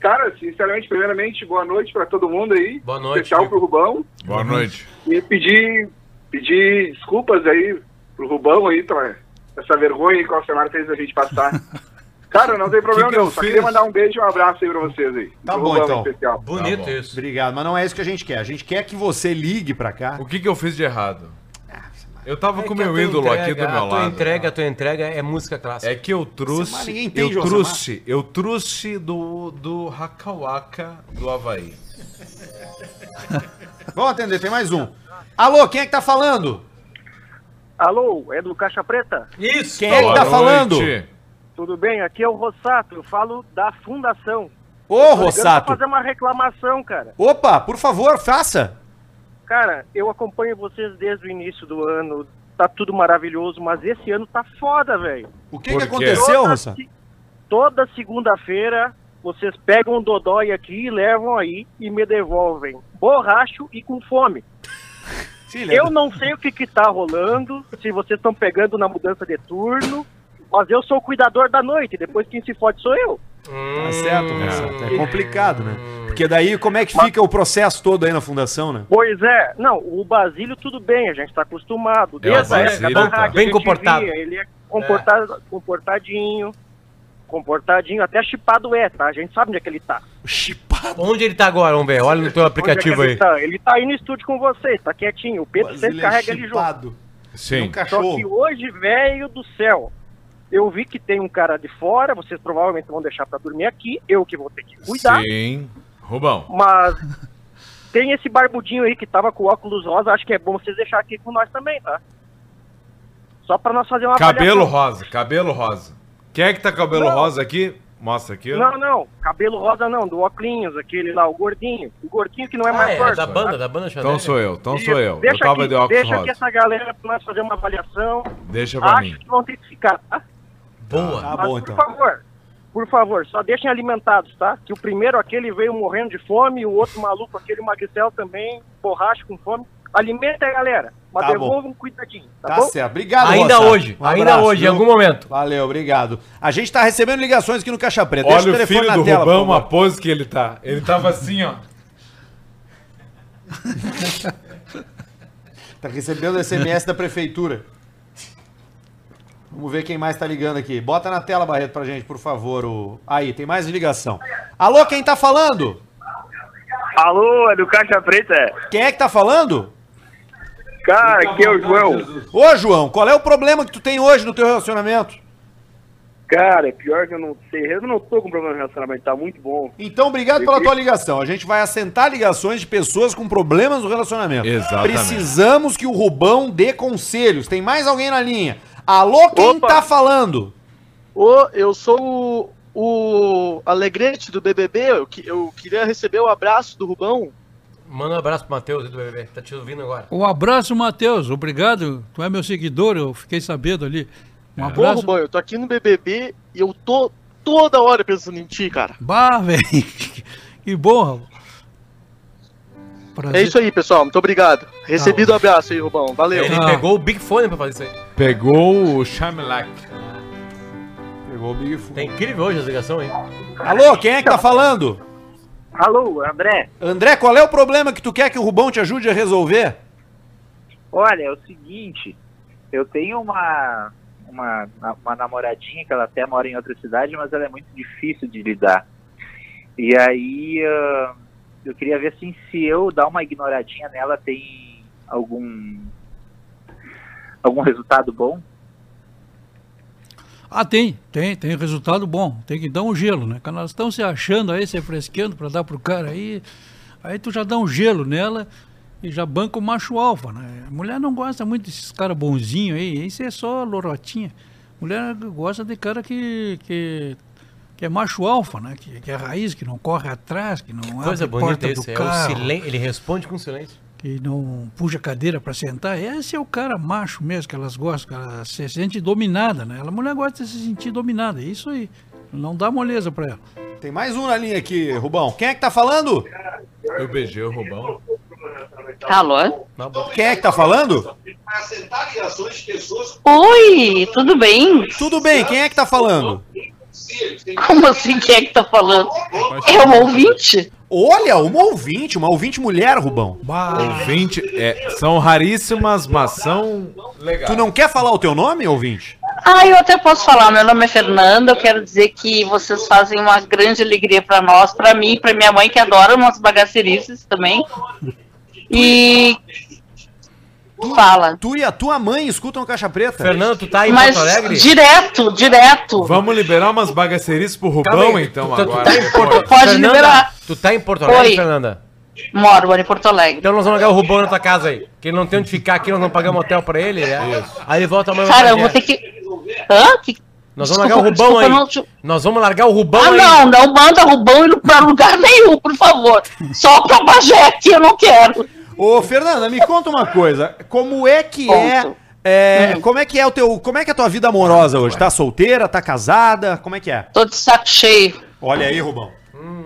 K: Cara, sinceramente, primeiramente, boa noite pra todo mundo aí.
D: Boa noite,
K: Especial
D: Diego.
K: pro Rubão.
G: Boa noite.
K: E pedir, pedir desculpas aí pro Rubão aí pra essa vergonha aí que o Alcemar fez a gente passar. tá. Cara, não tem problema
G: Que que eu
K: nenhum. Só
G: fiz?
K: queria mandar um beijo e um abraço aí pra vocês aí.
B: Tá
K: Pro
B: bom,
K: Rubão,
B: então.
K: em Especial.
D: Bonito
G: Tá bom.
D: isso.
B: Obrigado, mas não é isso que a gente quer. A gente quer que você ligue pra cá.
G: O que, que eu fiz de errado? Eu tava
D: É
G: com o
D: que a
G: meu
D: tua
G: ídolo aqui do
D: entrega-
G: meu
D: A tua
G: lado.
D: entrega, a tua entrega é música clássica.
G: É que eu
B: Samara,
G: trouxe.
B: ninguém entende,
G: eu
B: ô,
G: trouxe. Eu trouxe do, do Hakawaka do Havaí.
B: Vamos atender, tem mais um. Alô, quem é que tá falando?
K: Alô, é do Caixa Preta?
D: Isso!
B: Quem é que tá
G: Boa
B: falando?
G: noite.
K: Tudo bem? Aqui é o Rossato. Eu falo da Fundação.
B: Ô, Rossato.
K: uma reclamação, cara.
B: Opa, por favor, faça.
K: Cara, eu acompanho vocês desde o início do ano. Tá tudo maravilhoso, mas esse ano tá foda, velho.
B: O que,
G: Por
B: que
G: quê?
B: aconteceu,
K: Toda
B: Rossato?
K: se- Toda segunda-feira vocês pegam o Dodói aqui e levam aí e me devolvem borracho e com fome. Eu não sei o que que tá rolando, se vocês estão pegando na mudança de turno, mas eu sou o cuidador da noite, depois quem se fode sou eu.
B: Tá certo, Rossato. É complicado, né? Porque daí, como é que fica o processo todo aí na fundação, né?
K: Pois é, não, o Basílio tudo bem, a gente tá acostumado.
G: É, o Basílio tá
K: rádio, a
D: bem
K: gente
D: comportado.
K: via, ele é, comportado, comportadinho, comportadinho, até chipado é, tá? A gente sabe onde é que ele tá.
D: Onde ele tá agora, vamos ver? Olha no teu
K: Onde é que
D: aplicativo
K: ele
D: aí.
K: Tá? Ele tá aí no estúdio com vocês, tá quietinho. O Pedro sempre carrega ele junto.
G: Sim.
K: Só que hoje, velho do céu, eu vi que tem um cara de fora, vocês provavelmente vão deixar pra dormir aqui, eu que vou ter que cuidar.
B: tá.
G: Sim. Rubão.
K: Mas tem esse barbudinho aí que tava com óculos rosa, acho que é bom vocês deixar aqui com nós também, tá? Só pra nós fazer uma
G: Cabelo
K: avaliação.
G: rosa. Cabelo rosa. Quem é que tá com cabelo
K: Não.
G: rosa aqui? Mostra aqui. ó.
K: Não, não, cabelo rosa não, do óculos, aquele lá, o gordinho. O gordinho que não é
D: Ah,
K: mais
D: é,
K: forte.
D: da banda, da banda né? Chanel.
G: Então sou eu. Então sou eu.
K: Deixa,
G: eu tava
K: aqui,
G: de óculos
K: deixa aqui
G: rosa.
K: essa galera pra nós fazer uma avaliação.
G: Deixa pra
K: Acho
G: mim.
K: que vão ter que ficar, tá?
D: Boa.
B: Tá
K: Mas,
B: bom,
K: por
B: então.
K: favor, por favor, só deixem alimentados, tá? Que o primeiro aquele veio morrendo de fome, o outro maluco, aquele magricel também, borracho com fome. Alimenta a galera, mas
B: Tá bom.
K: devolva um cuidadinho, tá,
B: Tá
K: bom?
B: certo. Obrigado,
D: ainda
B: Rossato.
D: hoje,
B: Um
D: ainda
B: abraço,
D: hoje,
B: viu?
D: em algum momento.
B: Valeu, obrigado. A gente tá recebendo ligações aqui no Caixa Preta.
G: Olha o filho do
B: por
G: Rubão,
B: favor.
G: a pose que ele tá. Ele tava assim, ó.
B: Tá recebendo SMS da prefeitura. Vamos ver quem mais tá ligando aqui. Bota na tela, Barreto, pra gente, por favor. o- Aí, tem mais ligação. Alô, quem tá falando?
K: Alô, é do Caixa Preta?
B: Quem é que tá falando?
N: Cara, aqui é o João.
B: Ô, João, qual é o problema que tu tem hoje no teu relacionamento?
N: Cara, é pior que eu não sei. Eu não tô com problema de relacionamento, tá muito bom.
B: Então, obrigado pela tua ligação. A gente vai assentar ligações de pessoas com problemas no relacionamento.
C: Exatamente.
B: Precisamos que o Rubão dê conselhos. Tem mais alguém na linha? Alô, quem
N: Opa.
B: tá falando?
I: Ô, eu sou o, o Alegrete do BBB. Eu, que- eu queria receber o abraço do Rubão.
D: Manda um abraço pro Matheus aí do BBB. Tá te ouvindo agora.
J: Um abraço, Matheus. Obrigado. Tu é meu seguidor, eu fiquei sabendo ali.
D: É.
J: Um
I: Pô,
J: abraço.
I: Rubão, eu tô aqui no BBB e eu tô toda hora pensando em ti, cara.
J: Bah, velho. Que bom, Raul.
I: É isso aí, pessoal. Muito obrigado. Recebido o abraço aí, Rubão. Valeu.
D: Tá
F: Ah.
D: Ele pegou o Big Fone pra fazer isso aí.
C: Pegou o Shamilak.
B: Pegou o Big Fone.
D: Tá incrível hoje a ligação, hein?
B: Alô, quem é que tá falando?
N: Alô, André.
B: André, qual é o problema que tu quer que o Rubão te ajude a resolver?
K: Olha, é o seguinte, eu tenho uma, uma, uma namoradinha que ela até mora em outra cidade, mas ela é muito difícil de lidar. E aí ah, eu queria ver assim, se eu dar uma ignoradinha nela tem algum algum resultado bom.
J: Ah, tem, tem, tem resultado bom. Tem que dar um gelo, né? Quando elas estão se achando aí, se fresqueando pra dar pro cara aí, aí tu já dá um gelo nela e já banca o macho alfa, né? Mulher não gosta muito desses caras bonzinhos aí, isso é só lorotinha. Mulher gosta de cara que, que, que é macho alfa, né? Que, que é raiz, que não corre atrás, que não
D: Coisa
J: abre porta
D: bonita
J: do
D: esse. É o
J: carro.
D: silen... Ele responde com silêncio.
J: que não puxa a cadeira para sentar. Esse é o cara macho mesmo que elas gostam, que ela se sente dominada, né? Ela- A mulher gosta de se sentir dominada, é isso aí. Não dá moleza para ela.
B: Tem mais um na linha aqui, Rubão. Quem é que tá falando?
C: Eu beijei o Rubão.
O: Alô?
D: Na boa.
B: Quem é que tá falando?
O: Oi, tudo bem?
B: Tudo bem, quem é que tá falando?
O: Como assim? Quem é que tá falando? É um ouvinte?
B: Olha, uma ouvinte, uma ouvinte mulher, Rubão.
C: Ouvinte, é, são raríssimas, mas são.
B: Tu não quer falar o teu nome, ouvinte?
O: Ah, eu até posso falar. Meu nome é Fernanda. Eu quero dizer que vocês fazem uma grande alegria para nós, para mim, para minha mãe, que adora umas bagacerices também. E. Fala.
B: Tu e a tua mãe escutam Caixa Preta?
D: Fernando, tu tá aí em
O: Mas
D: Porto Alegre?
O: direto, direto.
C: Vamos liberar umas bagaceiras pro
D: Calma
C: Rubão,
D: aí,
C: então,
D: tu tá- tu
C: agora.
D: tá em Porto-
O: Pode
D: Fernanda,
O: liberar.
D: Tu tá em Porto Alegre,
O: Oi.
D: Fernanda?
O: Moro em Porto Alegre.
D: Então nós vamos largar o Rubão na tua casa aí. Que ele não tem onde ficar aqui, nós não pagamos hotel pra ele. né? Aí ele volta amanhã.
O: Cara, eu
D: pra
O: vou ter
D: ver.
O: que. Hã? Que-
D: Nós
O: Desculpa,
D: vamos largar o Rubão
O: desculpa,
D: aí.
O: não te-
D: Nós vamos largar o Rubão
O: Ah,
D: aí.
O: não, não manda Rubão ir pra lugar nenhum, por favor. Só pra Bagé aqui eu não quero.
B: Ô, Fernanda, me conta uma coisa. Como é que é,
O: Conto.
B: é, como é que é o teu, como é que é a tua vida amorosa hoje? Tá solteira, tá casada? Como é que é?
O: Tô de saco cheio.
B: Olha aí, Rubão.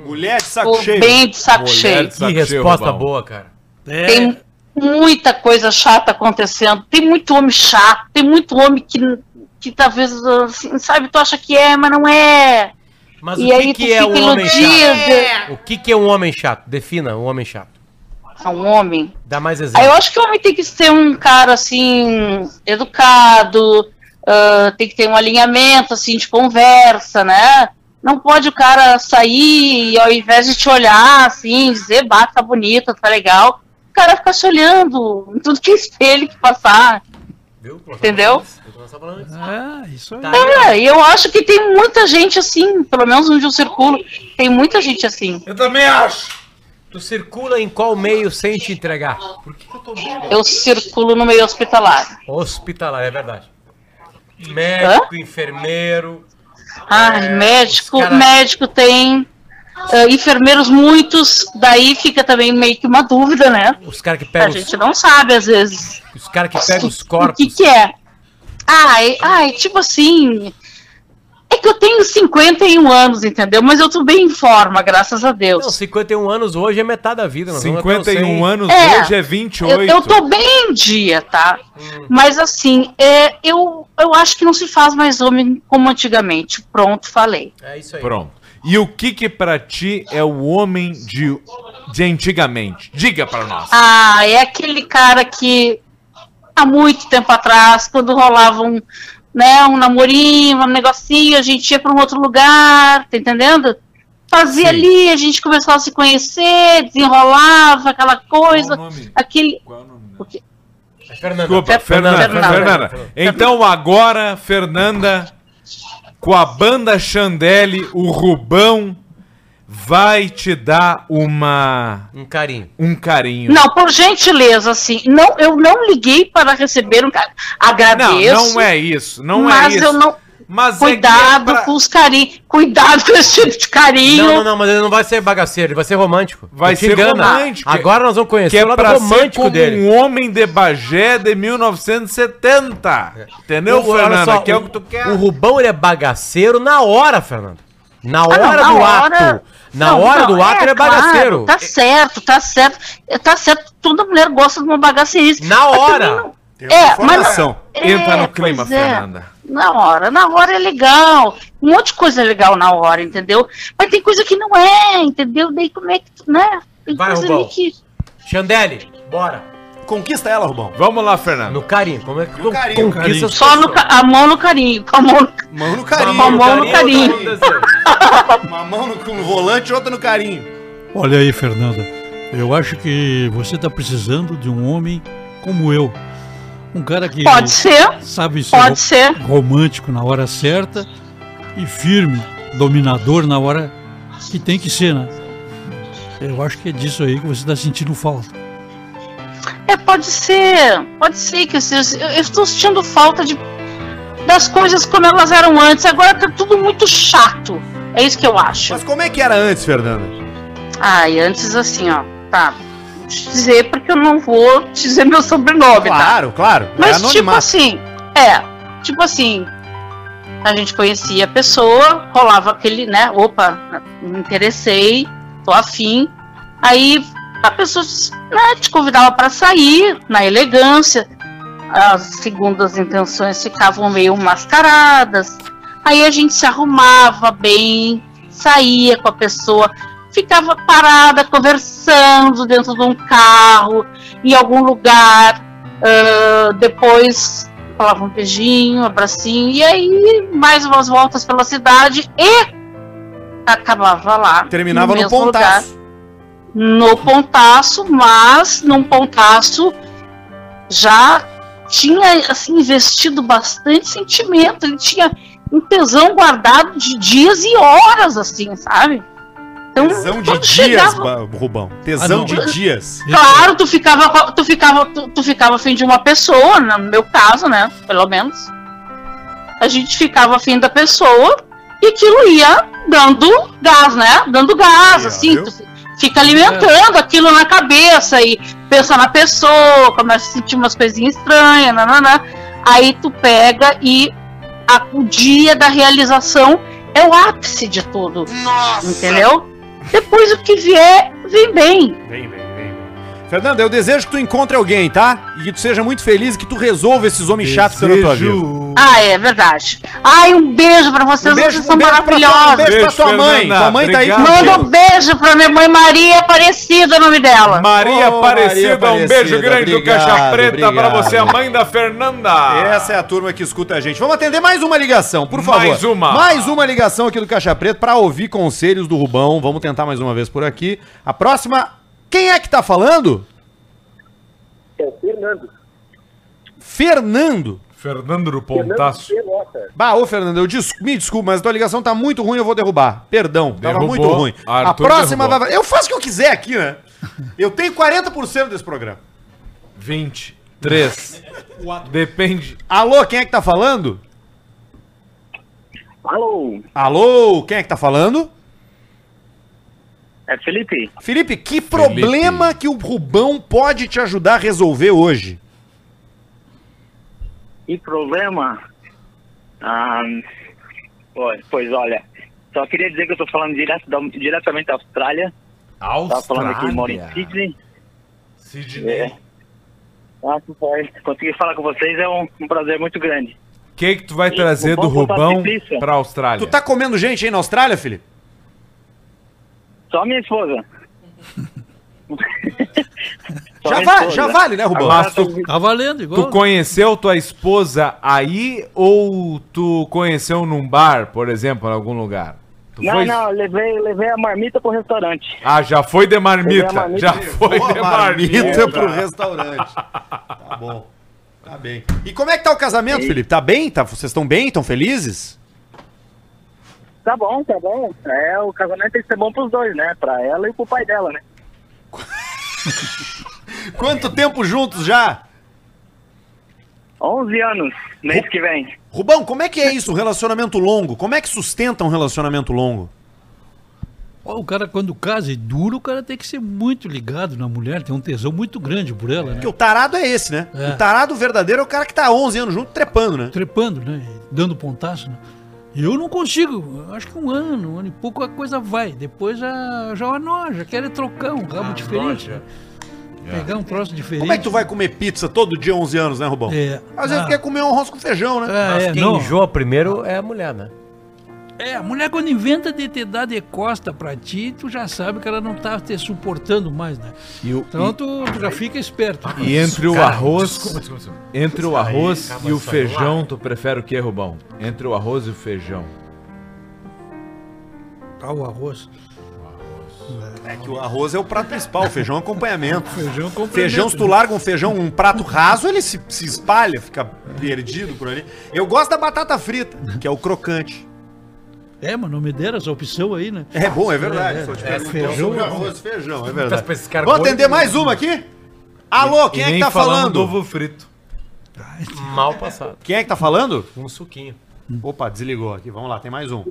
B: Mulher de saco
O: Tô
B: cheio.
O: bem de saco cheio.
D: Que resposta boa, É. cara.
O: Tem muita coisa chata acontecendo. Tem muito homem chato, tem muito homem que, que talvez, assim, sabe, tu acha que é, mas não é.
D: Mas
O: E
D: o que,
O: aí
D: que
O: tu
D: é um
O: fica
D: homem chato?
O: iludido.
D: O que, que é um homem chato? Defina um homem chato.
O: É um homem.
D: Dá mais
O: Aí eu
D: exemplo.
O: acho que o homem tem que ser um cara assim, educado, ah, tem que ter um alinhamento assim de conversa, né? Não pode o cara sair e ao invés de te olhar assim, dizer, bah, tá bonita, tá legal, o cara fica se olhando em tudo que é espelho que passar.
D: Viu?
O: Entendeu?
J: É, isso aí.
O: É, e eu acho que tem muita gente assim, pelo menos onde eu circulo, tem muita gente assim.
C: Eu também acho!
D: Tu circula em qual meio sem te entregar? Por que, que eu tô
O: Eu circulo no meio hospitalar.
D: Hospitalar, é verdade. Médico, enfermeiro.
O: Ai, médico,
D: É, os cara-
O: médico tem. ah, enfermeiros muitos, daí fica também meio que uma dúvida, né?
D: Os caras que
O: A
D: pegam os,
O: gente não sabe, às vezes,
D: os cara que pega os
O: o que,
D: corpos.
O: que é. Ai, ai, tipo assim. É que eu tenho 51 anos, entendeu? Mas eu tô bem em forma, graças a
D: Não,
O: Deus.
D: 51 anos hoje é metade da vida. nós vamos até os 100.
C: 51 anos,
O: É,
C: hoje é
O: Eu,
C: 28.
O: eu tô bem em dia, tá?
D: Hum.
O: Mas assim, é, eu, eu acho que não se faz mais homem como antigamente. Pronto, falei.
D: É isso aí.
C: Pronto. E o que que pra ti é o homem de, de antigamente? Diga pra nós.
O: Ah, é aquele cara que há muito tempo atrás, quando rolava um, né, um namorinho, um negocinho, a gente ia para um outro lugar, tá entendendo? Fazia ali, a gente começava a se conhecer, desenrolava aquela coisa, aquele
C: Qual é o nome?
O: o quê?
D: Fernanda.
C: Desculpa, Fernanda, Fernanda.
D: Fernanda.
C: Fernanda. Então agora, Fernanda, com a banda Chandelle, o Rubão vai te dar uma
D: Um carinho.
C: um carinho.
O: Não, por gentileza, assim, não, eu não liguei para receber um carinho. Agradeço.
C: Não, não é isso, não
O: mas
C: é isso.
O: eu não.
C: Mas
O: cuidado com os carinhos. Cuidado com esse tipo de carinho.
D: Não, não, não, mas ele não vai ser bagaceiro, ele vai ser romântico.
C: Vai
D: Não te
C: ser
D: engana.
C: romântico.
D: Agora nós vamos conhecer
C: Que é
D: o lado
C: pra ser
D: romântico
C: como
D: dele.
C: um homem de Bagé de 1970.
D: É.
C: Entendeu,
D: O- olha
C: Fernanda?
D: só,
C: que é o que tu quer.
D: O Rubão ele é bagaceiro na hora, Fernando. Na hora
O: Ah, não, na
D: do
O: hora-
D: ato. Na
O: Não,
D: hora
O: não,
D: do ato ele é
O: claro,
D: bagaceiro.
O: tá certo, tá certo. É, Tá certo, toda mulher gosta de uma bagaceirice.
D: Na
O: Mas
D: hora.
O: também não- É, mas. não-
C: Ação. Entra
O: É,
C: no clima,
O: pois é.
C: Fernanda.
O: Na hora, na hora é legal. Um monte de coisa é legal na hora, entendeu? Mas tem coisa que não é, entendeu? Daí como é que. tu- Né? Tem
D: Vai,
O: coisa
D: Rubão.
O: ali que.
D: Xandele, bora.
B: Conquista ela, Rubão.
C: Vamos lá, Fernanda.
D: No carinho, como é que tu
B: carinho,
D: conquista
O: Só no ca- a mão no carinho. Com a mão no carinho.
B: Mão no
O: Com a
B: carinho.
O: mão no carinho.
B: Uma mão no, no volante e outra no carinho.
J: Olha aí, Fernanda, eu acho que você está precisando de um homem como eu. Um cara que
O: Pode ser.
J: sabe ser
O: Pode ser.
J: romântico na hora certa e firme, dominador na hora que tem que ser, né? Eu acho que é disso aí que você está sentindo falta.
O: É, pode ser. Pode ser que eu, seja- eu- eu estou sentindo falta de, das coisas como elas eram antes. Agora tá tudo muito chato. É isso que eu acho.
B: Mas como é que era antes, Fernanda?
O: Ai, antes assim, ó. Tá. Vou Te dizer porque eu não vou te dizer meu sobrenome, tá?
B: Claro, claro. É
O: Mas tipo
B: anonimato.
O: assim, é, tipo assim, a gente conhecia a pessoa, rolava aquele, né? Opa, me interessei, tô afim. Aí a pessoa né, te convidava para sair, na elegância, as segundas intenções ficavam meio mascaradas. Aí a gente se arrumava bem, saía com a pessoa, ficava parada conversando dentro de um carro, em algum lugar. Ah, depois falava um beijinho, um abracinho, e aí mais umas voltas pela cidade e acabava lá.
B: Terminava no
O: mesmo
B: pontaço.
O: lugar. no pontaço, mas num pontaço já tinha assim, investido bastante sentimento, ele tinha um tesão guardado de dias e horas, assim, sabe? Então,
B: Tesão de
O: quando
B: dias,
O: chegava-
B: Ba- Rubão.
J: Ah,
B: Tesão
J: não.
B: de dias.
O: Claro, tu ficava, co- tu ficava, tu, tu ficava afim de uma pessoa, né, no meu caso, né? Pelo menos. A gente ficava afim da pessoa e aquilo ia dando gás, né? Dando gás,
B: Aí, ó,
O: assim.
B: viu?
O: tu fi- fica alimentando aquilo na cabeça e pensa na pessoa, começa a sentir umas coisinhas estranhas, nananá. Aí tu pega e a- o dia da realização é o ápice de tudo. Nossa! Entendeu? Depois o que vier, vem bem.
B: Vem, vem, vem. Fernanda, eu desejo que tu encontre alguém, tá? E que tu seja muito feliz e que tu resolva esses homens chatos que estão na tua vida.
O: Ah, é verdade. Ai, um beijo pra vocês,
B: Um beijo,
O: vocês são
B: um beijo pra tua- um
O: maravilhosos.
B: beijo pra
C: Beijo,
B: tua mãe.
C: Fernanda.
B: Tua mãe tá aí
C: Obrigado.
O: Manda um
B: contigo.
O: beijo pra minha mãe Maria Aparecida, é o nome dela.
C: Maria
B: Ô, Maria
C: Aparecida, um
B: Aparecida,
C: beijo grande do
B: obrigado,
C: Caixa Preta pra
B: obrigado.
C: você, a mãe da Fernanda.
B: Essa é a turma que escuta a gente. Vamos atender mais uma ligação, por favor.
C: Mais uma.
B: Mais uma ligação aqui do Caixa Preto pra ouvir conselhos do Rubão. Vamos tentar mais uma vez por aqui. A próxima, quem é que tá falando?
I: É o Fernando.
B: Fernando.
C: Fernando do Pontaço.
I: Pelota.
B: Bah, ô Fernando, eu des- me desculpa, mas a tua ligação tá muito ruim, eu vou derrubar. Perdão, tava
C: Derrubou.
B: muito ruim. a
C: Arthur
B: próxima
C: derrubou.
B: vai. Eu faço o que eu quiser aqui, né? Eu tenho 40% desse programa.
C: 20, 3. Depende.
B: Alô, quem é que tá falando?
K: Alô,
B: Alô, quem é que tá falando?
K: é Felipe?
B: Felipe, que problema que o Rubão pode te ajudar a resolver hoje?
K: E problema? Ah, pois, pois olha, só queria dizer que eu tô falando direto da- diretamente da Austrália. Tava falando aqui, moro em Sydney.
C: Sidney.
K: É. Ah, que foi. Conseguir falar com vocês é um, um prazer muito grande.
C: O que, que tu vai
K: E
C: trazer
K: o
C: do
K: bom
C: Rubão
K: motociclista.
C: pra Austrália?
B: Tu tá comendo gente aí na Austrália, Felipe?
K: Só minha esposa. Só
B: Já,
K: minha
B: va-
K: esposa.
B: já vale, né, Rubão?
C: Mas tu,
J: Tá valendo, igual.
C: tu conheceu tua esposa aí ou tu conheceu num bar, por exemplo, em algum lugar? Tu
K: Não,
C: foi-
K: não, eu levei, eu levei a marmita pro restaurante.
C: Ah, já foi de marmita.
K: marmita.
C: Já foi
B: Boa
C: de marmita.
B: pro restaurante. Tá bom. Tá bem. E como é que tá o casamento,
K: Ei.
B: Felipe? Tá bem? Tá, vocês estão bem? Estão felizes?
K: Tá bom, tá bom. É, o casamento tem que ser bom pros dois, né? Pra ela e pro pai dela, né?
B: Quanto tempo juntos já?
K: 11 anos, mês que vem.
B: Rubão, como é que é isso, um relacionamento longo? Como é que sustenta um relacionamento longo?
J: Ó, O cara, quando casa e dura, o cara tem que ser muito ligado na mulher, tem um tesão muito grande por ela, né?
B: Porque o tarado é esse, né?
J: É.
B: O tarado verdadeiro é o cara que tá 11 anos junto trepando, né?
J: Trepando, né? E Dando pontaço, né? E eu não consigo. Eu Acho que um ano, um ano e pouco a coisa vai. Depois já, já anoja, quer é trocar um rabo diferente. né? Pegar um troço diferente.
B: Como Ah, é que tu vai comer pizza todo dia 11 anos, né, Rubão?
J: É.
B: Às vezes
J: Ah.
B: quer comer um arroz com feijão, né?
J: Ah,
D: Mas
J: é,
D: quem
J: não.
D: enjoa primeiro é a mulher, né?
J: É, a mulher quando inventa de te dar de costa pra ti, tu já sabe que ela não tá te suportando mais, né?
C: E o-
J: Então tu, tu já fica esperto.
C: E entre o
J: Cara,
C: arroz,
J: desculpa, desculpa, desculpa.
C: entre o
J: Isso aí,
C: arroz
J: acaba
C: e o
J: isso
B: um
J: aí.
C: feijão, tu prefere o que, Rubão? Entre o arroz e o feijão.
J: Ah, o arroz.
B: É que o arroz é o prato principal, o feijão é acompanhamento.
J: Feijão complementa,
B: Feijão, se tu
J: né?
B: larga um feijão, um prato raso, ele se, se espalha, fica perdido por ali. Eu gosto da batata frita, que é o crocante.
J: É, mas não me deram essa opção aí, né?
B: É bom, é verdade.
J: É,
B: Só te
J: é,
B: perguntou
J: feijão.
B: sobre arroz e feijão, é
D: Tá
B: verdade.
D: pra esse cara
B: Vou
D: gordo,
B: atender mais uma aqui? Alô, quem
C: E
B: é que
C: nem
B: tá
C: falamos do
B: falando?
C: ovo frito.
D: Mal passado.
B: Quem é que tá falando?
D: Um suquinho.
B: Opa, desligou aqui. Vamos lá, tem mais um.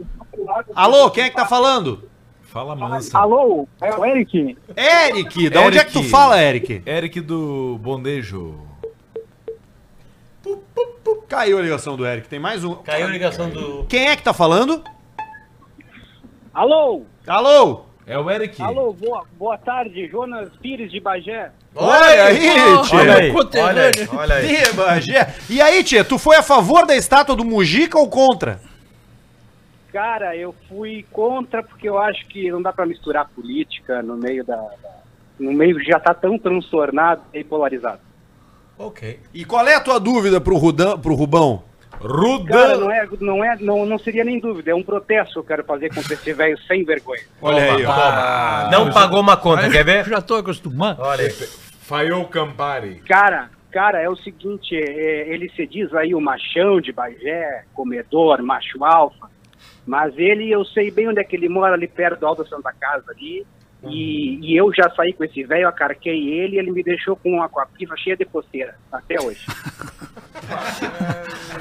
B: Alô, quem é que tá falando?
C: Fala mansa.
P: Alô, é o Eric?
B: Eric, da onde é que tu fala, Eric?
C: Eric do Bondejo.
B: Caiu a ligação do Eric, tem mais um.
D: Caiu a ligação do.
B: Quem é que tá falando?
P: Alô,
B: Alô?
C: É o Eric.
P: alô, boa, boa tarde, Jonas Pires de Bagé.
B: Olha aí, tio.
D: Olha aí, olha
J: conterrâneo.
D: aí, olha aí.
B: Ih, Bagé. E aí, tia, tu foi a favor da estátua do Mujica ou contra?
P: Cara, eu fui contra porque eu acho que não dá pra misturar política no meio da, da- no meio que já tá tão transtornado e polarizado.
D: Ok.
B: E qual é a tua dúvida pro, Rudan, pro Rubão?
P: Cara, não
C: Rudan.
P: é, não é, não, não seria nem dúvida, é um protesto que eu quero fazer contra esse velho sem vergonha.
B: Olha aí, ó.
D: Toma. Ah, Não pagou uma conta, quer ver?
J: Já tô acostumado.
D: Olha aí.
C: Faiou Campari.
P: Cara, cara, é o seguinte, é, ele se diz aí o machão de Bagé, comedor, macho alfa, mas ele, eu sei bem onde é que ele mora, ali perto do Alto Santa Casa ali, e, e eu já saí com esse velho, acarquei ele, e ele me deixou com uma com a pifa cheia de coceira, até hoje.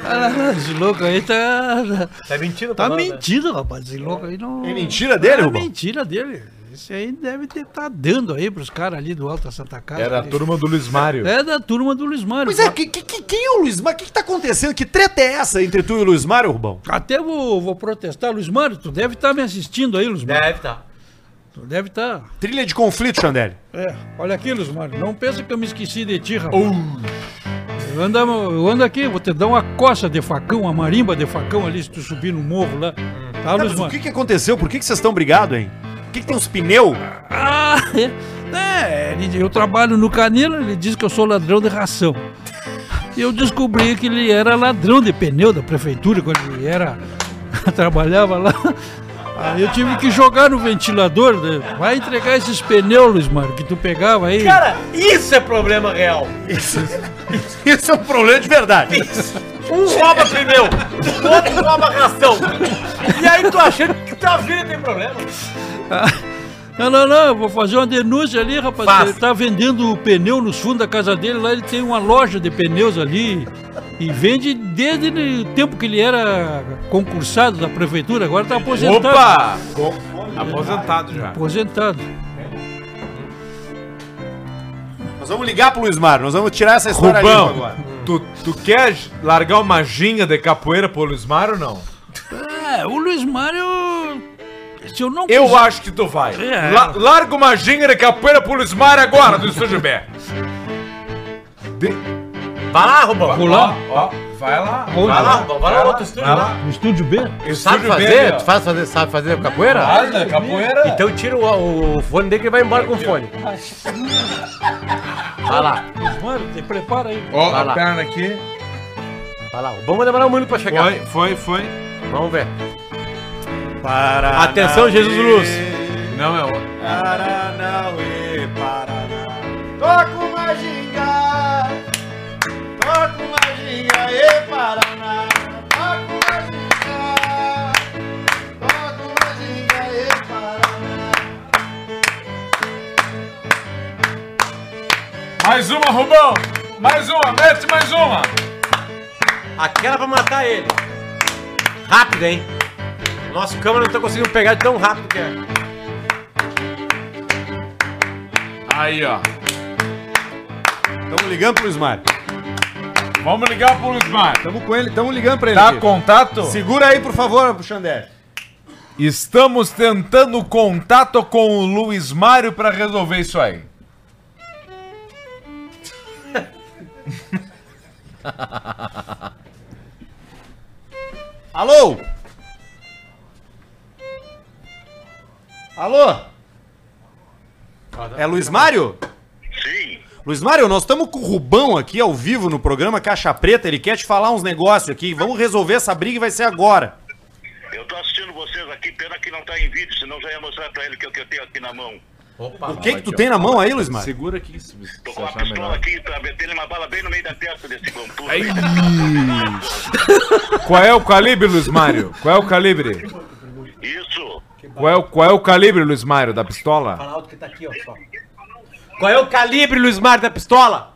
J: Ah, esse louco aí tá.
D: Tá mentindo,
J: Tá
D: pra nós, né?
J: mentindo, rapaz. Esse louco aí não.
B: É mentira dele,
J: É
B: Rubão?
J: mentira dele. Esse aí deve ter tá dando aí pros caras ali do Alta Santa Casa.
C: Era a turma do Luiz Mário.
J: É da turma do Luiz Mário.
B: Pois é, que, que- que- quem é o Luiz Mário? O que, que tá acontecendo? Que treta é essa entre tu e o Luiz Mário, Rubão?
J: Até vou, vou protestar. Luiz Mário, tu deve estar me assistindo aí, Luiz Mário.
D: Deve tá.
J: Tu deve tá. estar.
B: Trilha de conflito, Xandelli.
J: É, olha aqui, Luiz Mário. Não pensa que eu me esqueci de ti, rapaz. Eu, ando, eu ando aqui, vou te dar uma coça de facão, uma marimba de facão ali, se tu subir no morro lá. Tá,
B: Tá,
J: Luiz
B: mas o
J: Mário?
B: que, que aconteceu? Por que, que vocês estão brigados, hein? Por que, que tem uns pneus?
J: Ah, é, ele- eu trabalho no Canela, ele diz que eu sou ladrão de ração. E eu descobri que ele era ladrão de pneu da prefeitura quando ele era trabalhava lá. Aí Ah, eu tive que jogar no ventilador, né? vai entregar esses pneus, Luiz Mário, que tu pegava aí.
D: Cara, isso é problema real.
B: Isso é um problema de verdade.
D: Um rouba pneu, outro rouba ração. E aí tu achando que
B: Tá
D: tua vida tem problema.
J: Ah, Não, não, não, eu vou fazer uma denúncia ali, rapaz.
D: Faz.
J: Ele tá vendendo pneu nos fundos da casa dele, lá ele tem uma loja de pneus ali. E vende desde o tempo que ele era concursado da prefeitura, agora tá aposentado.
C: Opa! Aposentado já.
J: Aposentado.
B: Nós vamos ligar pro Luiz Mário, nós vamos tirar essa história limpa
C: Rubão,
B: agora.
C: tu, tu quer largar uma ginga de capoeira pro Luiz Mário ou não?
J: É, o Luiz Mário. Se eu não
C: Eu acho que tu vai.
J: É.
C: La- larga uma ginga de capoeira pro Luiz Mário agora, do Estúdio B.
D: Vai lá, Rubão.
J: Vou lá.
C: Ó, vai lá.
J: Onde?
D: Vai lá, Rubão. Vai lá no outro estúdio.
C: vai
D: lá.
J: No estúdio B?
D: Sabe fazer? Tu faz fazer, sabe fazer capoeira?
C: Olha, capoeira.
D: Então tira o, o fone dele que ele vai embora com o fone. Vai lá,
J: Mano, te prepara aí.
C: Ó,
D: Vai
C: a
D: lá.
C: perna aqui.
D: vai lá. Vamos demorar muito pra chegar.
C: Foi, foi, foi.
D: Vamos ver.
B: Para
D: Atenção, Jesus Luz.
C: Não, é o.
B: Paranauê, Paraná. Toca uma ginga. Toca
G: Aê, Paraná! Mais uma, Rubão! Mais uma, mete mais uma!
D: Aquela pra matar ele. Rápido, hein? Nosso câmera não tá conseguindo pegar de tão rápido que é.
G: Aí, ó.
B: Estamos ligando pro Smart.
G: Vamos ligar pro Smart.
B: Estamos com ele, estamos ligando pra ele.
C: Dá
B: aqui.
C: contato?
B: Segura aí, por favor, Xandé.
C: Estamos tentando contato com o Luiz Mário pra resolver isso aí.
B: Alô? Alô? É Luiz Mário? Sim. Luiz Mário, nós estamos com o Rubão aqui ao vivo no programa Caixa Preta. Ele quer te falar uns negócios aqui. Vamos resolver essa briga e vai ser agora.
D: Opa,
B: O que que tu tem na Tá mão aí, Luiz Mário?
C: Segura aqui, se você achar melhor. Qual é o calibre, Luiz Mário? Qual é o calibre? Isso. Qual é, o- qual é o calibre, Luiz Mário, da pistola?
D: Arnaldo que tá aqui, ó. Só. Qual é o calibre, Luiz Mário, da pistola?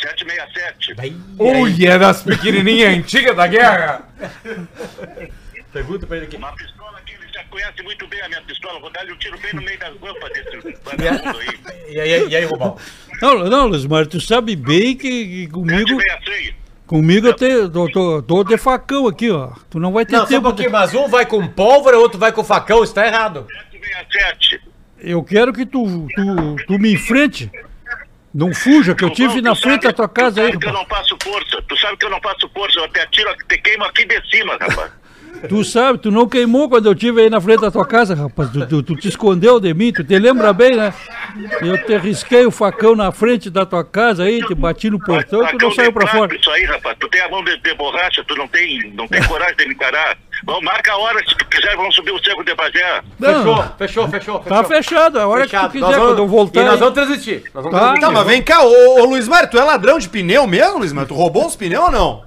D: 767.
C: Ui, é das pequenininhas antigas da guerra.
D: Pergunta pra ele aqui.
J: um
D: E aí, e aí, Rubão?
J: Não, não, Luiz Mário, tu sabe bem que, que comigo. Comigo eu tenho, tô, tô, tô de facão aqui, ó. Tu não vai ter
D: Não, só um
J: tempo. de-
D: pouquinho, mas um vai com pólvora, outro vai com facão, isso tá errado.
J: Eu quero que tu, tu, tu me enfrente. Não fuja, que eu tive na frente da tua casa aí. rapaz. Tu sabe, tu não queimou quando eu tive aí na frente da tua casa, rapaz. Tu, tu, tu te escondeu de mim, tu te lembra bem, né? Eu te risquei o facão na frente da tua casa aí, te bati no portão, tu não saiu pra fora.
I: Isso aí, rapaz, tu tem a mão de, de borracha, tu não tem, não tem coragem de me encarar. Vamos, marca a hora, se tu quiser, vamos subir o cerco de Bagé.
J: Não,
D: Fechou, fechou, fechou.
J: tá fechado, a hora
D: Fechado.
J: que tu
D: Nós
J: quiser,
D: vamos-
J: quando eu voltar.
D: E nós
J: aí-
D: vamos transmitir. Nós vamos
J: Tá.
D: transmitir.
B: Tá, mas vem cá, ô, ô Luiz Mário, tu é ladrão de pneu mesmo, Luiz Mário? Tu roubou uns pneus ou não?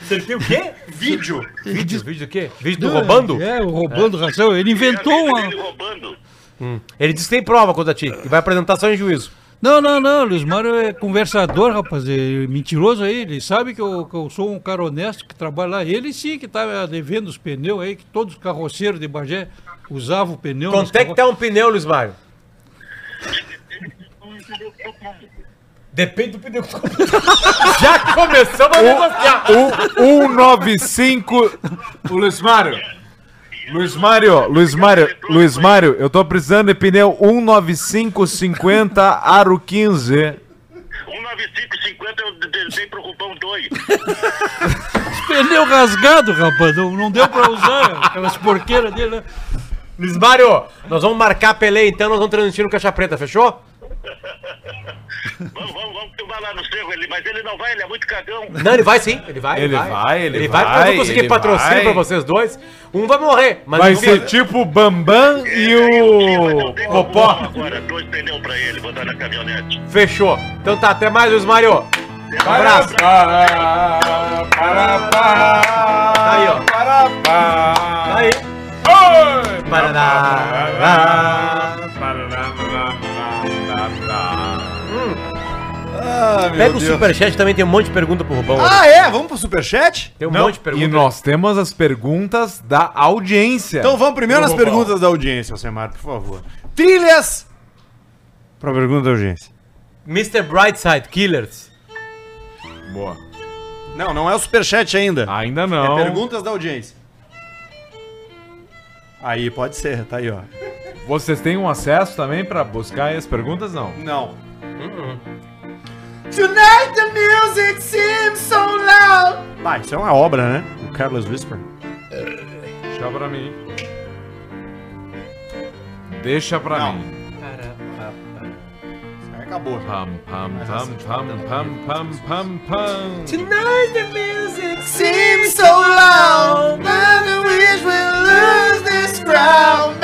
D: Você viu o quê?
B: Vídeo.
D: Vídeo, vídeo do quê? Vídeo do roubando?
J: É, o roubando ração. Ele inventou uma.
D: Hum. Ele disse que tem prova contra ti, e vai apresentar só em juízo.
J: Não, não, não. Luiz Mário é conversador, rapaz. É mentiroso aí. Ele sabe que eu, que eu sou um cara honesto que trabalha lá. Ele sim que tá devendo os pneus aí, que todos os carroceiros de Bagé usavam o pneu. nos
D: Quanto é que
J: carro-
D: tá um pneu, Luiz Mário? Depende do pneu. Já começamos a negociar.
C: O 195. O Luiz Mário. Luiz Mário, Luiz Mário, Luiz Mário, eu tô precisando de pneu 19550 Aro 15.
I: 19550 eu desenho pro Rubão 2.
J: Pneu rasgado, rapaz. Não, não deu pra usar aquelas porqueiras dele, né?
D: Luiz Mário, nós vamos marcar a Pelé, então nós vamos transmitir no Caixa Preta, fechou?
I: Vamos, vamos, vamos filmar lá no cerco, ele, mas ele não vai, ele é muito cagão.
D: Não, ele vai sim, ele vai.
C: Ele vai, ele
D: vai. porque
C: vai,
D: Nós vamos conseguir
C: ele
D: patrocínio
C: vai.
D: pra vocês dois. Um vai morrer, mas
C: Vai
D: não
C: ser tipo o Bambam e o.
D: Popó.
I: Agora, dois pneus pra ele, botar na caminhonete.
D: Fechou. Então tá, até mais, Luiz Mário. Um abraço. Tá aí, ó. Tá aí. Paraná. Ah. Pega o superchat também, tem um monte de pergunta pro Rubão.
B: Ah, é? Vamos pro superchat?
D: Tem um
C: Não,
D: monte de
C: e
D: pergunta.
C: nós temos as perguntas da audiência.
B: Então vamos primeiro
C: Eu
B: nas
C: vou falar.
B: perguntas da audiência, Alcemar, por favor. Trilhas pra pergunta da audiência.
D: Mr. Brightside Killers.
C: Boa.
B: Não, não é o superchat ainda.
C: Ainda não.
B: É perguntas da audiência. Aí, pode ser, tá aí, ó.
C: Vocês têm um acesso também pra buscar as perguntas? Não.
B: Não.
C: Uhum.
B: Tonight the music seems so loud. Bah, isso é uma obra, né? O Carlos Whisper.
C: Deixa pra mim. Deixa pra
B: Não.
C: mim.
B: Isso aí acabou. assim, tá já.
C: Pam, pam, pam, pam, pam, pam, pam, pam.
D: Tonight the music
B: Seems so loud, and I wish we lose this crowd.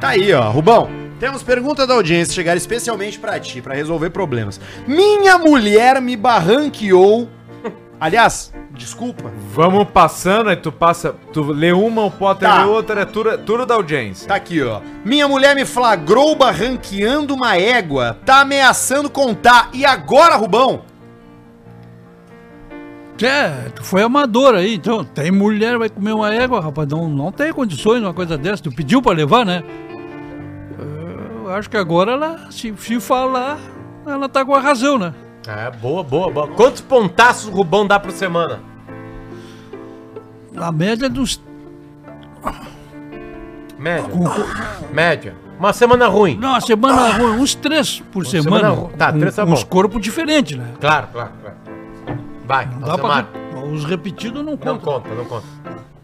B: Tá aí, ó. Rubão, temos pergunta da audiência chegar especialmente pra ti, pra resolver problemas. Minha mulher me barranqueou. Aliás, desculpa.
C: Vamos passando, aí tu passa. Tu lê uma, o Potter
B: Tá.
C: lê outra, é tudo, tudo da audiência.
B: Tá aqui, ó. Minha mulher me flagrou barranqueando uma égua, tá ameaçando contar. E agora, Rubão?
J: É, tu foi amador aí, então. Tem mulher, vai comer uma égua, rapaz. Não, não tem condições uma coisa dessa. Tu pediu pra levar, né? Eu acho que agora ela, se, se falar, ela tá com a razão, né?
D: É, boa, boa, boa. Quantos pontaços o Rubão dá por semana?
J: A média é dos.
D: Média. Média. Uma semana ruim. Ah.
J: Não, a semana ruim, uns três por semana.
D: semana ruim. Tá,
J: Um-
D: três tá
J: Uns
D: bom.
J: corpos diferentes, né?
D: Claro, claro, claro. Vai, então
J: Não dá pra.
D: Alcemar.
J: re- Os repetidos não contam.
D: Não conta, não conta.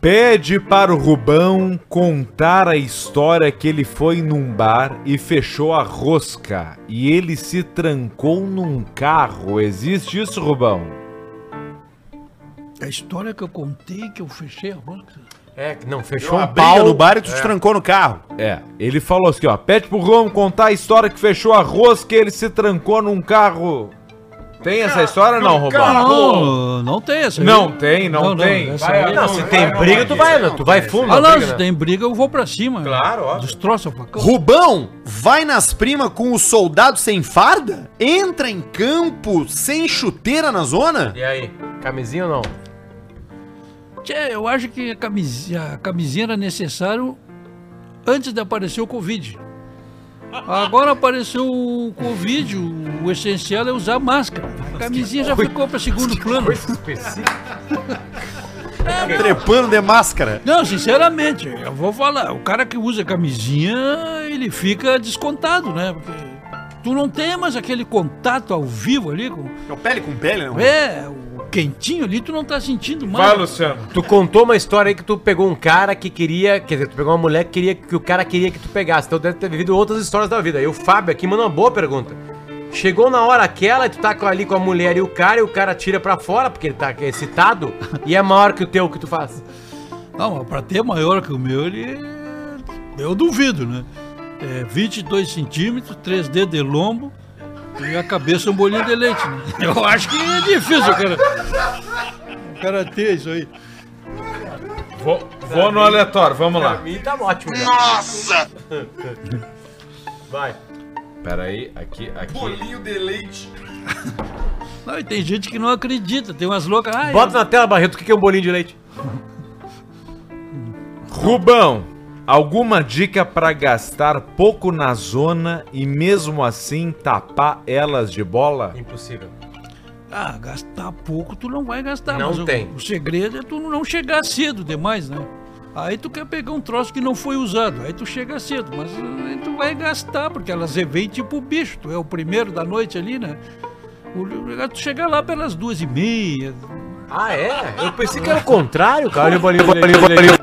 C: Pede para o Rubão contar a história que ele foi num bar e fechou a rosca. E ele se trancou num carro. Existe isso, Rubão?
J: A história que eu contei que eu fechei a boca.
D: É, que não,
B: Fechou
D: um
B: uma briga
D: pau.
B: no bar e tu
D: É.
B: te trancou no carro.
C: É, ele falou assim, ó. Pede pro Rubão contar a história que fechou a rosca e ele se trancou num carro. Tem essa história ou não, Rubão?
J: Não, não tem essa. aí.
C: Não tem, não tem.
J: essa
C: Vai,
J: aí é
C: não,
D: se tem briga, tu vai, né? Tu vai fundo na
J: Ah, não,
D: briga,
J: se
D: né?
J: tem briga, eu vou pra cima.
D: Claro,
J: ó. Destroça o facão.
B: Rubão vai nas primas com o soldado sem farda? Entra em campo sem chuteira na zona?
D: E aí, camisinha ou não?
J: Tchê, eu acho que a camisinha, a camisinha era necessário antes de aparecer o Covid. Agora apareceu o Covid, o, o essencial é usar máscara. A camisinha já ficou para segundo plano.
B: Trepando de máscara.
J: Não, sinceramente, eu vou falar. O cara que usa camisinha, ele fica descontado, né? Porque tu não tem mais aquele contato ao vivo ali com.
B: É o pele com pele, né?
J: É, o quentinho ali, tu não tá sentindo mais.
C: Luciano.
D: Tu contou uma história aí que tu pegou um cara que queria. Quer dizer, tu pegou uma mulher que queria que o cara queria que tu pegasse. Então deve ter vivido outras histórias da vida. E o Fábio aqui manda uma boa pergunta. Chegou na hora aquela, e tu tá com- ali com a mulher e o cara, e o cara tira pra fora, porque ele tá excitado, e é maior que o teu que tu faz.
J: Não, mas pra ter maior que o meu, ele. Eu duvido, né? É 22 centímetros, 3D de lombo e a cabeça um bolinho de leite, né? Eu acho que é difícil, cara. O cara ter isso aí.
C: Vou, vou no aleatório, vamos
D: Pra
C: lá.
D: mim tá ótimo. já.
I: Nossa!
D: Vai.
C: Pera aí, aqui, aqui.
B: de leite.
J: Não, e tem gente que não acredita, tem umas loucas. Ah,
D: Bota na tela, Barreto, o que que é um bolinho de leite?
C: Rubão, alguma dica pra gastar pouco na zona e mesmo assim tapar elas de bola?
D: Impossível.
J: Ah, gastar pouco tu não vai gastar.
D: Não
J: o-
D: tem.
J: O, segredo é tu não chegar cedo demais, né? Aí tu quer pegar um troço que não foi usado, aí tu chega cedo, mas eh, aí tu vai gastar, porque elas vêm tipo bicho, tu é o primeiro da noite ali, né? O legal é tu chegar lá pelas duas e meia.
D: Ah, é? Eu pensei que era o contrário, cara. Olha o bolinho de leite.
C: Bolinho, bolinho,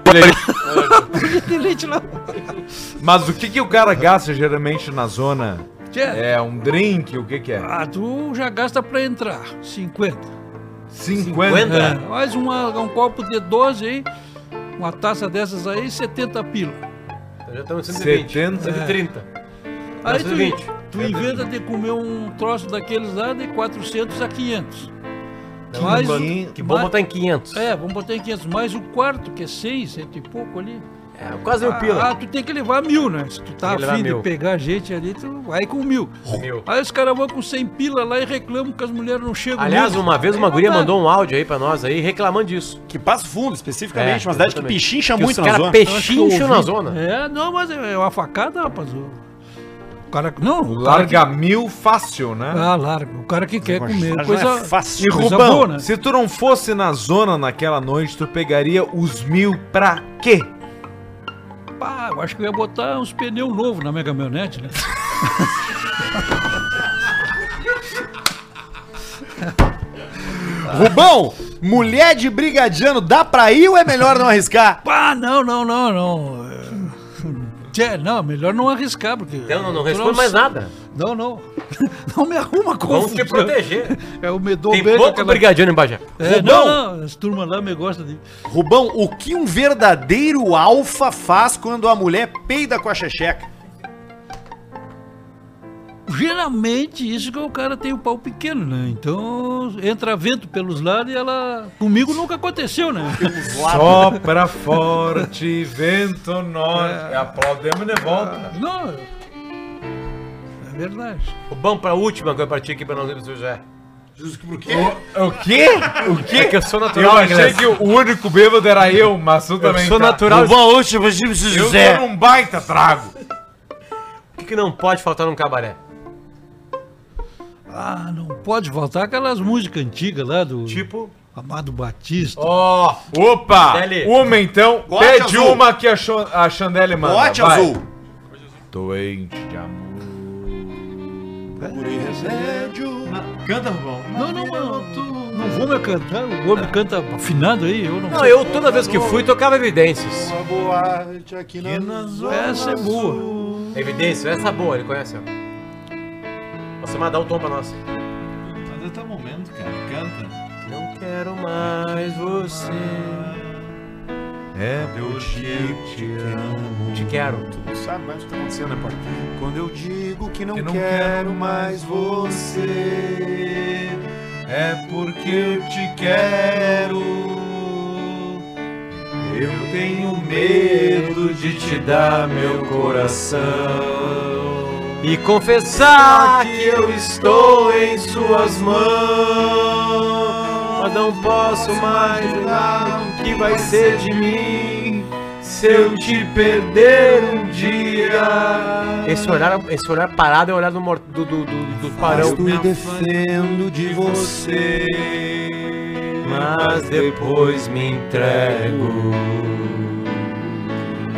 C: bolinho.
J: Delete lá.
C: Mas o que, que o cara gasta geralmente na zona?
J: Tchê.
C: É um drink? O que, que é?
J: Ah, tu já gasta pra entrar, 50.
C: 50?
J: É, mais uma, um copo de 12 aí, uma taça dessas aí, 70 pila.
D: Já estamos em 120.
C: 70?
D: 130.
J: Aí
D: Nossa, gente.
J: tu, tu inventa de comer um troço daqueles lá de 400 a 500. Mais,
C: bom.
D: Que bom botar em 500.
J: É, vamos botar em 500. Mais o quarto, que é 100, cento e pouco ali.
D: É, quase mil pila.
J: Ah, tu tem que levar mil, né? Se tu tá
D: Tem que levar
J: afim de
D: mil.
J: pegar gente ali, tu vai com mil.
D: Mil.
J: Aí os caras vão com 100 pila lá e reclamam que as mulheres não chegam
D: Aliás,
J: nunca.
D: uma vez uma
J: Aí não
D: guria
J: dá.
D: mandou um áudio aí pra nós aí reclamando disso.
B: Que passa fundo, especificamente.
D: É,
B: uma cidade que
D: exatamente.
B: pichincha
D: Que
B: muito
D: os
B: na
D: caras
B: zona.
J: Eu acho que eu
D: pechincham na
J: ouvi.
D: zona.
J: É, não, mas é uma facada, rapaz. O o cara... Não, o cara que-
C: Larga mil fácil, né?
J: Ah, larga. O cara que quer comer
B: Mas não
J: coisa...
B: é fácil.
C: E
J: Coisa
C: Rubão,
J: boa, né?
C: se tu não fosse na zona naquela noite, tu pegaria os mil pra quê?
J: Pá, eu acho que eu ia botar uns pneus novos na minha caminhonete, né?
B: Rubão, mulher de brigadiano, dá pra ir ou é melhor não arriscar?
J: Pá, não, não, não, não. É, Tchê, não, melhor não arriscar, porque.
D: Então não, não
J: tu
D: responde mais nada.
J: Não, não. Não me arruma confusão.
D: Vamos te proteger.
J: É o medor
D: Tem pouco brigadiano em Bagé.
J: É,
B: Rubão.
J: não, não, as turmas lá me gostam de.
B: Rubão, o que um verdadeiro alfa faz quando a mulher peida com a checheca?
J: geralmente isso que o cara tem o pau pequeno, né? Então entra vento pelos lados e ela. Comigo nunca aconteceu, né?
C: Sopra forte, vento
J: É.
C: norte. Aplaudemos de volta.
J: Não. É verdade.
D: O bom pra última que eu é. parti aqui pra não dizer José.
C: O
J: É.
C: quê? O, quê? O quê?
D: É que eu sou natural,
C: Eu achei
D: inglês.
C: que o único bêbado era eu, mas tu também.
D: sou
C: tá.
D: natural.
C: Eu vou-
D: Bom, última, José.
C: Eu sou um baita trago.
D: O que, que não pode faltar num cabaré?
J: Ah, não pode faltar aquelas músicas antigas lá do.
D: Tipo?
J: Amado Batista.
D: Ó,
C: Oh, Opa!
D: Dele.
C: Uma então,
D: Bote
C: pede
D: azul.
C: uma que a, Cho- a Chandelle manda.
I: Bote
C: vai.
I: azul.
C: Doente de amor.
D: Canta, Rubão.
J: Não, não, não. Não vou me cantar. O homem canta afinado aí, eu não
D: Não, eu toda vez que fui tocava evidências.
I: boate aqui na zona
J: Essa é boa.
D: Evidências, essa é boa, ele conhece, ó. Você mandar o tom pra nós.
Q: Mas até o momento, cara. Canta.
D: Não quero mais você.
C: É,
I: Eu te, te amo.
D: Te quero.
I: Tu não sabe mais o que tá acontecendo, né, pai? Quando eu digo que não,
C: Eu não
I: quero
C: quero
I: mais
C: mais
I: você.
C: é porque eu te quero. Eu tenho medo de te dar meu coração.
D: E confessar
C: que eu estou em suas mãos. Mas não posso imaginar o que vai ser de mim se eu te perder um dia.
D: Esse olhar, esse olhar parado é o olhar do, mor- do, do, do, do parão.
I: Estou defendo de você.
D: Mas depois me entrego.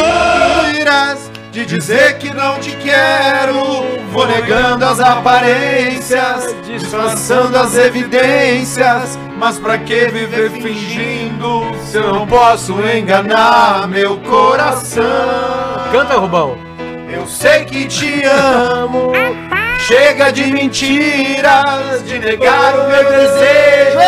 I: Mentiras de dizer que não te quero. Vou negando as aparências, disfarçando as evidências. Mas pra que viver fingindo se eu não posso enganar meu coração?
D: Canta, Rubão.
I: Eu sei que te amo. Chega de mentiras, de negar o meu desejo.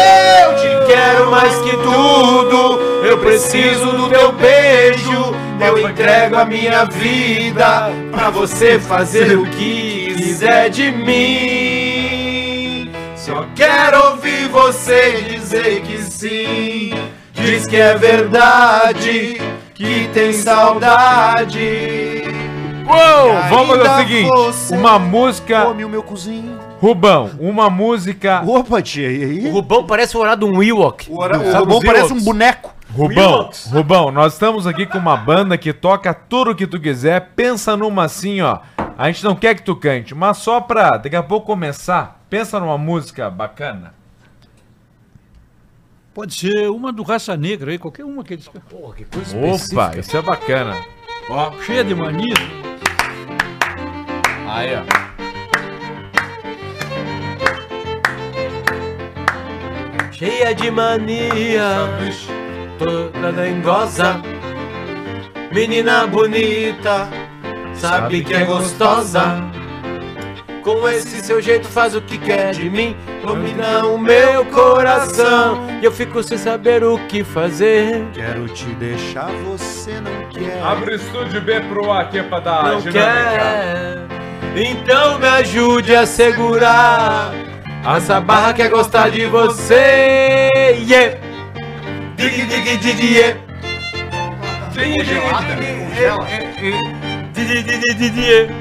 I: Eu te quero mais que tudo. Eu preciso do teu beijo. Eu entrego a minha vida pra você fazer o que quiser de mim. Só quero ouvir você dizer que sim. Diz que é verdade, que tem saudade.
C: Uou, vamos fazer o
I: Ainda
C: seguinte:
I: você
C: uma música,
I: Come o meu cozinho.
C: Rubão, uma música,
I: Opa, tia, e aí?
D: O Rubão parece o horário de um Ewok.
I: O, Ara- o
D: Sabe
I: Rubão
D: os
I: parece um
D: Ewoks?
I: boneco.
C: Rubão, Rubão. Nós estamos aqui com uma banda que toca tudo que tu quiser. Pensa numa assim, ó. A gente não quer que tu cante, mas só pra daqui a pouco começar. Pensa numa música bacana.
J: Pode ser uma do Raça Negra aí, qualquer uma que eles.
D: Porra, que coisa
C: Opa, isso é bacana. Ó,
J: Cheia de mania.
C: aí, ó.
D: Cheia de mania, toda dengosa. Menina bonita, sabe que é gostosa. Com esse seu jeito faz o que quer de mim, domina o meu coração. E eu fico sem saber o que fazer.
I: Quero te deixar, você não quer.
C: Abre o estúdio B pro A aqui pra dar
D: Não
C: dinâmica.
D: quer, então me ajude a segurar essa barra que é gostar de você. Yeah. Dig, dig, dig, yeah. Dig, dig, dig, yeah. Dig, dig, dig, dig, yeah.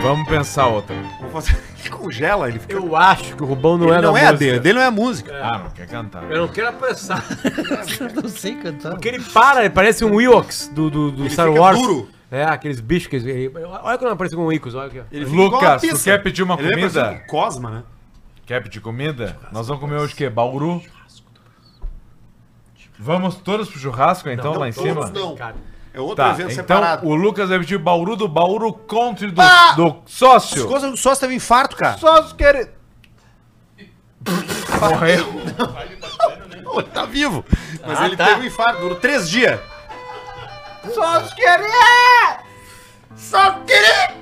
C: Vamos pensar outra.
I: Vou fazer- Ele congela, ele fica.
D: Eu acho que o Rubão não
I: ele
D: é da
I: não é a
D: música.
I: dele, dele não é a música.
C: Ah, não quer cantar.
D: Eu não quero apressar.
J: Não sei cantar.
D: Porque ele para, ele parece um Ewoks do, do, do Star
I: fica
D: Wars.
I: duro.
D: É, aqueles bichos que eles... Olha como aparece com o Icos, olha aqui. ó.
I: Ele fica igual uma
C: Lucas,
I: pizza.
C: tu quer pedir uma
D: é
I: Ele lembra
C: comida?
I: assim, Cosma, né?
C: Quer pedir comida? Nós vamos comer hoje o quê? Bauru? Vamos todos pro churrasco então lá em cima?
I: Não.
D: Cara,
I: Eu
C: É outro tá, evento então, separado. O Lucas vai vestir o Bauru do Bauru Country do, do sócio.
B: As coisas do sócio teve infarto, cara.
C: Sócio quer.
B: Morreu. Não, ele tá vivo. Mas
D: Ah,
B: ele
D: tá.
B: teve um infarto, durou três dias.
G: Só querer! Só querer!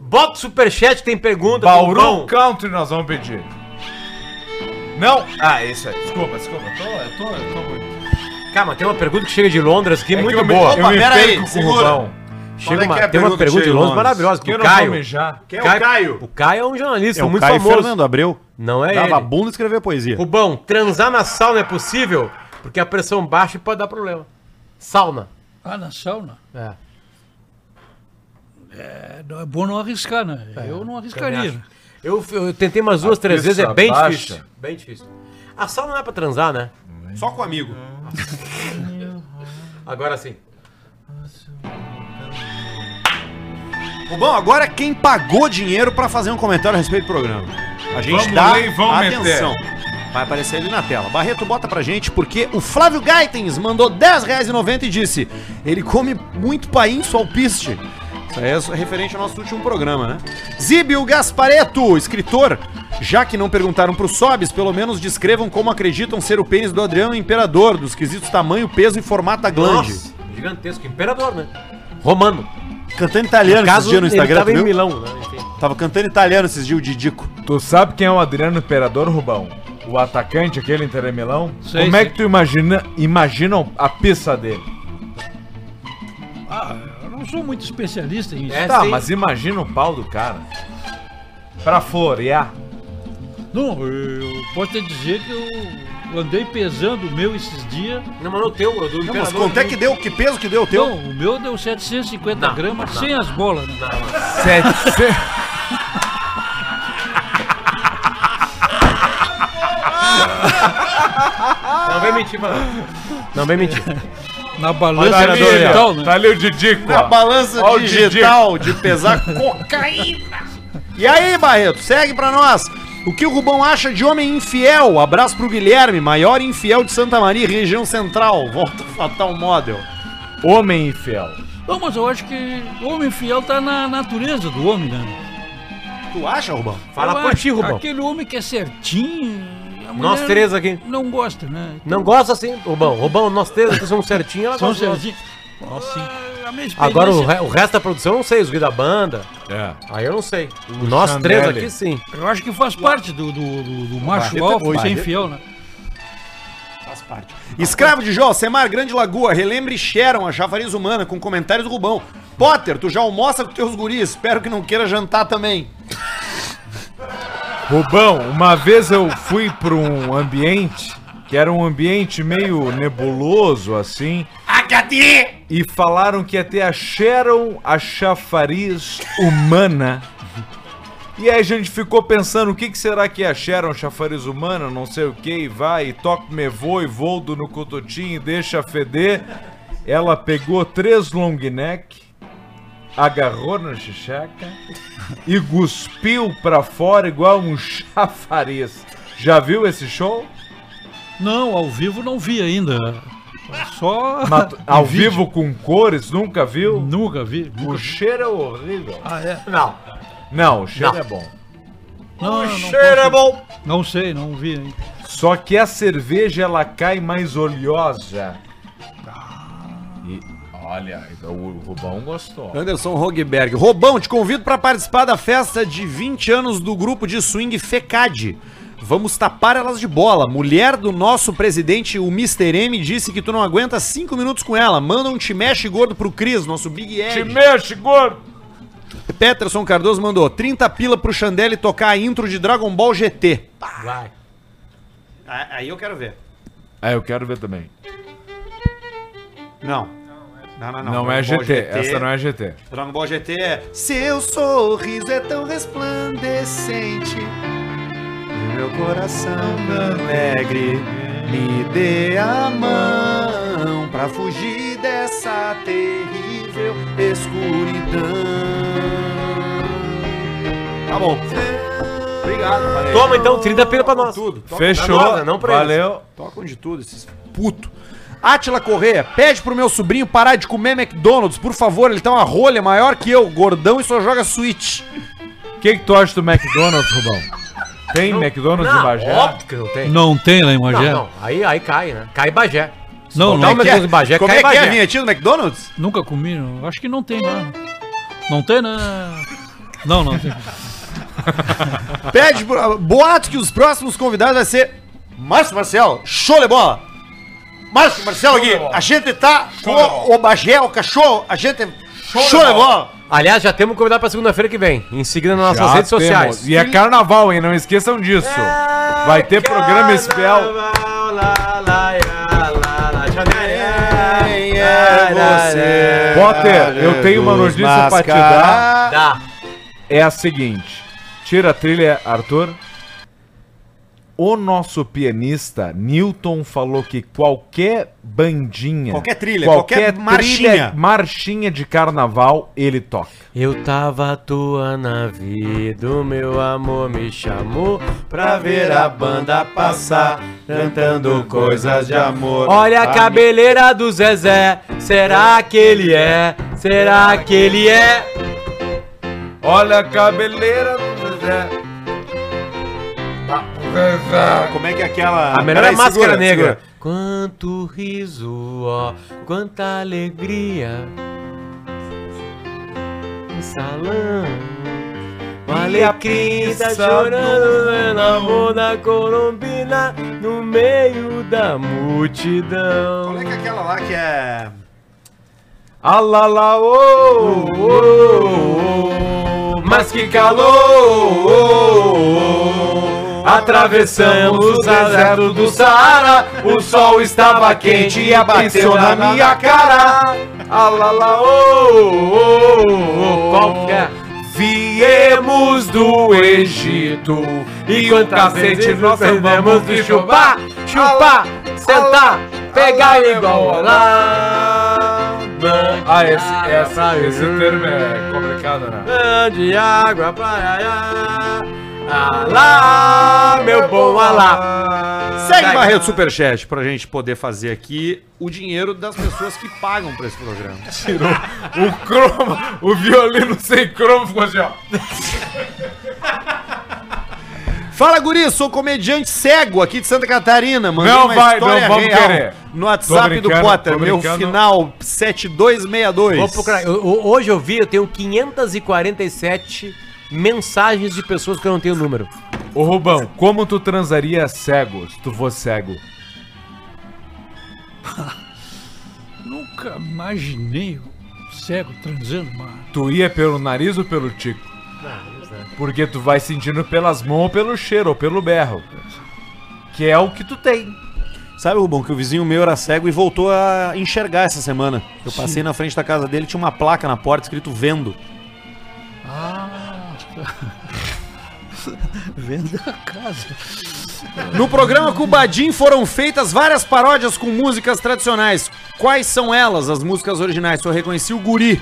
D: Bota o superchat, tem pergunta.
C: Bauru Country nós vamos pedir. Não! Ah, isso aí. Desculpa, desculpa. Eu tô, eu tô, eu tô muito.
D: Calma, tem uma pergunta que chega de Londres aqui,
C: É
D: muito
C: que eu me-
D: boa.
C: eu me
D: pera
C: perco com o Rubão.
D: Rubão. Chega
C: Qual é
D: uma,
C: que é a
D: tem uma
C: pergunta que
D: pergunta de
C: chega em
D: Londres
C: Londres?
D: maravilhosa.
C: Que eu
D: do
C: não vou
D: Caio.
C: mijar. Quem é o
B: Caio?
D: O Caio é um jornalista
B: É o
D: muito
B: Caio
D: famoso.
B: Fernando Abreu.
D: Não é
B: Dava a
D: ele.
B: bunda e escrevia poesia.
D: Rubão, transar na sauna é possível? Porque a pressão baixa pode dar problema. Sauna.
J: Ah, na sauna?
D: É.
J: É, não- é bom não arriscar, né? Eu não arriscaria. né?
D: É, Eu, eu tentei umas duas,
J: A
D: três vezes, é
J: pista
D: bem
J: baixa.
D: difícil. Bem difícil. A sauna não é pra transar, né?
B: Só com amigo.
D: Agora sim.
B: Bom, agora quem pagou dinheiro pra fazer um comentário a respeito do programa. A gente
C: Vamos
B: dá
C: ler e vamos
B: atenção. Vai aparecer ali na tela. Barreto, bota pra gente, porque o Flávio Gaitens mandou R$10,90 e disse: ele come muito pain solpiste. Isso aí é referente ao nosso último programa, né? Zíbio Gaspareto, escritor. Já que não perguntaram pro Sobes, pelo menos descrevam como acreditam ser o pênis do Adriano Imperador, dos quesitos tamanho, peso e formato da glande.
D: Nossa, gigantesco. Imperador, né? Romano.
B: Cantando italiano esses dias no Instagram,
D: ele tava
B: tu
D: em
B: viu?
D: Milão, né? Enfim.
B: Tava cantando italiano esses dias, o Didico.
C: Tu sabe quem é o Adriano Imperador, Rubão? O atacante, aquele Inter Milão?
J: Sei,
C: Como é
J: sei.
C: que tu imagina, imagina a pista dele?
J: Ah, eu não sou muito especialista em isso.
D: É,
C: tá, mas imagina o pau do cara. Pra florear.
J: Não, eu posso te dizer que eu andei pesando o meu esses dias.
D: Não, mas não teu, eu do né?
B: Não, mas quanto é que deu? Que peso que deu o teu?
J: Não, o meu deu 750
D: Não,
J: gramas
D: não.
J: sem as bolas, né?
C: Sete.
D: Não vem mentir, mano. Não vem mentir.
J: Na
C: Olha
J: balança
C: ali,
J: digital,
C: ó.
J: né?
C: Tá ali o Didico.
B: A
C: ó.
B: balança
C: Ó o
B: digital de pesar cocaína. E aí, Barreto, segue pra nós. O que o Rubão acha de homem infiel? Abraço pro Guilherme, maior infiel de Santa Maria, região central. Volta Fatal Model.
C: Homem infiel.
J: Não, mas eu acho que o homem fiel tá na natureza do homem, né?
B: Tu acha, Rubão?
D: Fala
J: Eu
D: por
J: acho
D: ti,
J: que
D: Rubão.
J: Aquele homem que é certinho. a
D: Nós
J: mulher
D: três aqui.
J: Não gosta, né?
D: Não gosta assim, Rubão. Rubão, nós três aqui somos certinhos, ela
J: São
D: gosta.
J: certinho. Nossa, sim.
B: Ah,
J: A minha experiência-
D: Agora o, re- o resto da produção eu não sei, os guia da banda.
C: É.
D: Aí eu não sei. nós
C: Chandelli.
D: três aqui sim.
J: Eu acho que faz parte do, do, do, do macho
B: Barreto é
J: alfa
B: boi,
J: ser
B: Barreto.
J: infiel, né?
B: Faz parte. Escravo de Jó, Semar Grande Lagoa, relembre Sharon, a chafariz humana, com comentários do Rubão. Potter, tu já almoça com teus guris, espero que não queira jantar também.
C: Rubão, uma vez eu fui para um ambiente que era um ambiente meio nebuloso assim. E falaram que até acharam a chafariz humana. E aí a gente ficou pensando, o que, que será que acharam chafariz humana, não sei o que, e vai, e toque me vou e voldo no cototinho e deixa feder. Ela pegou três long neck, agarrou na xixeca e cuspiu pra fora igual um chafariz. Já viu esse show?
J: Não, ao vivo não vi ainda. Só.
C: Mas tu- ao
J: em vídeo.
C: vivo com cores, nunca viu?
J: Nunca vi.
C: O cheiro é horrível.
J: Ah, é?
D: Não.
C: Não, o cheiro
D: Não.
C: é bom.
J: Não, não,
D: Cheiro
C: né,
D: é bom.
J: não sei, não vi ainda.
C: Só que a cerveja ela cai mais oleosa. E olha, então o Rubão gostou.
B: Anderson Rogberg. Robão, te convido para participar da festa de 20 anos do grupo de swing FECAD. Vamos tapar elas de bola. Mulher do nosso presidente, o Mr. M, disse que tu não aguenta 5 minutos com ela. Manda um te mexe gordo pro Cris, nosso Big
C: Te
B: Ed.
C: mexe, gordo!
B: Peterson Cardoso mandou 30 pila pro Xandelli tocar a intro de Dragon Ball GT.
D: Vai.
B: Aí eu quero ver.
C: Ah, eu quero ver também.
B: Não. Não, não,
C: Não, é GT, essa não é GT.
B: Dragon Ball GT é Seu sorriso é tão resplandecente E meu coração alegre Me dê a mão Pra fugir dessa terrível escuridão Tá bom Obrigado, valeu.
D: Toma então, 30 pila pra nós.
B: Tudo, toca-
C: Fechou,
D: nova, não pra eles.
C: valeu.
B: Tocam de tudo, esses puto. Atila Corrêa, pede pro meu sobrinho parar de comer McDonald's, por favor, ele tá uma rolha maior que eu, gordão, e só joga Switch.
C: O que, que tu acha do McDonald's, Rubão? Tem McDonald's
D: não,
C: em Bagé?
D: Ah, óbvio que não tem.
J: Não tem lá em Magé.
D: Não, Então, não. Aí, aí cai, né? Cai Bagé. Se
J: Não,
D: botar
J: não.
D: o McDonald's em Bagé,
B: Como
D: cai
B: é que é a
D: Bagé.
B: vinhetinha do McDonald's?
J: Nunca comi, não. acho que não tem lá. Não tem, né? Não, não tem.
B: Pede pro... Boato que os próximos convidados vai ser Márcio Marcelo, show de bola. Márcio Marcelo aqui, a gente tá com o Bagé, o cachorro, a gente... Show, de bola.
D: Aliás, já temos convidado pra segunda-feira que vem. Em seguida nas nossas
C: Já
D: redes
C: temos.
D: sociais.
C: E é carnaval, hein? Não esqueçam disso. Vai ter programa especial.
B: É,
C: Potter, eu tenho uma notícia pra te dar.
D: Dá.
C: É a seguinte: tira a trilha, Arthur. O nosso pianista Newton falou que qualquer bandinha,
B: Qualquer trilha, qualquer marchinha.
C: marchinha de carnaval, ele toca.
D: Eu tava à toa na vida, o meu amor me chamou pra ver a banda passar, cantando coisas de amor. Olha a cabeleira do Zezé, será que ele é? Será que ele é?
C: Olha a cabeleira do Zezé.
B: Como é que é aquela...
D: Ah, A melhor
B: Peraí,
D: é máscara
B: segura,
D: negra.
B: segura.
D: Quanto riso, ó, quanta alegria. No salão, o alecrim tá chorando na mão da colombina, no meio da multidão. Ah,
B: Como é que é aquela lá que é...
C: Alala, ô!
D: Mas que calor! Atravessamos o deserto do Saara. O sol estava quente e bateu na minha cara. Ah, Alala, oh, qualquer. Viemos do Egito e o cacete nós vamos de chupar,
B: Ah,
D: chupar, sentar, pegar igual lá.
C: Ah, esse, essa, esse termo é complicado, né?
D: de água para Alá, Ah, meu bom alá.
B: Segue
C: né?
B: Barreto Superchat pra gente poder fazer aqui o dinheiro das pessoas que pagam pra esse programa.
C: O croma, o violino sem croma ficou assim, ó.
B: Fala, guri, sou comediante cego aqui de Santa Catarina, mano.
C: Não vai, não vamos querer.
B: No WhatsApp
C: Tô
B: do
C: brincando,
B: Potter,
C: tô
B: meu
C: brincando.
B: final 7262.
D: Vou procurar. Eu- eu- hoje eu vi, eu tenho 547 mensagens de pessoas que eu não tenho número.
C: Ô Rubão, como tu transaria cego se tu fosse cego?
J: Nunca imaginei o cego transando, mano.
C: Tu ia pelo nariz ou pelo tico? Porque tu vai sentindo pelas mãos ou pelo cheiro ou pelo berro. Que é o que tu tem.
B: Sabe, Rubão, que o vizinho meu era cego e voltou a enxergar essa semana. Eu passei na frente da casa dele, tinha uma placa na porta escrito vendo.
J: Ah, venda a casa.
B: No programa Cubadim foram feitas várias paródias com músicas tradicionais. Quais são elas, as músicas originais? Só reconheci o guri.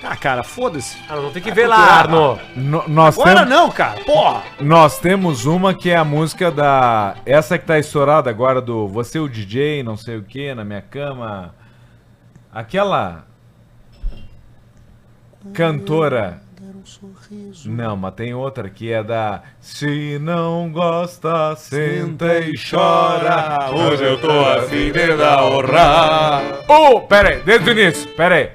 B: Ah, cara, foda-se. É
D: Ah, não tem que ver lá, Arno.
C: No- nós,
B: Agora
C: tem-
B: não, cara. Porra.
C: nós temos uma que é a música da. Essa que tá estourada agora do Você é o DJ, não sei o que, na minha cama. Aquela. Cantora. Não, mas tem outra que é da Se não gosta, senta e chora. Hoje eu tô afim de dar o ra. Um, pera aí, desde o início, pera aí.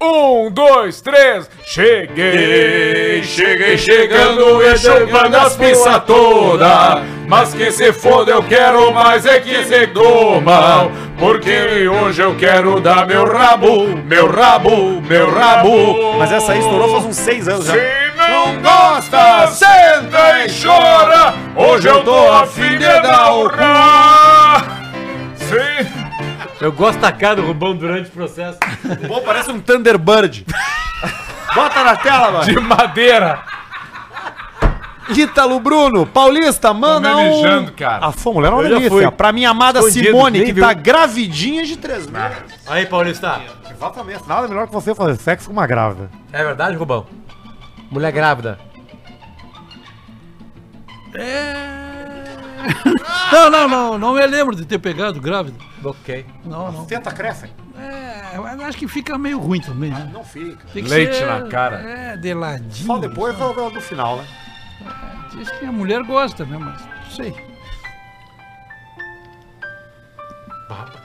C: Um, dois, três, cheguei, cheguei chegando e chupando as pistas toda. Mas que se foda, eu quero mais é que se domam. Porque hoje eu quero dar meu rabo, meu rabo, meu rabo.
B: Mas essa aí estourou faz uns seis anos já.
C: Se não gosta, senta e chora. Hoje eu tô afim de dar o ra. Sim.
D: Eu gosto da cara do Rubão durante o processo.
B: Pô, parece um Thunderbird. Bota Tá na tela, mano.
C: De madeira.
B: Ítalo Bruno, Paulista, manda
C: me mijando,
B: um...
C: cara.
B: A fã, mulher é uma
D: Eu já
B: delícia.
D: fui.
B: Pra minha amada
D: Escondido,
B: Simone,
D: nem
B: que
D: viu.
B: tá gravidinha de três meses.
D: Aí, Paulista.
B: Exatamente. Nada melhor que você fazer sexo com uma grávida.
D: É verdade, Rubão? Mulher grávida.
J: É. Não, não, não, não me lembro de ter pegado grávida.
D: Ok.
J: Não, não.
B: Tenta crescem.
J: É, mas acho que fica meio ruim também, né?
B: Ah, Não fica.
J: Tem que
C: Leite
J: ser,
C: na cara.
J: É, de ladinho. É,
B: Só depois do, do- do final, né?
J: Diz que a mulher gosta, né? Mas não sei.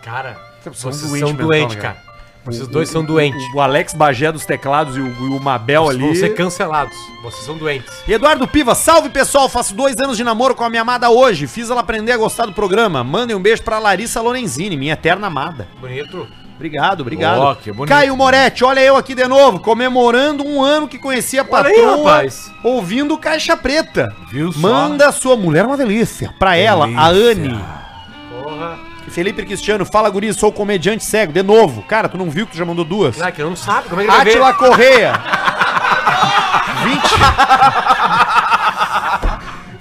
D: Cara,
J: Tá
D: vocês
B: doente
J: um
D: são
B: mental,
D: doentes,
B: né,
D: cara.
B: cara?
D: Vocês dois são doentes.
B: O Alex Bagé dos teclados e o, e o Mabel
D: Vocês
B: ali.
D: vão ser cancelados. Vocês são doentes.
B: Eduardo Piva, salve pessoal, faço dois anos de namoro com a minha amada hoje. Fiz ela aprender a gostar do programa. Mandem um beijo pra Larissa Lorenzini, minha eterna amada.
D: Bonito.
B: Obrigado, obrigado.
C: Ó, que bonito.
B: Caio Moretti, olha eu aqui de novo, comemorando um ano que conheci a
D: Olha aí,
B: patroa
D: rapaz.
B: ouvindo Caixa Preta.
C: Viu só?
B: Manda sua mulher uma delícia. Pra ela, a Anne.
D: Porra.
B: Felipe Cristiano, fala guri, sou comediante cego, de novo. Cara, tu não viu que tu já mandou duas?
D: Não, que não sabe como é que ele vai ver.
B: Atila Correia.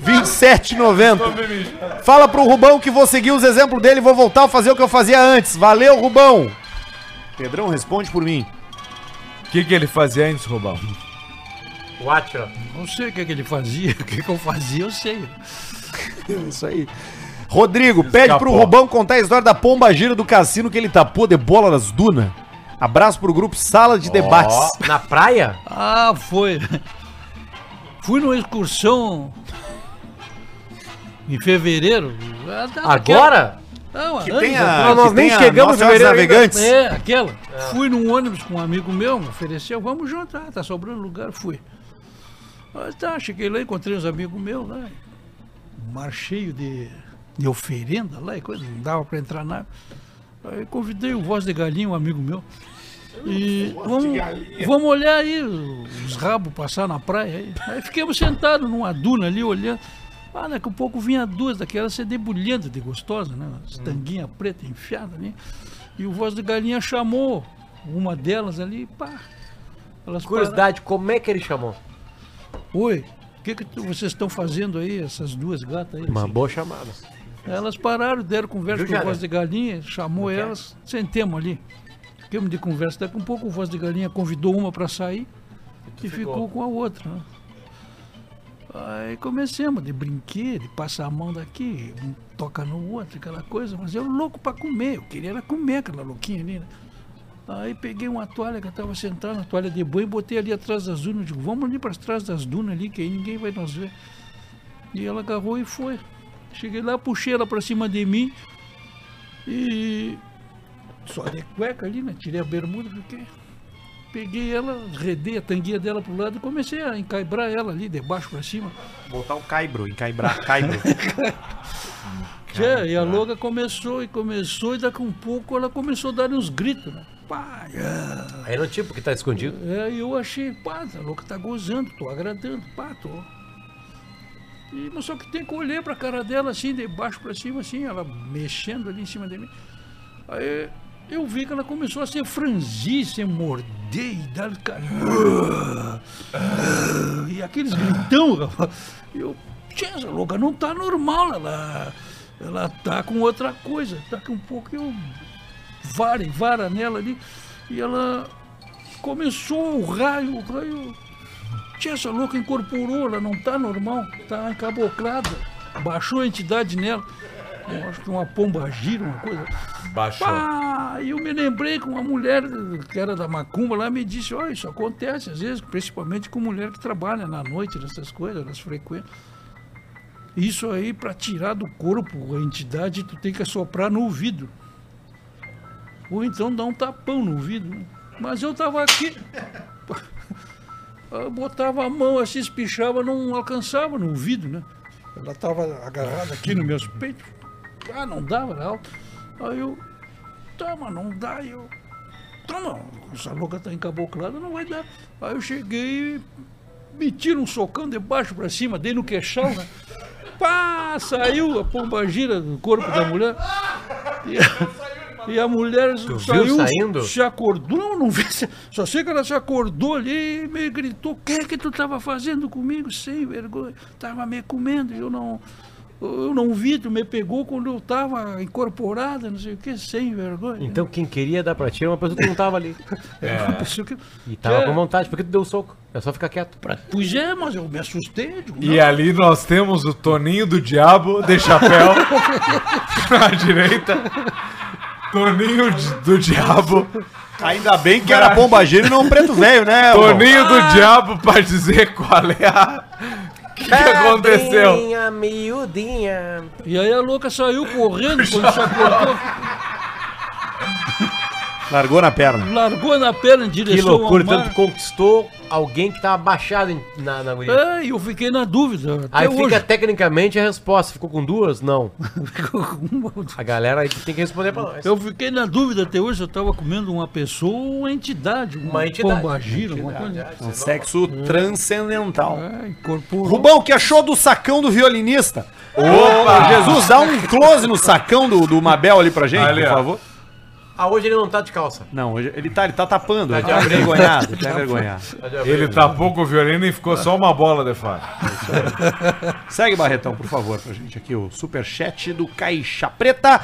B: 20. 27,90. Fala pro Rubão que vou seguir os exemplos dele e vou voltar a fazer o que eu fazia antes. Valeu, Rubão. Pedrão, responde por mim.
C: O que, que ele fazia antes, Rubão?
D: O Atila.
J: Não sei o que, é que ele fazia, o que, que eu fazia, eu sei.
B: Isso aí. Rodrigo, pede pro Rubão contar a história da pomba gira do cassino que ele tapou de bola nas dunas. Abraço pro grupo Sala de Debates.
D: Na praia?
J: Ah, foi. Fui numa excursão em fevereiro. Ah, daquela-
D: Agora?
J: Não,
B: Que
J: antes,
B: tem a-
J: atrás.
B: que
D: nós nem
B: tem a
D: chegamos
B: Nossa Senhora
D: em
B: dos
D: fevereiro
B: navegantes.
J: É, aquela. Fui num ônibus com um amigo meu, me ofereceu, vamos jantar, tá sobrando lugar, fui. Mas tá, cheguei lá, encontrei uns amigos meus lá. Um mar cheio de, de oferenda lá e coisa, não dava pra entrar nada. Aí convidei o Voz de Galinha, um amigo meu. E vamos, vamos olhar aí os rabos passar na praia. Aí, aí ficamos sentados numa duna ali olhando. Ah, daqui a pouco vinha duas daquelas se debulhando de gostosa, né? As tanguinha preta enfiada ali. E o Voz de Galinha chamou uma delas ali, pá. Elas
D: Curiosidade, como é que ele chamou?
J: pararam. Oi, o que, que tu- vocês estão fazendo aí, essas duas gatas aí? Assim?
D: Uma boa chamada.
J: Elas pararam, deram conversa
D: Viu,
J: com o
D: Jara?
J: Voz de Galinha, chamou elas, sentemos ali. Ficamos de conversa. Daqui um pouco o Voz de Galinha convidou uma para sair e, ficou. com a outra. né? Aí começamos de brinquedo, de passar a mão daqui, um toca no outro, aquela coisa, mas eu louco para comer, eu queria era comer aquela louquinha ali, né? Aí peguei uma toalha que eu estava sentado na toalha de banho, botei ali atrás das dunas, digo, vamos ali para trás das dunas ali, que aí ninguém vai nos ver. E ela agarrou e foi. Cheguei lá, puxei ela pra cima de mim e. Só de cueca ali, né? Tirei a bermuda, fiquei. Peguei ela, redei a tanguinha dela pro lado e comecei a encaibrar ela ali, de baixo pra cima.
B: Botar o caibro, encaibrar caibro.
J: Tchê, e a louca começou e começou, e daqui a um pouco ela começou a dar uns gritos, né? Pá,
D: Aí não tipo que tá escondido.
J: É, e eu achei, pá, tá louco, tá gozando, tô agradando, pá, tô. E, mas só que tem que olhar pra cara dela assim, de baixo pra cima, assim, ela mexendo ali em cima de mim. Aí eu vi que ela começou a se franzir, se morder e dar cara. E aqueles gritão, rapaz. E eu, "Tchê, essa louca não tá normal, ela. Ela tá com outra coisa. Daqui um pouco eu vara e vara nela ali. E ela começou o raio, o raio. Tia, essa louca incorporou, ela não tá normal, tá encaboclada. Baixou a entidade nela. Eu acho que uma pomba gira, uma coisa.
C: Baixou.
J: Pá, eu me lembrei que uma mulher que era da Macumba lá me disse, olha, isso acontece às vezes, principalmente com mulher que trabalha na noite, nessas coisas, elas frequentam. Isso aí, para tirar do corpo a entidade, tu tem que assoprar no ouvido. Ou então dá um tapão no ouvido. né? Mas eu tava aqui. Eu botava a mão assim, espichava, não alcançava no ouvido, né? Ela tava agarrada aqui nos meus peitos. Ah, não dava, era alto. Aí eu, toma, não dá. Aí eu, toma, Então, essa louca tá encaboclada, não vai dar. Aí eu cheguei, meti um socão de baixo pra cima, dei no queixão, né? Pá, saiu a pomba gira do corpo da mulher. E, e a mulher
D: viu
J: saiu,
D: saindo?
J: se acordou, não, não vi, se- só sei que ela se acordou ali e me gritou, o que é que tu tava fazendo comigo sem vergonha? Tava me comendo e eu não... Eu não vi, tu me pegou quando eu tava incorporada, não sei o que, sem vergonha.
D: Então quem queria dar pra ti era uma pessoa que não tava ali. É.
J: Era uma pessoa que-
D: E tava
J: É.
D: com vontade, porque tu deu o soco. É só ficar quieto.
J: Pois é, mas eu me assustei. digo,
C: E ali nós temos o Toninho do Diabo de chapéu à direita. Toninho de- do Diabo.
B: Ainda bem que era pombageiro e não um preto velho, né? irmão?
C: Toninho
I: Ah.
C: do Diabo pra dizer qual é a. O que, que aconteceu?
D: Miudinha, miudinha.
J: E aí a louca saiu correndo quando chacoalhou,
B: Largou na perna.
J: largou na perna em direção
D: Que loucura,
J: ao
D: tanto
J: mar.
D: que conquistou alguém que tava baixado em- na, na guria.
J: É, e eu fiquei na dúvida. Até
D: Aí
J: hoje.
D: fica tecnicamente a resposta. Ficou com duas? Não. A galera aí que tem que responder pra nós.
J: Eu fiquei na dúvida até hoje, eu estava comendo uma pessoa ou uma entidade, uma,
D: Uma entidade.
J: pombagira, uma coisa. assim.
B: Um sexo transcendental.
J: É, incorporou.
B: Rubão, o que achou do sacão do violinista?
C: Opa!
B: Ô, Jesus, dá um close no sacão do, do Mabel ali pra gente,
C: Ali,
B: por
C: ó.
B: favor.
D: Ah, hoje ele não tá de calça.
B: Não, hoje ele tá, ele tá tapando. Ele
D: de
B: tá
D: abrigo.
B: envergonhado, tá envergonhado.
C: Ele tapou com o violino e ficou só uma bola de fora.
B: Segue, Barretão, por favor, pra gente aqui o superchat do Caixa Preta.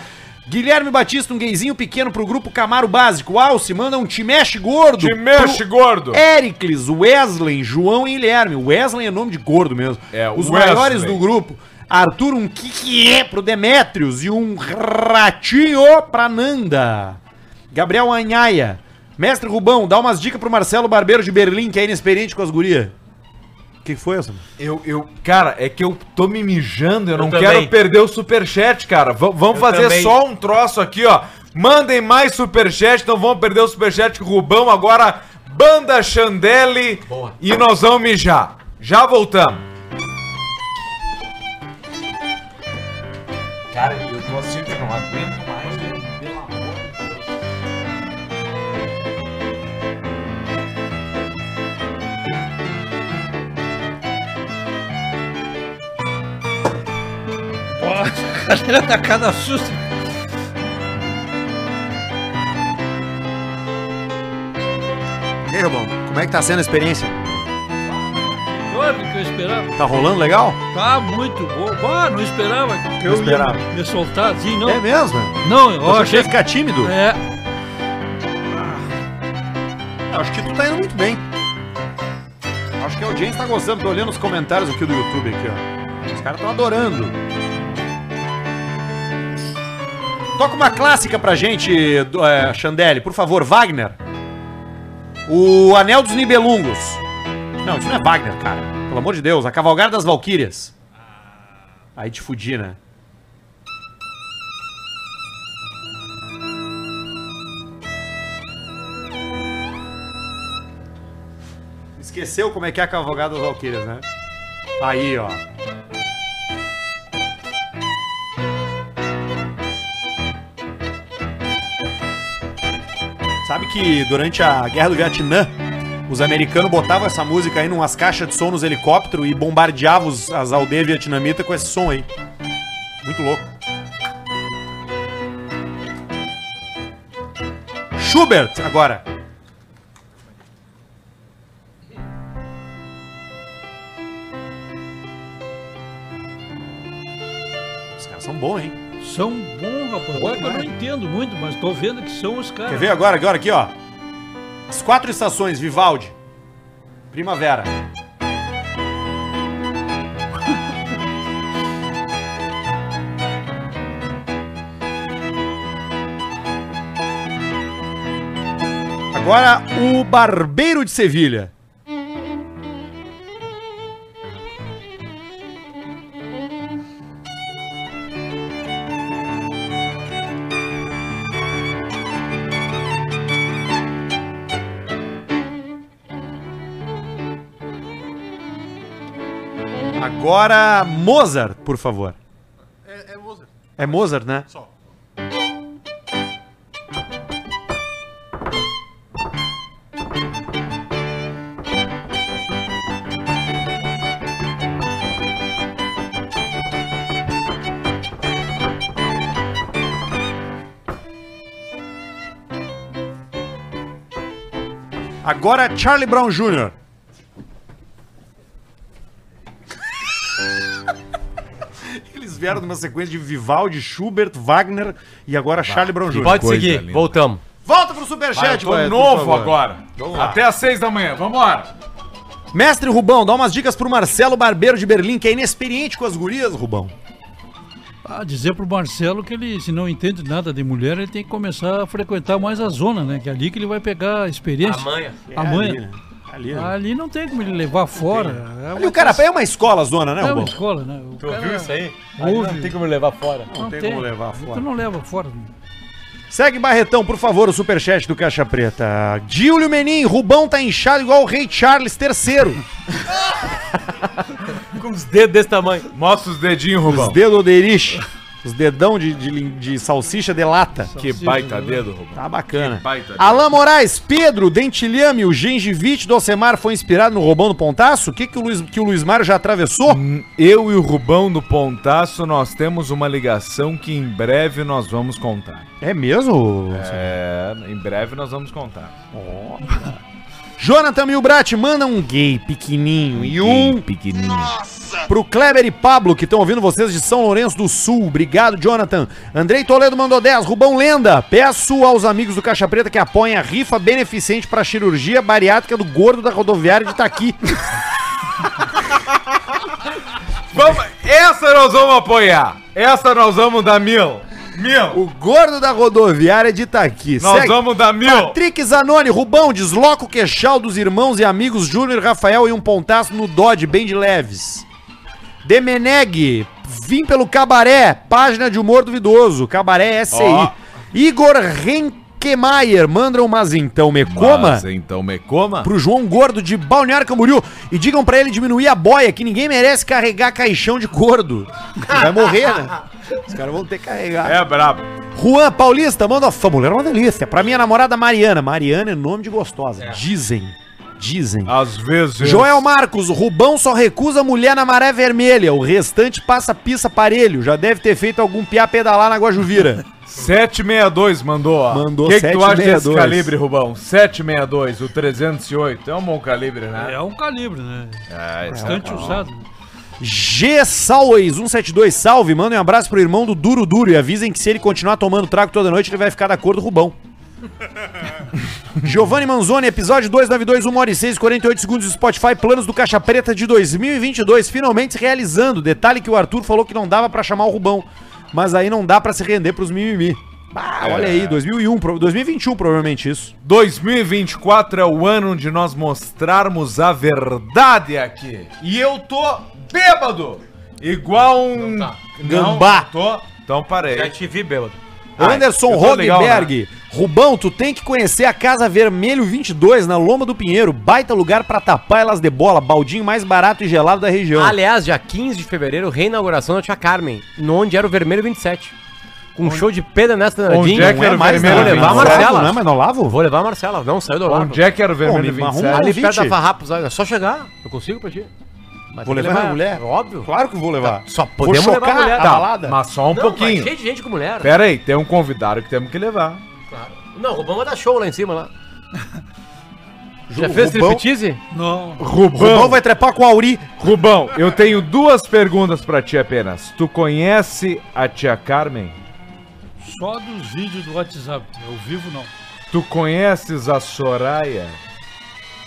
B: Guilherme Batista, um gayzinho pequeno pro grupo Camaro Básico. Alce, manda um te mexe gordo.
C: Te mexe,
B: pro
C: gordo!
B: Éricles, Wesley, João e Guilherme. Wesley é nome de gordo mesmo.
C: É,
B: Os
C: Wesley.
B: maiores do grupo. Arthur, um que que é pro Demetrios e um ratinho pra Nanda. Gabriel Anhaia. Mestre Rubão, dá umas dicas pro Marcelo Barbeiro de Berlim, que é inexperiente com as gurias. O que foi essa?
C: Eu, eu, cara, é que eu tô me mijando, eu, não
D: também.
C: quero perder o superchat, cara. V- vamos fazer
D: também.
C: só um troço aqui, ó. Mandem mais superchat, não vamos perder o superchat com o Rubão. Agora, Banda Chandelle
D: Boa.
C: e nós vamos mijar. Já voltamos. Cara, eu tô assim, eu não aguento mais, né? pelo amor de Deus.
D: é.
J: A galera tá cada susto.
B: E aí, Rubão, como é que tá sendo a experiência?
J: Pior do que eu esperava.
B: Tá rolando legal?
J: Tá muito bom. Ah, não esperava que eu
B: esperava.
J: ia me soltar assim, não.
B: É mesmo?
J: Não, eu
B: Você
J: achei
B: quer ficar tímido?
J: É,
B: Acho que tu tá indo muito bem. Acho que a audiência tá gostando. Tô olhando os comentários aqui do YouTube, aqui, ó. Os caras tão adorando. Toca uma clássica pra gente, do- é, Chandelle, por favor. Wagner. O Anel dos Nibelungos. Não, isso não é Wagner, cara. Pelo amor de Deus. A Cavalgada das Valquírias. Aí te fudi, né? Esqueceu como é que é a Cavalgada das Valquírias, né? Aí, ó. Sabe que durante a Guerra do Vietnã, os americanos botavam essa música aí numas caixas de som nos helicópteros e bombardeavam os- as aldeias vietnamitas com esse som aí. Muito louco. Schubert, agora. Os caras são bons, hein? né?
J: são bons, rapaz. Olha que eu não entendo muito, mas tô vendo que são os caras.
B: Quer ver agora, agora aqui, ó? As quatro estações, Vivaldi. Primavera. Agora o Barbeiro de Sevilha. Agora Mozart, por favor.
R: É, Mozart.
B: É Mozart, né?
R: Só.
B: Agora Charlie Brown Jr. Eles vieram numa sequência de Vivaldi, Schubert, Wagner e agora Charlie Brown Jr.
D: Pode seguir, voltamos.
B: Volta pro Superchat,
C: Vai, eu tô
B: Beto, por
C: novo
B: favor.
C: agora.
B: Vamos lá.
C: Até às seis da manhã, vambora.
B: Mestre Rubão, dá umas dicas pro Marcelo Barbeiro de Berlim, que é inexperiente com as gurias, Rubão.
J: Ah, dizer pro Marcelo que ele, se não entende nada de mulher, ele tem que começar a frequentar mais a zona, né? Que é ali que ele vai pegar a experiência.
D: Amanhã.
J: A manha.
B: ali, né? Ali, né?
J: Ali não tem como ele levar fora. É
B: Ali o Carapé é uma escola zona, né,
J: é uma
B: Rubão?
J: escola, né? O
D: Tu ouviu isso aí?
J: Ouve.
D: Não tem como levar fora.
J: Não
B: tem como levar fora.
J: Tu não leva fora.
B: Segue Barretão, por favor, o superchat do Caixa Preta. Dílio Menin, Rubão tá inchado igual o Rei Charles III.
D: Com os dedos desse tamanho.
C: Mostra os dedinhos, Rubão.
B: Os dedos oderich. Os dedão de, de, lin- de salsicha de lata.
C: Que baita dedo, Rubão.
B: Tá bacana.
C: Baita dedo.
B: Alain Moraes, Pedro, Dentilhame, o gengivite do Alcemar foi inspirado no Robão do Pontaço? O que, que, o Luiz, que o Luiz Mário já atravessou?
S: Hum, Eu e o Rubão do Pontaço, nós temos uma ligação que em breve nós vamos contar.
B: É mesmo?
S: É, em breve nós vamos contar.
B: Jonathan Milbrat, manda um gay pequenininho e um
S: pequenininho.
B: pro Kleber e Pablo, que estão ouvindo vocês de São Lourenço do Sul. Obrigado, Jonathan. Andrei Toledo mandou 10. Rubão Lenda, peço aos amigos do Caixa Preta que apoiem a rifa beneficente para cirurgia bariátrica do gordo da rodoviária de Itaqui.
C: Vamos, essa nós vamos apoiar. Essa nós vamos dar mil. Mil.
B: o gordo da rodoviária de Itaqui.
C: Nós
B: Segue.
C: vamos dar mil.
B: Patrick Zanoni, Rubão, desloca o queixal dos irmãos e amigos Júnior, Rafael e um pontaço no Dodge, bem de leves. Demeneg, vim pelo Cabaré, página de humor duvidoso, Cabaré SI.
C: Ó.
B: Igor Renkemeyer, manda umas então me coma
S: Mas então me coma.
B: pro João Gordo de Balneário Camboriú e digam pra ele diminuir a boia, que ninguém merece carregar caixão de gordo. Vai morrer, né? Os caras vão ter que carregar.
C: É brabo.
B: Juan Paulista manda uma fa- mulher é uma delícia. Pra minha namorada Mariana. Mariana é nome de gostosa. Dizem. Dizem.
C: Às vezes.
B: Joel Marcos, Rubão só recusa mulher na maré vermelha. O restante passa pista parelho. Já deve ter feito algum piá pedalar na Guajuvira.
C: 762 mandou, ó.
B: Mandou
C: O que, que tu acha desse
B: 762?
C: calibre, Rubão? 762, o 308. É um bom calibre, né?
J: É um calibre, né?
C: É, isso
J: Bastante usado.
B: G Salways 172, salve. Mandem um abraço pro irmão do Duro Duro e avisem que se ele continuar tomando trago toda noite, ele vai ficar da cor do Rubão. Giovanni Manzoni, episódio 292, 1 hora e 6, 48 segundos do Spotify, planos do Caixa Preta de 2022, finalmente se realizando. Detalhe que o Arthur falou que não dava pra chamar o Rubão, mas aí não dá pra se render pros mimimi. Ah, olha aí, 2001, pro- 2021 provavelmente isso.
C: 2024 é o ano de nós mostrarmos a verdade aqui. E eu tô bêbado! Igual um.
D: Não tá.
B: Gambá.
C: Não, tô. Então
D: Já
C: parei.
D: te vi, bêbado.
C: Ah,
B: Anderson
C: eu tô
D: é
C: legal,
B: Rodberg.
D: né?
B: Rubão, tu tem que conhecer a Casa Vermelho 22 na Loma do Pinheiro. Baita lugar pra tapar elas de bola. Baldinho mais barato e gelado da região.
D: Aliás, dia 15 de fevereiro, reinauguração da Tia Carmen, no onde era o Vermelho 27. Com um show de Pedro Ernesto
C: Onde
D: Danadinho.
C: é que era o
B: mais
C: vermelho
D: vou levar a
C: 27?
D: né? Marcela.
B: Não é mais no Olavo?
D: Vou levar a Marcela, não, saiu do lado.
C: Onde é que era o vermelho
B: me arruma
C: 27?
B: um
D: Ali
B: Convite?
D: perto da Farrapos, olha, é só chegar, eu consigo pra ti. Mas
B: Vou
D: tem que
B: levar minha mulher?
D: Óbvio.
B: Claro que vou levar.
C: Tá,
D: Só
B: Vou
D: podemos levar a
B: chocar
D: mulher.
B: a
D: Tá,
B: balada.
C: Mas só um
D: Não, mas
C: pouquinho.
D: cheio de gente com mulher.
C: Pera aí, tem um convidado que temos que levar.
D: Claro. Não, o Obama dá show lá em cima, lá. Já
B: Ju-
D: fez
B: Rubão?
D: striptease?
J: Não.
B: Rubão
C: Rubão,
B: vai trepar com a Auri.
C: Rubão, eu tenho duas perguntas pra ti apenas. Tu conhece a tia Carmen?
J: Só dos vídeos do WhatsApp. É Ao vivo, não.
C: Tu conheces a Soraya?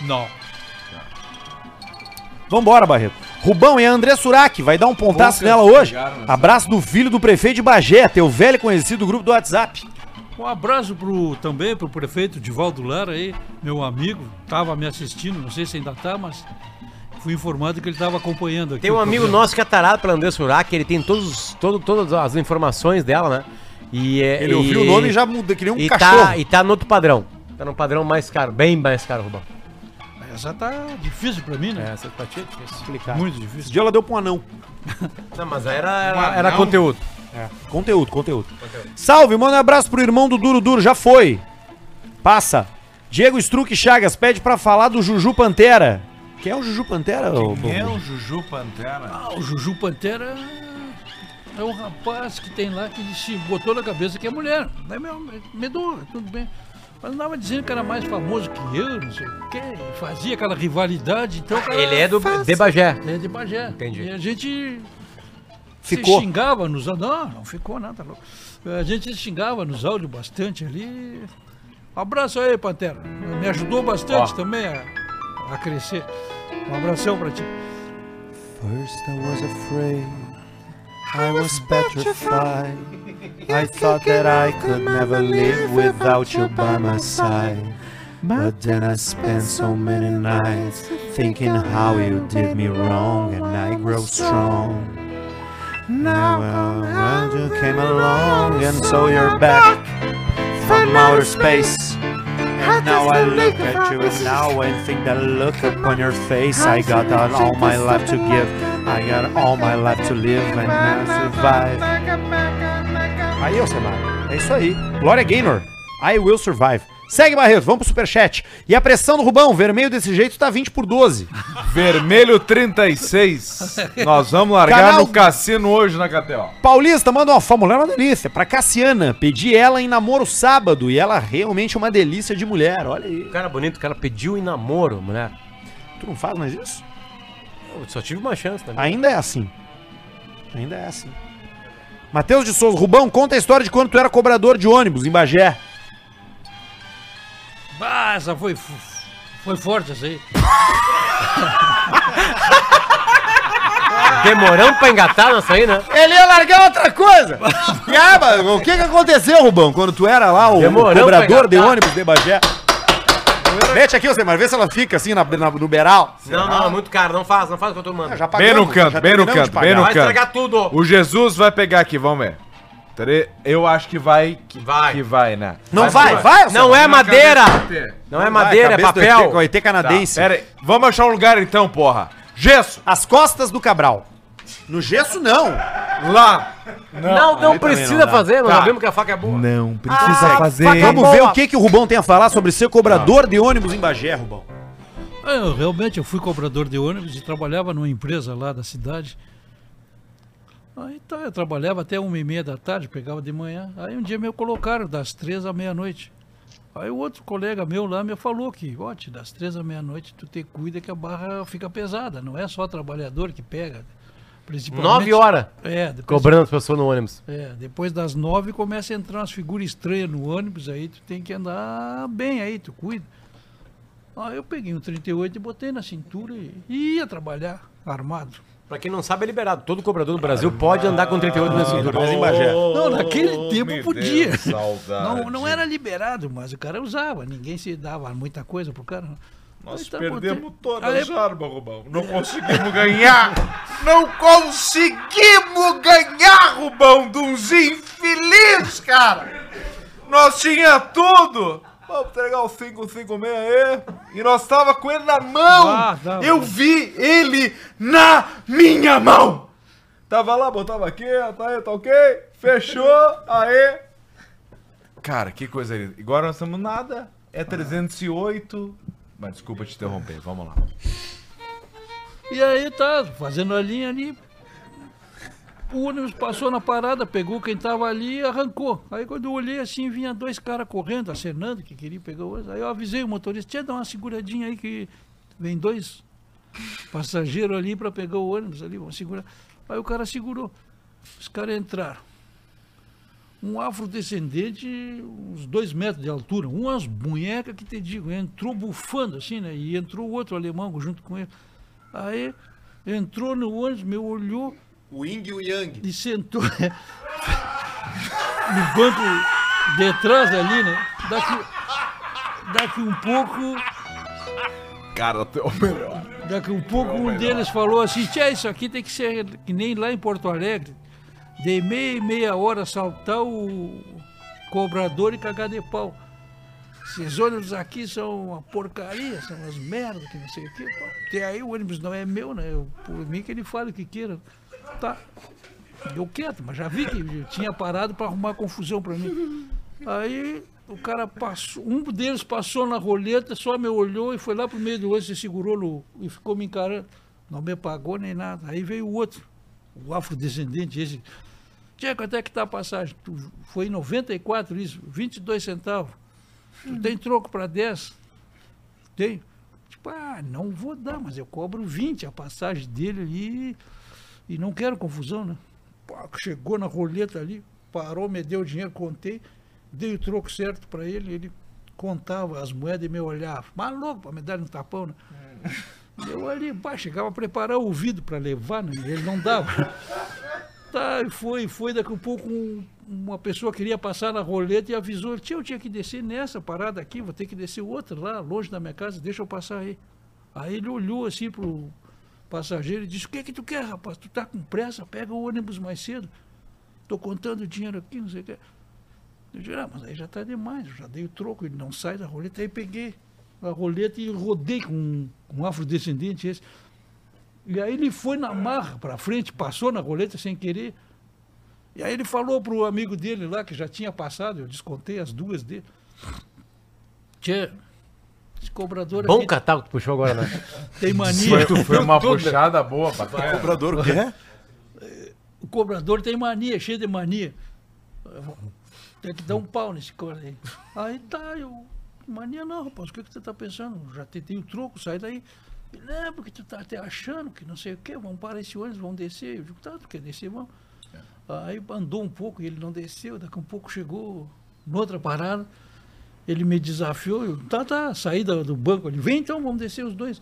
J: Não.
B: Vambora, Barreto. Rubão é a André Surak, vai dar um pontaço nela hoje.
D: né?
B: Abraço do filho do prefeito de Bagé, teu velho conhecido do grupo do WhatsApp.
J: Um abraço pro, também pro prefeito Divaldo Lara aí, meu amigo, tava me assistindo, não sei se ainda tá, mas fui informado que ele tava acompanhando aqui.
D: Tem um
J: o
D: amigo
J: programa.
D: nosso que é tarado pela Andressa Surak, ele tem todos, os- todo, todas as informações dela, né? E, é-
B: Ele ouviu o nome e já muda, que nem um
D: e
B: cachorro.
D: Tá, e tá no outro padrão. Tá num padrão mais caro, bem mais caro, Rubão.
J: Essa tá difícil pra mim, né?
D: essa partida é difícil explicar.
J: Muito
B: Esse
J: difícil.
B: dia ela deu pra um anão.
D: Não, mas era, era, era conteúdo.
B: É. Conteúdo, conteúdo. Salve, manda um abraço pro irmão do Duro Duro, já foi. Passa. Diego Struck Chagas pede pra falar do Juju Pantera. Quem é o Juju Pantera? ô, Bobo?
C: É o Juju Pantera.
J: Ah, o Juju Pantera é um rapaz que tem lá que se botou na cabeça que é mulher. Daí meu, medonha, tudo bem. Mas andava dizendo que era mais famoso que eu, não sei o quê. Fazia aquela rivalidade, então o cara
D: Ele é do
J: faz-
D: de Bagé.
J: É de Bagé.
D: Entendi.
J: E a gente
B: Ficou.
J: Se xingava nos áudios. Não, não ficou nada tá louco. A gente se xingava nos áudios bastante ali. Um abraço aí, Pantera. Me ajudou bastante
T: Ó.
J: também a, a crescer. Um abração pra ti.
U: First I was afraid, I was petrified. I thought that I could never live without you by my side. But then I spent so many nights thinking how you did me wrong, and I grew strong. Now well, well, you came along, and so you're back from outer space. And now I look at you and now I think that look upon your face I got out all my life to give I got all my life to live and I survive
B: Aí eu, Semar. É isso aí. Glória Gaynor. I will survive. Segue, Barreto. Vamos pro superchat. E a pressão do Rubão. Vermelho desse jeito tá 20 por 12.
C: Vermelho 36. Nós vamos largar
B: Canal-
C: no cassino hoje na KTO.
B: Paulista manda uma fórmula mulher é uma delícia. Pra Cassiana. Pedi ela em namoro sábado e ela realmente é uma delícia de mulher. Olha aí.
T: Cara bonito, o cara pediu em namoro, mulher.
B: Tu não faz mais isso?
T: Eu só tive uma chance, né?
B: Ainda é assim. Ainda é assim. Matheus de Souza. Rubão, conta a história de quando tu era cobrador de ônibus em Bagé.
J: Bah, essa foi, fu- foi forte essa aí.
T: Demoramos pra engatar nessa aí, né?
B: Ele ia largar outra coisa! e aí, mano, o que, que aconteceu, Rubão, quando tu era lá o
T: Demoramos pra
B: cobrador de
T: engatar.
B: ônibus de Bagé? Mete aqui, você, mas vê se ela fica assim na, na- no beiral.
T: Não, não, é muito caro, não faz, não faz o que eu tô mandando.
B: Ah, Já
C: Bem no
B: pagamos,
C: canto,
B: já
C: bem no
B: terminamos
C: canto,
B: de
C: bem no
T: Vai
C: canto.
T: estragar tudo.
C: O Jesus vai pegar aqui, vamos ver. Tre- Eu acho que vai. Que vai, que vai né?
B: Não vai, vai,
C: Alcemar.
T: Não é madeira! Não é
C: Vai,
T: madeira, é
C: cabeça do ET,
T: papel.
C: que é o ET
B: canadense.
C: Tá, pera aí. Vamos achar um lugar então, porra. Gesso.
B: As costas do Cabral. No gesso, não.
C: Lá.
T: Não, não, precisa fazer, nós
B: Tá.
T: sabemos que a faca é boa.
C: Não
B: Ah, Vamos ver o que, que o Rubão tem a falar sobre ser cobrador de ônibus em Bagé, Rubão.
J: Ah, Eu, realmente, eu fui cobrador de ônibus e trabalhava numa empresa lá da cidade. Aí tá, eu trabalhava até uma e meia da tarde, pegava de manhã. Aí um dia me colocaram das três à meia-noite. Aí o outro colega meu lá me falou que, ó, te das três à meia-noite, tu te cuida que a barra fica pesada. Não é só trabalhador que pega. Principalmente...
T: Nove horas.
J: É, depois-
T: Cobrando as pessoas no ônibus.
J: é, depois das nove começa a entrar umas figuras estranhas no ônibus, aí tu tem que andar bem aí, tu cuida. Aí eu peguei um 38 e botei na cintura e ia trabalhar armado.
T: Pra quem não sabe, é liberado. Todo cobrador do Brasil pode andar com 38 na cintura.
J: Mas em
T: Bagé.
J: Não, naquele tempo podia.
C: saudade.
J: Não, não era liberado, mas o cara usava. Ninguém se dava muita coisa pro cara.
C: Nós
J: Aí tá,
C: perdemos
J: botei-
C: toda
J: Aí-
C: a jarba, Rubão. Não conseguimos ganhar. Não conseguimos ganhar, Rubão, Dunzinho infeliz, cara. Nós tinha tudo. Vamos entregar o 556 aí. E nós tava com ele na mão.
J: Ah, tá,
C: Eu vi ele na minha mão. Tava lá, botava aqui, tá aí, tá ok. Fechou, aê. Cara, que coisa linda. Agora nós estamos nada. É 308. Mas desculpa te interromper, vamos lá.
J: E aí tá, fazendo a linha ali. O ônibus passou na parada, pegou quem tava ali e arrancou. Aí quando eu olhei assim, vinha dois caras correndo, acenando, que queria pegar o ônibus. Aí eu avisei o motorista, tinha dar uma seguradinha aí que vem dois passageiros ali para pegar o ônibus ali, vão segurar. Aí o cara segurou. Os caras entraram. Um afrodescendente, uns dois metros de altura, umas bonecas que te digo, entrou bufando assim, né? E entrou outro alemão junto com ele. Aí entrou no ônibus, meu olhou.
I: O Ying e o Yang.
J: E sentou é, no banco de trás ali, né? Daqui, daqui um pouco.
C: Cara, tu é o melhor.
J: Daqui um pouco um deles falou assim, tia, isso aqui tem que ser que nem lá em Porto Alegre. De meia e meia hora saltar o cobrador e cagar de pau. Esses ônibus aqui são uma porcaria, são umas merdas que não sei o quê. pô." Até aí o ônibus não é meu, né? Eu- por mim que ele fale o que queira. Tá. Deu quieto, mas já vi que eu tinha parado para arrumar confusão para mim. Aí o cara passou, um deles passou na roleta, só me olhou e foi lá pro meio do ônibus e segurou no, e ficou me encarando. Não me pagou nem nada. Aí veio o outro, o afrodescendente, esse. Tchê, quanto é que tá a passagem? Tu, foi em 94 isso, 22 centavos. Tu tem troco para 10? Tem. Tipo, ah, não vou dar, mas eu cobro 20 a passagem dele ali e não quero confusão, né? pá, chegou na roleta ali, parou, me deu o dinheiro, contei, dei o troco certo para ele, ele contava as moedas e me olhava. Maluco, para me dar um tapão, né? Eu ali, pá, chegava a preparar o ouvido para levar, né? ele não dava. Tá, e foi, foi daqui a pouco um- uma pessoa queria passar na roleta e avisou, tio, eu tinha que descer nessa parada aqui, vou ter que descer outra lá, longe da minha casa, deixa eu passar aí. Aí ele olhou assim pro passageiro e disse, o que é que tu quer, rapaz? Tu tá com pressa, pega o ônibus mais cedo. Tô contando dinheiro aqui, não sei o que. Eu disse, ah, mas aí já tá demais, eu já dei o troco, ele não sai da roleta, aí peguei a roleta e rodei com um, um afrodescendente esse. E aí ele foi na marra para frente, passou na roleta sem querer. E aí ele falou para o amigo dele lá, que já tinha passado, eu descontei as duas dele. Tchê, esse cobrador
D: Bom
J: aqui
D: catar que tu puxou agora, né?
J: tem mania.
D: Foi- foi uma puxada
C: boa,
D: bacana. Cobrador o quê?
J: O cobrador tem mania, cheio de mania. Eu vou- Tem que dar um pau nesse cara aí. Aí tá, eu. Mania não, rapaz, o que, que você tá pensando? Já tentei o troco, sai daí. Me lembro que tu tá até achando que não sei o quê, vamos parar esse ônibus, vamos descer. Eu digo, tá, tu quer descer, vamos. Aí andou um pouco e ele não desceu, daqui a um pouco chegou noutra parada. Ele me desafiou, eu, tá, tá, saí da- do banco ali, vem então, vamos descer os dois.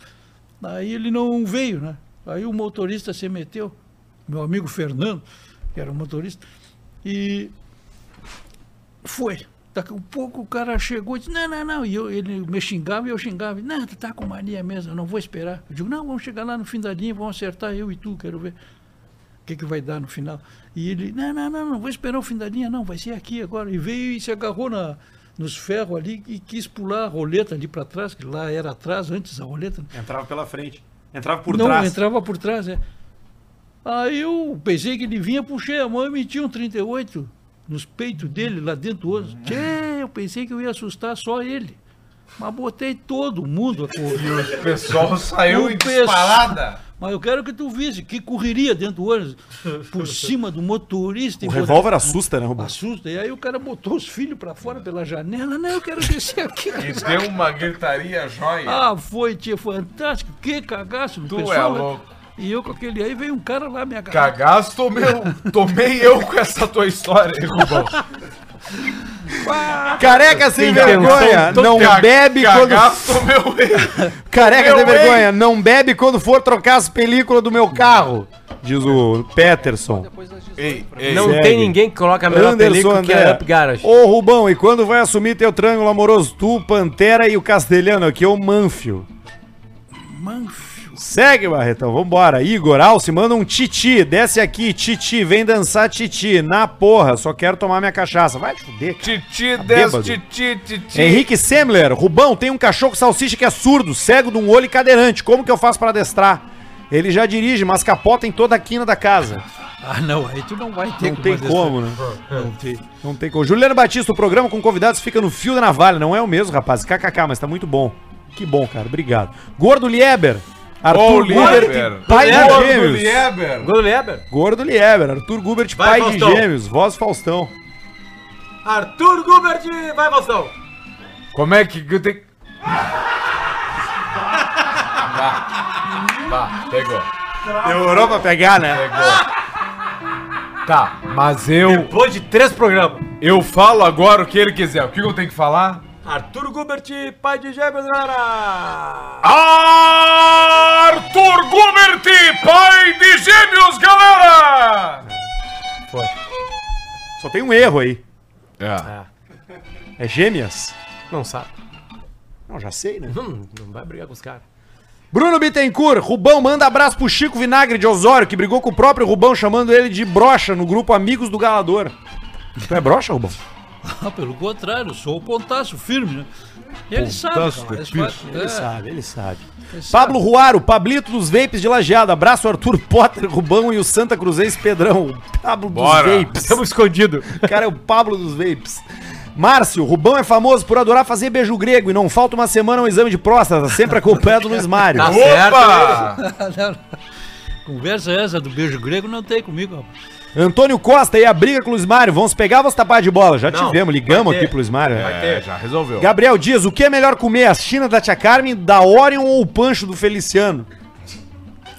J: Aí ele não veio, né? Aí o motorista se meteu, meu amigo Fernando, que era o motorista, e foi. Daqui a um pouco o cara chegou e disse, não, não, não. E eu, ele me xingava e eu xingava. Não, tu tá com mania mesmo, eu não vou esperar. Eu digo, não, vamos chegar lá no fim da linha, vamos acertar eu e tu, quero ver o que, que vai dar no final. E ele, não, não, não, não vou esperar o fim da linha, não, vai ser aqui agora. E veio e se agarrou na, nos ferros ali e quis pular a roleta ali para trás, que lá era atrás, antes a roleta.
I: Entrava pela frente. Entrava por
J: não,
I: trás.
J: entrava por trás, é. Aí eu pensei que ele vinha, puxei a mão e meti um 38 nos peitos dele, lá dentro do
C: É.
J: osso. Tchê, eu pensei que eu ia assustar só ele. Mas botei todo mundo a correr. E o
C: pessoal saiu em disparada.
J: Mas eu quero que tu visse que correria dentro do ônibus, por cima do motorista. e
I: O
J: botar-
I: revólver assusta, né, Rubão?
J: Assusta. E aí o cara botou os filhos pra fora pela janela. Não, eu quero descer aqui.
C: E deu uma gritaria jóia.
J: Ah, foi, tia, fantástico. Que cagaço do
C: Tu
J: pessoal. né?
C: é louco.
J: E eu com aquele aí, veio um cara lá me agarrar.
C: Cagaço, tomei, tomei eu com essa tua história, aí, Rubão.
B: Careca sem
F: um
B: vergonha, não bebe quando. Careca sem vergonha, não bebe quando for trocar as películas do meu carro. Diz o Peterson.
C: Ei,
D: Não tem ninguém que coloca a melhor película que a Up Garage.
B: Ô Rubão, e quando vai assumir teu triângulo amoroso? Tu, Pantera e o Castelhano, aqui é o Manfio.
J: Manfio.
B: Segue, Barretão, vambora. Igor Alce, manda um titi, desce aqui, titi, vem dançar titi. Na porra, só quero tomar minha cachaça. Vai te fuder, cara.
C: Titi,
B: Tá
C: des,
B: bêbado.
C: titi, titi.
B: Henrique Semler, Rubão, tem um cachorro salsicha que é surdo, cego de um olho e cadeirante. Como que eu faço pra adestrar? Ele já dirige, mas capota em toda a quina da casa.
J: Ah, não, aí tu não vai ter
B: Não tem
J: fazer
B: como, né?
J: isso. Não tem.
B: Não tem como. Juliano Batista, o programa com convidados fica no fio da navalha. Não é o mesmo, rapaz. KKK, mas tá muito bom. Que bom, cara. Obrigado. Gordo Lieber. Arthur Gubert, pai de gêmeos.
D: Gordo Lieber.
B: Gordo Lieber. Arthur Gubert,
D: Vai,
B: pai
D: Faustão.
B: de gêmeos. Voz Faustão.
D: Arthur Gubert. Vai, Faustão.
C: Como é que eu tenho. Tá, pegou.
B: Demorou pra pegar, né?
C: Tá, mas eu.
D: Depois de três programas.
C: Eu falo agora o que ele quiser. O que eu tenho que falar?
D: Arthur Gubert, pai de gêmeos, galera.
F: Arthur Gubert, pai de gêmeos, galera!
B: Só tem um erro aí.
C: É.
B: É gêmeas?
D: Não sabe.
B: Não, já sei, né?
D: Hum, não vai brigar com os caras.
B: Bruno Bittencourt, Rubão manda abraço pro Chico Vinagre de Osório, que brigou com o próprio Rubão, chamando ele de brocha no grupo Amigos do Galador. Tu é brocha, Rubão?
J: Ah, pelo contrário, sou o pontaço firme, né? E ele sabe,
B: Pontaço
J: cara,
B: de
J: eles
B: piso.
J: fazem-
B: Ele
J: é,
B: sabe, ele sabe.
J: eles
B: Pablo
J: sabem.
B: Ruaro, Pablito dos Vapes de Lajeado. Abraço Arthur Potter, Rubão e o Santa Cruzense Pedrão. O Pablo
C: Bora.
B: dos Vapes. Estamos escondido. Cara, é o Pablo dos Vapes. Márcio, Rubão é famoso por adorar fazer beijo grego e não falta uma semana um exame de próstata, sempre acompanhado do Luiz Mário.
D: Tá certo, Opa!
C: né?
J: Não, não. Conversa essa do beijo grego não tem comigo, rapaz.
B: Antônio Costa e a briga com o Luiz Mário. Vamos pegar, vamos tapar de bola. Já
D: Não,
B: tivemos, ligamos
D: vai ter.
B: aqui pro Luiz Mário.
D: Vai
B: É.
D: ter.
C: Já resolveu.
B: Gabriel Dias, o que é melhor comer? As China da Tia Carmen, da Orion ou o Pancho do Feliciano?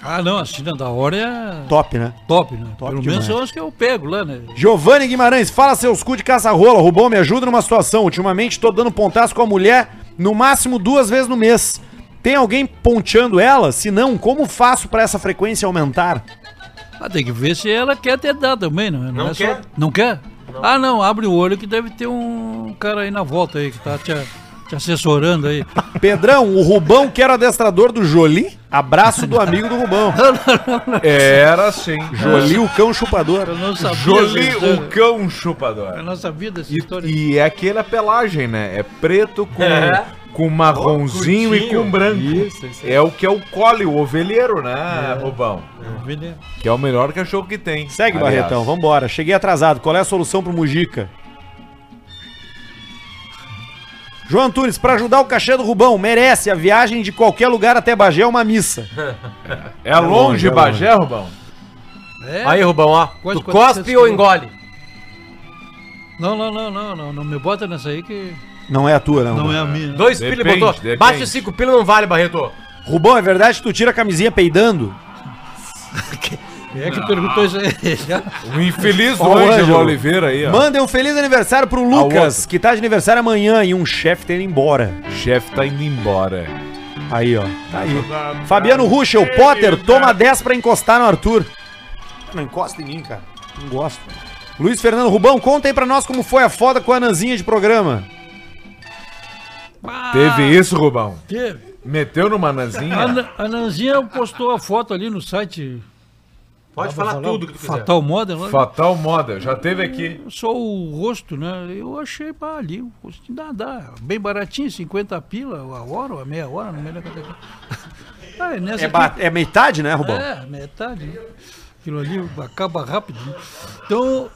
J: Ah, não, a China da hora é
B: Top, né?
J: top, né?
B: Top
J: Pelo menos
B: demais.
J: eu acho que eu pego lá, né?
B: Giovanni Guimarães, fala seus cu de caça-rola. Rubão, me ajuda numa situação. Ultimamente tô dando pontaço com a mulher no máximo duas vezes no mês. Tem alguém ponteando ela? Se não, como faço pra essa frequência aumentar?
J: Ah, tem que ver se ela quer ter dado também, não é? Não,
B: Não
J: é
B: quer?
J: Não quer? Ah, não, abre o olho que deve ter um cara aí na volta aí que tá te, te assessorando aí.
B: Pedrão, o Rubão que era adestrador do Jolie. Abraço do amigo do Rubão.
C: Era sim.
B: Jolie, o cão chupador.
J: É. Eu não sabia. né?
C: Jolie,
J: dessa
C: o
J: história.
C: cão chupador.
J: Eu não sabia dessa história.
C: E, e é aquela pelagem, né? É preto com,
J: É.
C: com marronzinho e
J: Curtinho.
C: com branco.
J: Isso, isso aí.
C: É o que é o cole, o ovelheiro, né, Rubão?
J: Beleza.
C: Que é o melhor cachorro que tem.
B: Segue, Barretão, vambora. Cheguei atrasado. Qual é a solução pro Mujica? João Antunes, pra ajudar o cachê do Rubão, merece. A viagem de qualquer lugar até Bagé é uma missa.
C: É longe, Bagé, Rubão?
J: É.
T: Aí, Rubão, ó.
J: Quase
T: tu cospe
J: 400
T: ou
J: quilômetros.
T: engole?
J: Não, não, não, não, não, não me bota nessa aí que
B: Não é a tua, não.
J: não
B: Rubão.
J: é a minha.
T: Dois
C: Depende,
T: pila botou.
C: depende.
T: Baixa cinco pila não vale, Barreto.
B: Rubão, é verdade que tu tira a camisinha peidando?
J: Quem é que perguntou isso aí?
C: O Um infeliz do
B: Ó, o
C: Ângelo
B: Ângelo.
C: Oliveira aí, ó.
B: Mandem um feliz aniversário pro Lucas, que tá de aniversário amanhã e um chefe tá indo embora.
C: O chefe tá indo embora.
B: Aí, ó. Tá aí. Fabiano Ruschel, Potter, toma 10 pra encostar no Arthur. Não encosta em mim, cara. Não gosto. Luiz Fernando Rubão, conta aí pra nós como foi a foda com a Nanzinha de programa.
C: Teve isso, Rubão?
J: Que?
C: Meteu numa
J: A,
C: nazinha?
J: Nan- a Nanzinha postou a foto ali no site
T: Pode falar tudo que tu quiser.
J: Fatal Model. lá.
C: Fatal Moda, já teve aqui.
J: Só o rosto, né? Eu achei pá, ali, o rosto dá, dá. Bem baratinho, 50 pila, a hora, ou a meia hora, não me lembro quanto é que- Ah, e
B: É,
J: nessa aqui-
B: ba- é metade, né, Rubão?
J: É, metade. né? Aquilo ali acaba rápido. né? Então,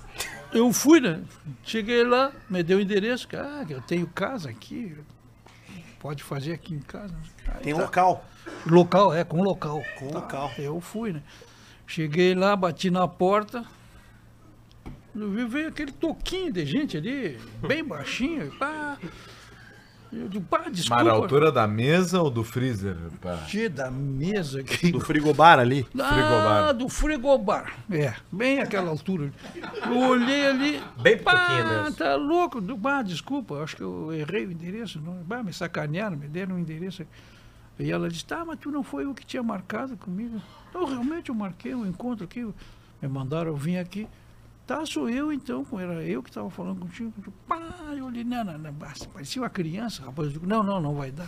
J: eu fui, né? Cheguei lá, me deu o endereço. Ah, eu tenho casa aqui. Pode fazer aqui em casa. Aí
B: Tem
J: tá.
B: local.
J: Local, é, com local. Com
B: local.
J: Eu fui, né? Cheguei lá, bati na porta. Eu vi, veio aquele toquinho de gente ali, bem baixinho. Pá. Eu digo, pá, desculpa.
C: Mas a altura da mesa ou do freezer? Pá?
J: Tchê, da mesa aqui.
B: Do frigobar ali.
J: Ah,
C: Frigobar.
J: do frigobar. É, bem aquela altura. Eu olhei ali.
T: Bem pouquinho
J: Pá,
T: mesmo.
J: tá louco. do- Bah, desculpa, acho que eu errei o endereço. Não. Bah, me sacanearam, me deram o endereço. E ela disse, tá, mas tu não foi eu que tinha marcado comigo. Não, realmente eu marquei um encontro aqui. Me mandaram eu vim aqui. Tá, sou eu então, pô, era eu que estava falando contigo. Eu digo, Pá, eu olhei, não, não, não, bah, você parecia uma criança, rapaz. Eu digo, não, não, não vai dar.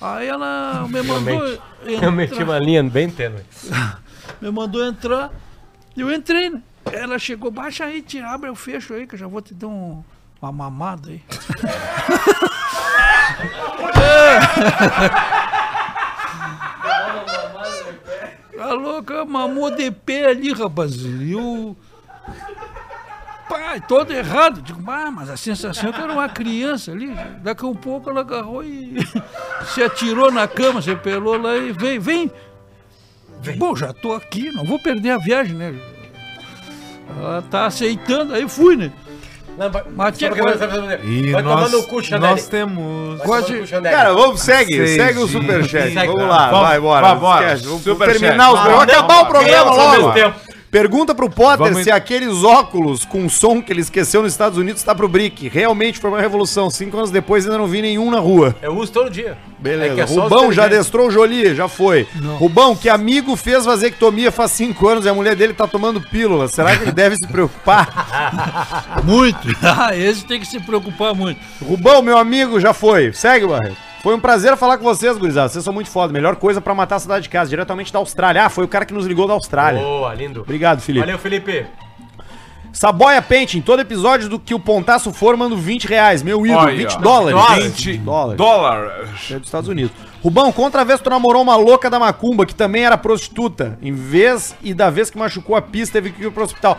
J: Aí ela me mandou.
T: Realmente. Eu meti
J: entrar.
T: uma linha bem tênue.
J: Me mandou entrar. e Eu entrei, né? Ela chegou, baixa aí, tira, abre o fecho aí, que eu já vou te dar um- uma mamada aí. É. Tá louca, mamou de pé ali, rapaz. E eu. Pai, todo errado. Digo, ah, mas a sensação é que era uma criança ali. Daqui a um pouco ela agarrou e se atirou na cama, se pelou lá e vem, vem. Bom, já tô aqui, não vou perder a viagem, né? Ela tá aceitando, aí fui, né?
T: Não, vai-
J: Mas tinha
T: sabe o que- sabe- sabe-
C: E
T: Vai tomar
C: nós,
T: no cu, Chanel.
C: nós temos...
T: Vai tomar no
J: quase-
T: cu, Chanel.
I: Cara, vamos, segue,
C: Seis
I: segue o
C: dias.
I: superchat.
T: Segue,
I: vamos
T: tá.
I: lá,
C: Vamos,
I: vai, bora.
C: vai, bora.
I: esquece, Vamos
C: Superchat.
I: terminar os.
C: Ah,
I: Vamos
C: não,
I: acabar o programa
T: ganhamos ao mesmo
I: logo.
T: tempo.
I: Pergunta pro Potter
C: Vamos-
I: se aqueles óculos com som que ele esqueceu nos Estados Unidos tá pro Brick. Realmente foi uma revolução. Cinco anos depois ainda não vi nenhum na rua.
T: Eu uso todo dia.
I: Beleza.
T: que é só os
I: Rubão já
T: inteligentes.
I: destrou o Jolie, já foi.
J: Não.
I: Rubão, que amigo fez vasectomia faz cinco anos e a mulher dele tá tomando pílula. Será que ele deve se preocupar?
J: Muito! Ah, esse tem que se preocupar muito.
I: Rubão, meu amigo, já foi. Segue, Barreto. Foi um prazer falar com vocês, gurizada. Vocês são muito foda. Melhor coisa pra matar a cidade de casa, diretamente da Austrália. Ah, foi o cara que nos ligou da Austrália.
T: Boa, lindo.
I: Obrigado, Felipe.
T: Valeu, Felipe.
I: Saboia Painting, todo episódio do que o Pontaço for, mando 20 reais. Meu ídolo,
C: Olha aí,
I: 20
C: ó.
I: dólares.
C: 20
I: dólares.
C: Dólar.
I: É dos Estados Unidos. Rubão, contra vez tu namorou uma louca da macumba, que também era prostituta. Em vez e da vez que machucou a pista, teve que ir pro hospital.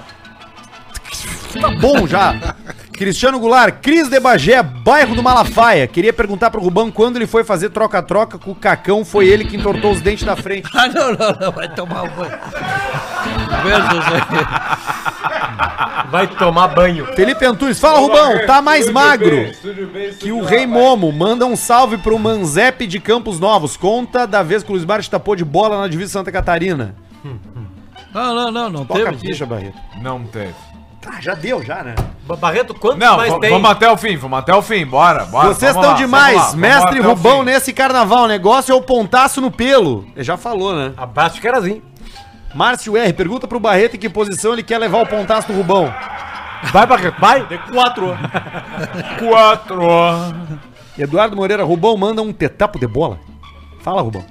I: Tá bom já. Cristiano Goulart, Cris de Bagé, bairro do Malafaia. Queria perguntar pro Rubão quando ele foi fazer troca-troca com o Cacão, foi ele que entortou os dentes da frente.
J: Ah, não, não, não, vai tomar um banho. versos
T: né? Vai tomar banho.
B: Felipe Antunes, fala Rubão, tá mais magro que o Rei Momo. Manda um salve pro Manzep de Campos Novos. Conta da vez que o Luiz Barros tapou de bola na divisa Santa Catarina.
J: Não, não, não, não
B: Toca a
J: teve.
B: ficha, Barreto.
C: Não teve.
B: Tá, já deu, já, né?
T: Ba- Barreto, quanto
C: Não,
T: mais
C: va-
T: tem?
C: vamos até o fim, vamos até o fim, bora, bora.
B: Vocês
C: vamos
B: estão
C: lá,
B: demais.
C: vamos lá, vamos
B: Mestre
C: até o
B: Rubão
C: fim.
B: nesse carnaval. O negócio é o pontaço no pelo. Ele já falou, né?
T: Abraço de carazinho.
B: Márcio R, pergunta pro Barreto em que posição ele quer levar o pontaço do Rubão.
T: Vai, Barreto, vai. De quatro.
C: Quatro.
B: Eduardo Moreira, Rubão manda um tetapo de bola. Fala, Rubão.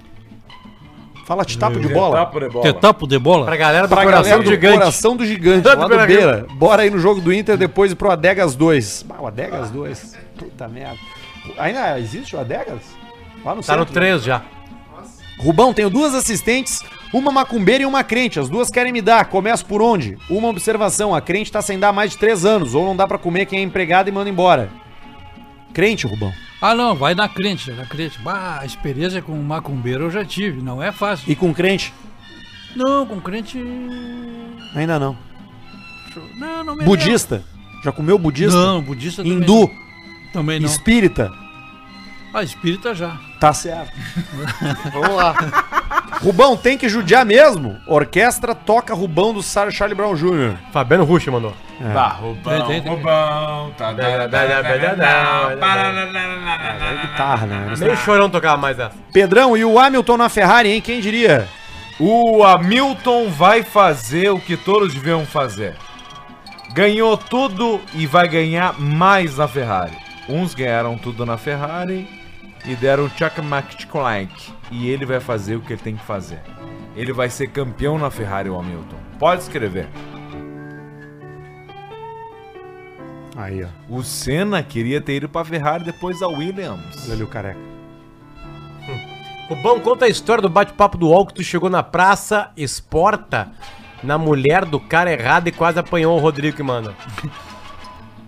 B: Fala tetapo de
C: Hum,
B: bola.
C: Tetapo de bola.
J: Tetapo de bola.
T: Pra galera do
B: Pra
T: coração
B: galera do
T: gigante.
B: Coração do gigante, lá do Beira. Bora aí no jogo do Inter depois pro Adegas 2. Ah, o Adegas 2. Puta merda. Ainda existe o Adegas? Lá no
T: Tá
B: centro.
T: no
B: né?
T: três já.
B: Rubão, tenho duas assistentes, uma macumbeira e uma crente. As duas querem me dar. Começo por onde? Uma observação: a crente tá sem dar há mais de três anos, ou não dá pra comer quem é empregado e manda embora. Crente, Rubão.
J: Ah, não, vai na crente, na crente. Bah, a experiência com o macumbeiro eu já tive, não é fácil.
B: E com crente?
J: Não, com crente.
B: Ainda não.
J: Não, não me
B: Budista? Já comeu budista?
J: Não, budista também
B: Hindu?
J: não. Também não.
B: Espírita?
J: Ah, espírita já.
B: Tá certo. Vamos lá. Rubão, tem que judiar mesmo? Orquestra toca Rubão do Sar Charlie Brown É. Jr.
T: Fabiano Rush mandou.
C: Tá, Rubão,
J: Tem, tem, tem.
C: Rubão. tá, dá, dá, dá, dá, dá, dá,
B: É guitarra, né?
T: Nem chorão tocava mais essa.
B: Pedrão, e o Hamilton na Ferrari, hein? Quem diria?
C: O Hamilton vai fazer o que todos deviam fazer. Ganhou tudo e vai ganhar mais na Ferrari. Uns ganharam tudo na Ferrari e deram tchak clank. E ele vai fazer o que ele tem que fazer. Ele vai ser campeão na Ferrari, o Hamilton. Pode escrever.
B: Aí, ó.
C: O Senna queria ter ido pra Ferrari depois da Williams.
B: Olha ali o careca.
T: Rubão, conta a história do bate-papo do UOL que tu chegou na praça, exporta na mulher do cara errado e quase apanhou o Rodrigo que manda.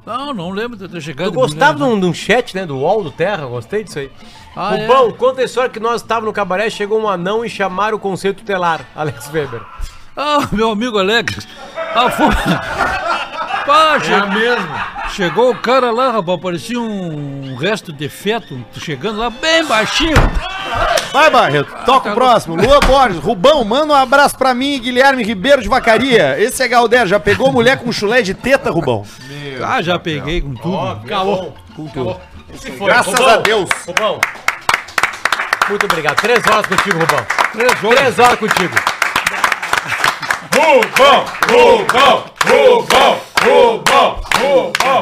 J: Não, não lembro de eu ter chegado.
T: Eu gostava de um, de um chat, né, do UOL do Terra, eu gostei disso aí.
J: Ah,
T: Rubão, conta a história que nós estávamos no cabaré, chegou um anão e chamaram o conceito tutelar, Alex Weber.
J: Ah, meu amigo Alex. Ah, foi.
B: É
J: Pá, che- Chegou o cara lá, rapaz, parecia um resto de feto chegando lá bem baixinho.
B: Vai, Barreto.
J: Tá
B: Toca o próximo. Lua Borges. Rubão, manda um abraço pra mim, Guilherme Ribeiro de Vacaria. Esse é Galdério. Já pegou mulher com chulé de teta, Rubão?
J: Ah, já peguei com tudo.
T: Calou. Calou. Esse foi.
B: Graças a Deus.
T: Rubão. Muito obrigado. Três horas contigo, Rubão.
J: Três horas.
T: Três horas contigo.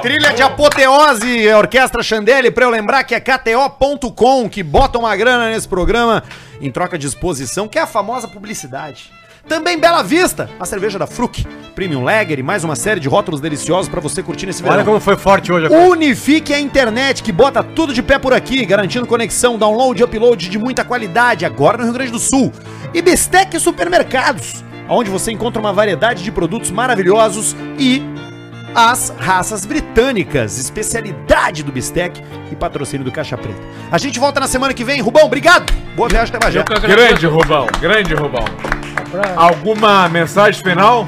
B: Trilha de apoteose, Orquestra Chandelle, pra eu lembrar que é KTO.com que bota uma grana nesse programa em troca de exposição, que é a famosa publicidade. Também Bela Vista, a cerveja da Fruc, Premium Lager e mais uma série de rótulos deliciosos pra você curtir nesse verão.
T: Olha como foi forte hoje a coisa.
B: Unifique a internet que bota tudo de pé por aqui, garantindo conexão, download e upload de muita qualidade, agora no Rio Grande do Sul. E Bistec Supermercados, onde você encontra uma variedade de produtos maravilhosos e as raças britânicas, especialidade do Bistec e patrocínio do Caixa Preta. A gente volta na semana que vem. Rubão, obrigado. Boa viagem, até Bagé.
C: Grande Rubão, grande Rubão. Alguma mensagem final?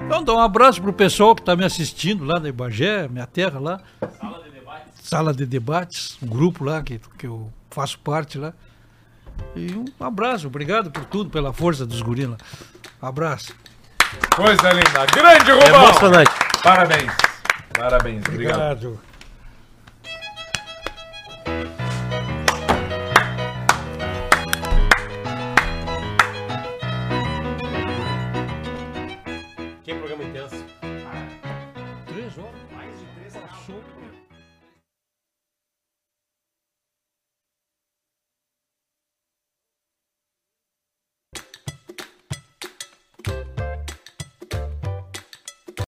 J: Então dá um abraço pro pessoal que tá me assistindo lá da Ibagé, minha terra lá. Sala de debates. um grupo lá que, que eu faço parte lá. E um abraço, obrigado por tudo, pela força dos guris lá. Abraço.
C: Coisa linda. Grande Rubão.
T: Emocionante.
C: Parabéns. Parabéns. Obrigado.
T: Que programa intenso.
J: Três horas.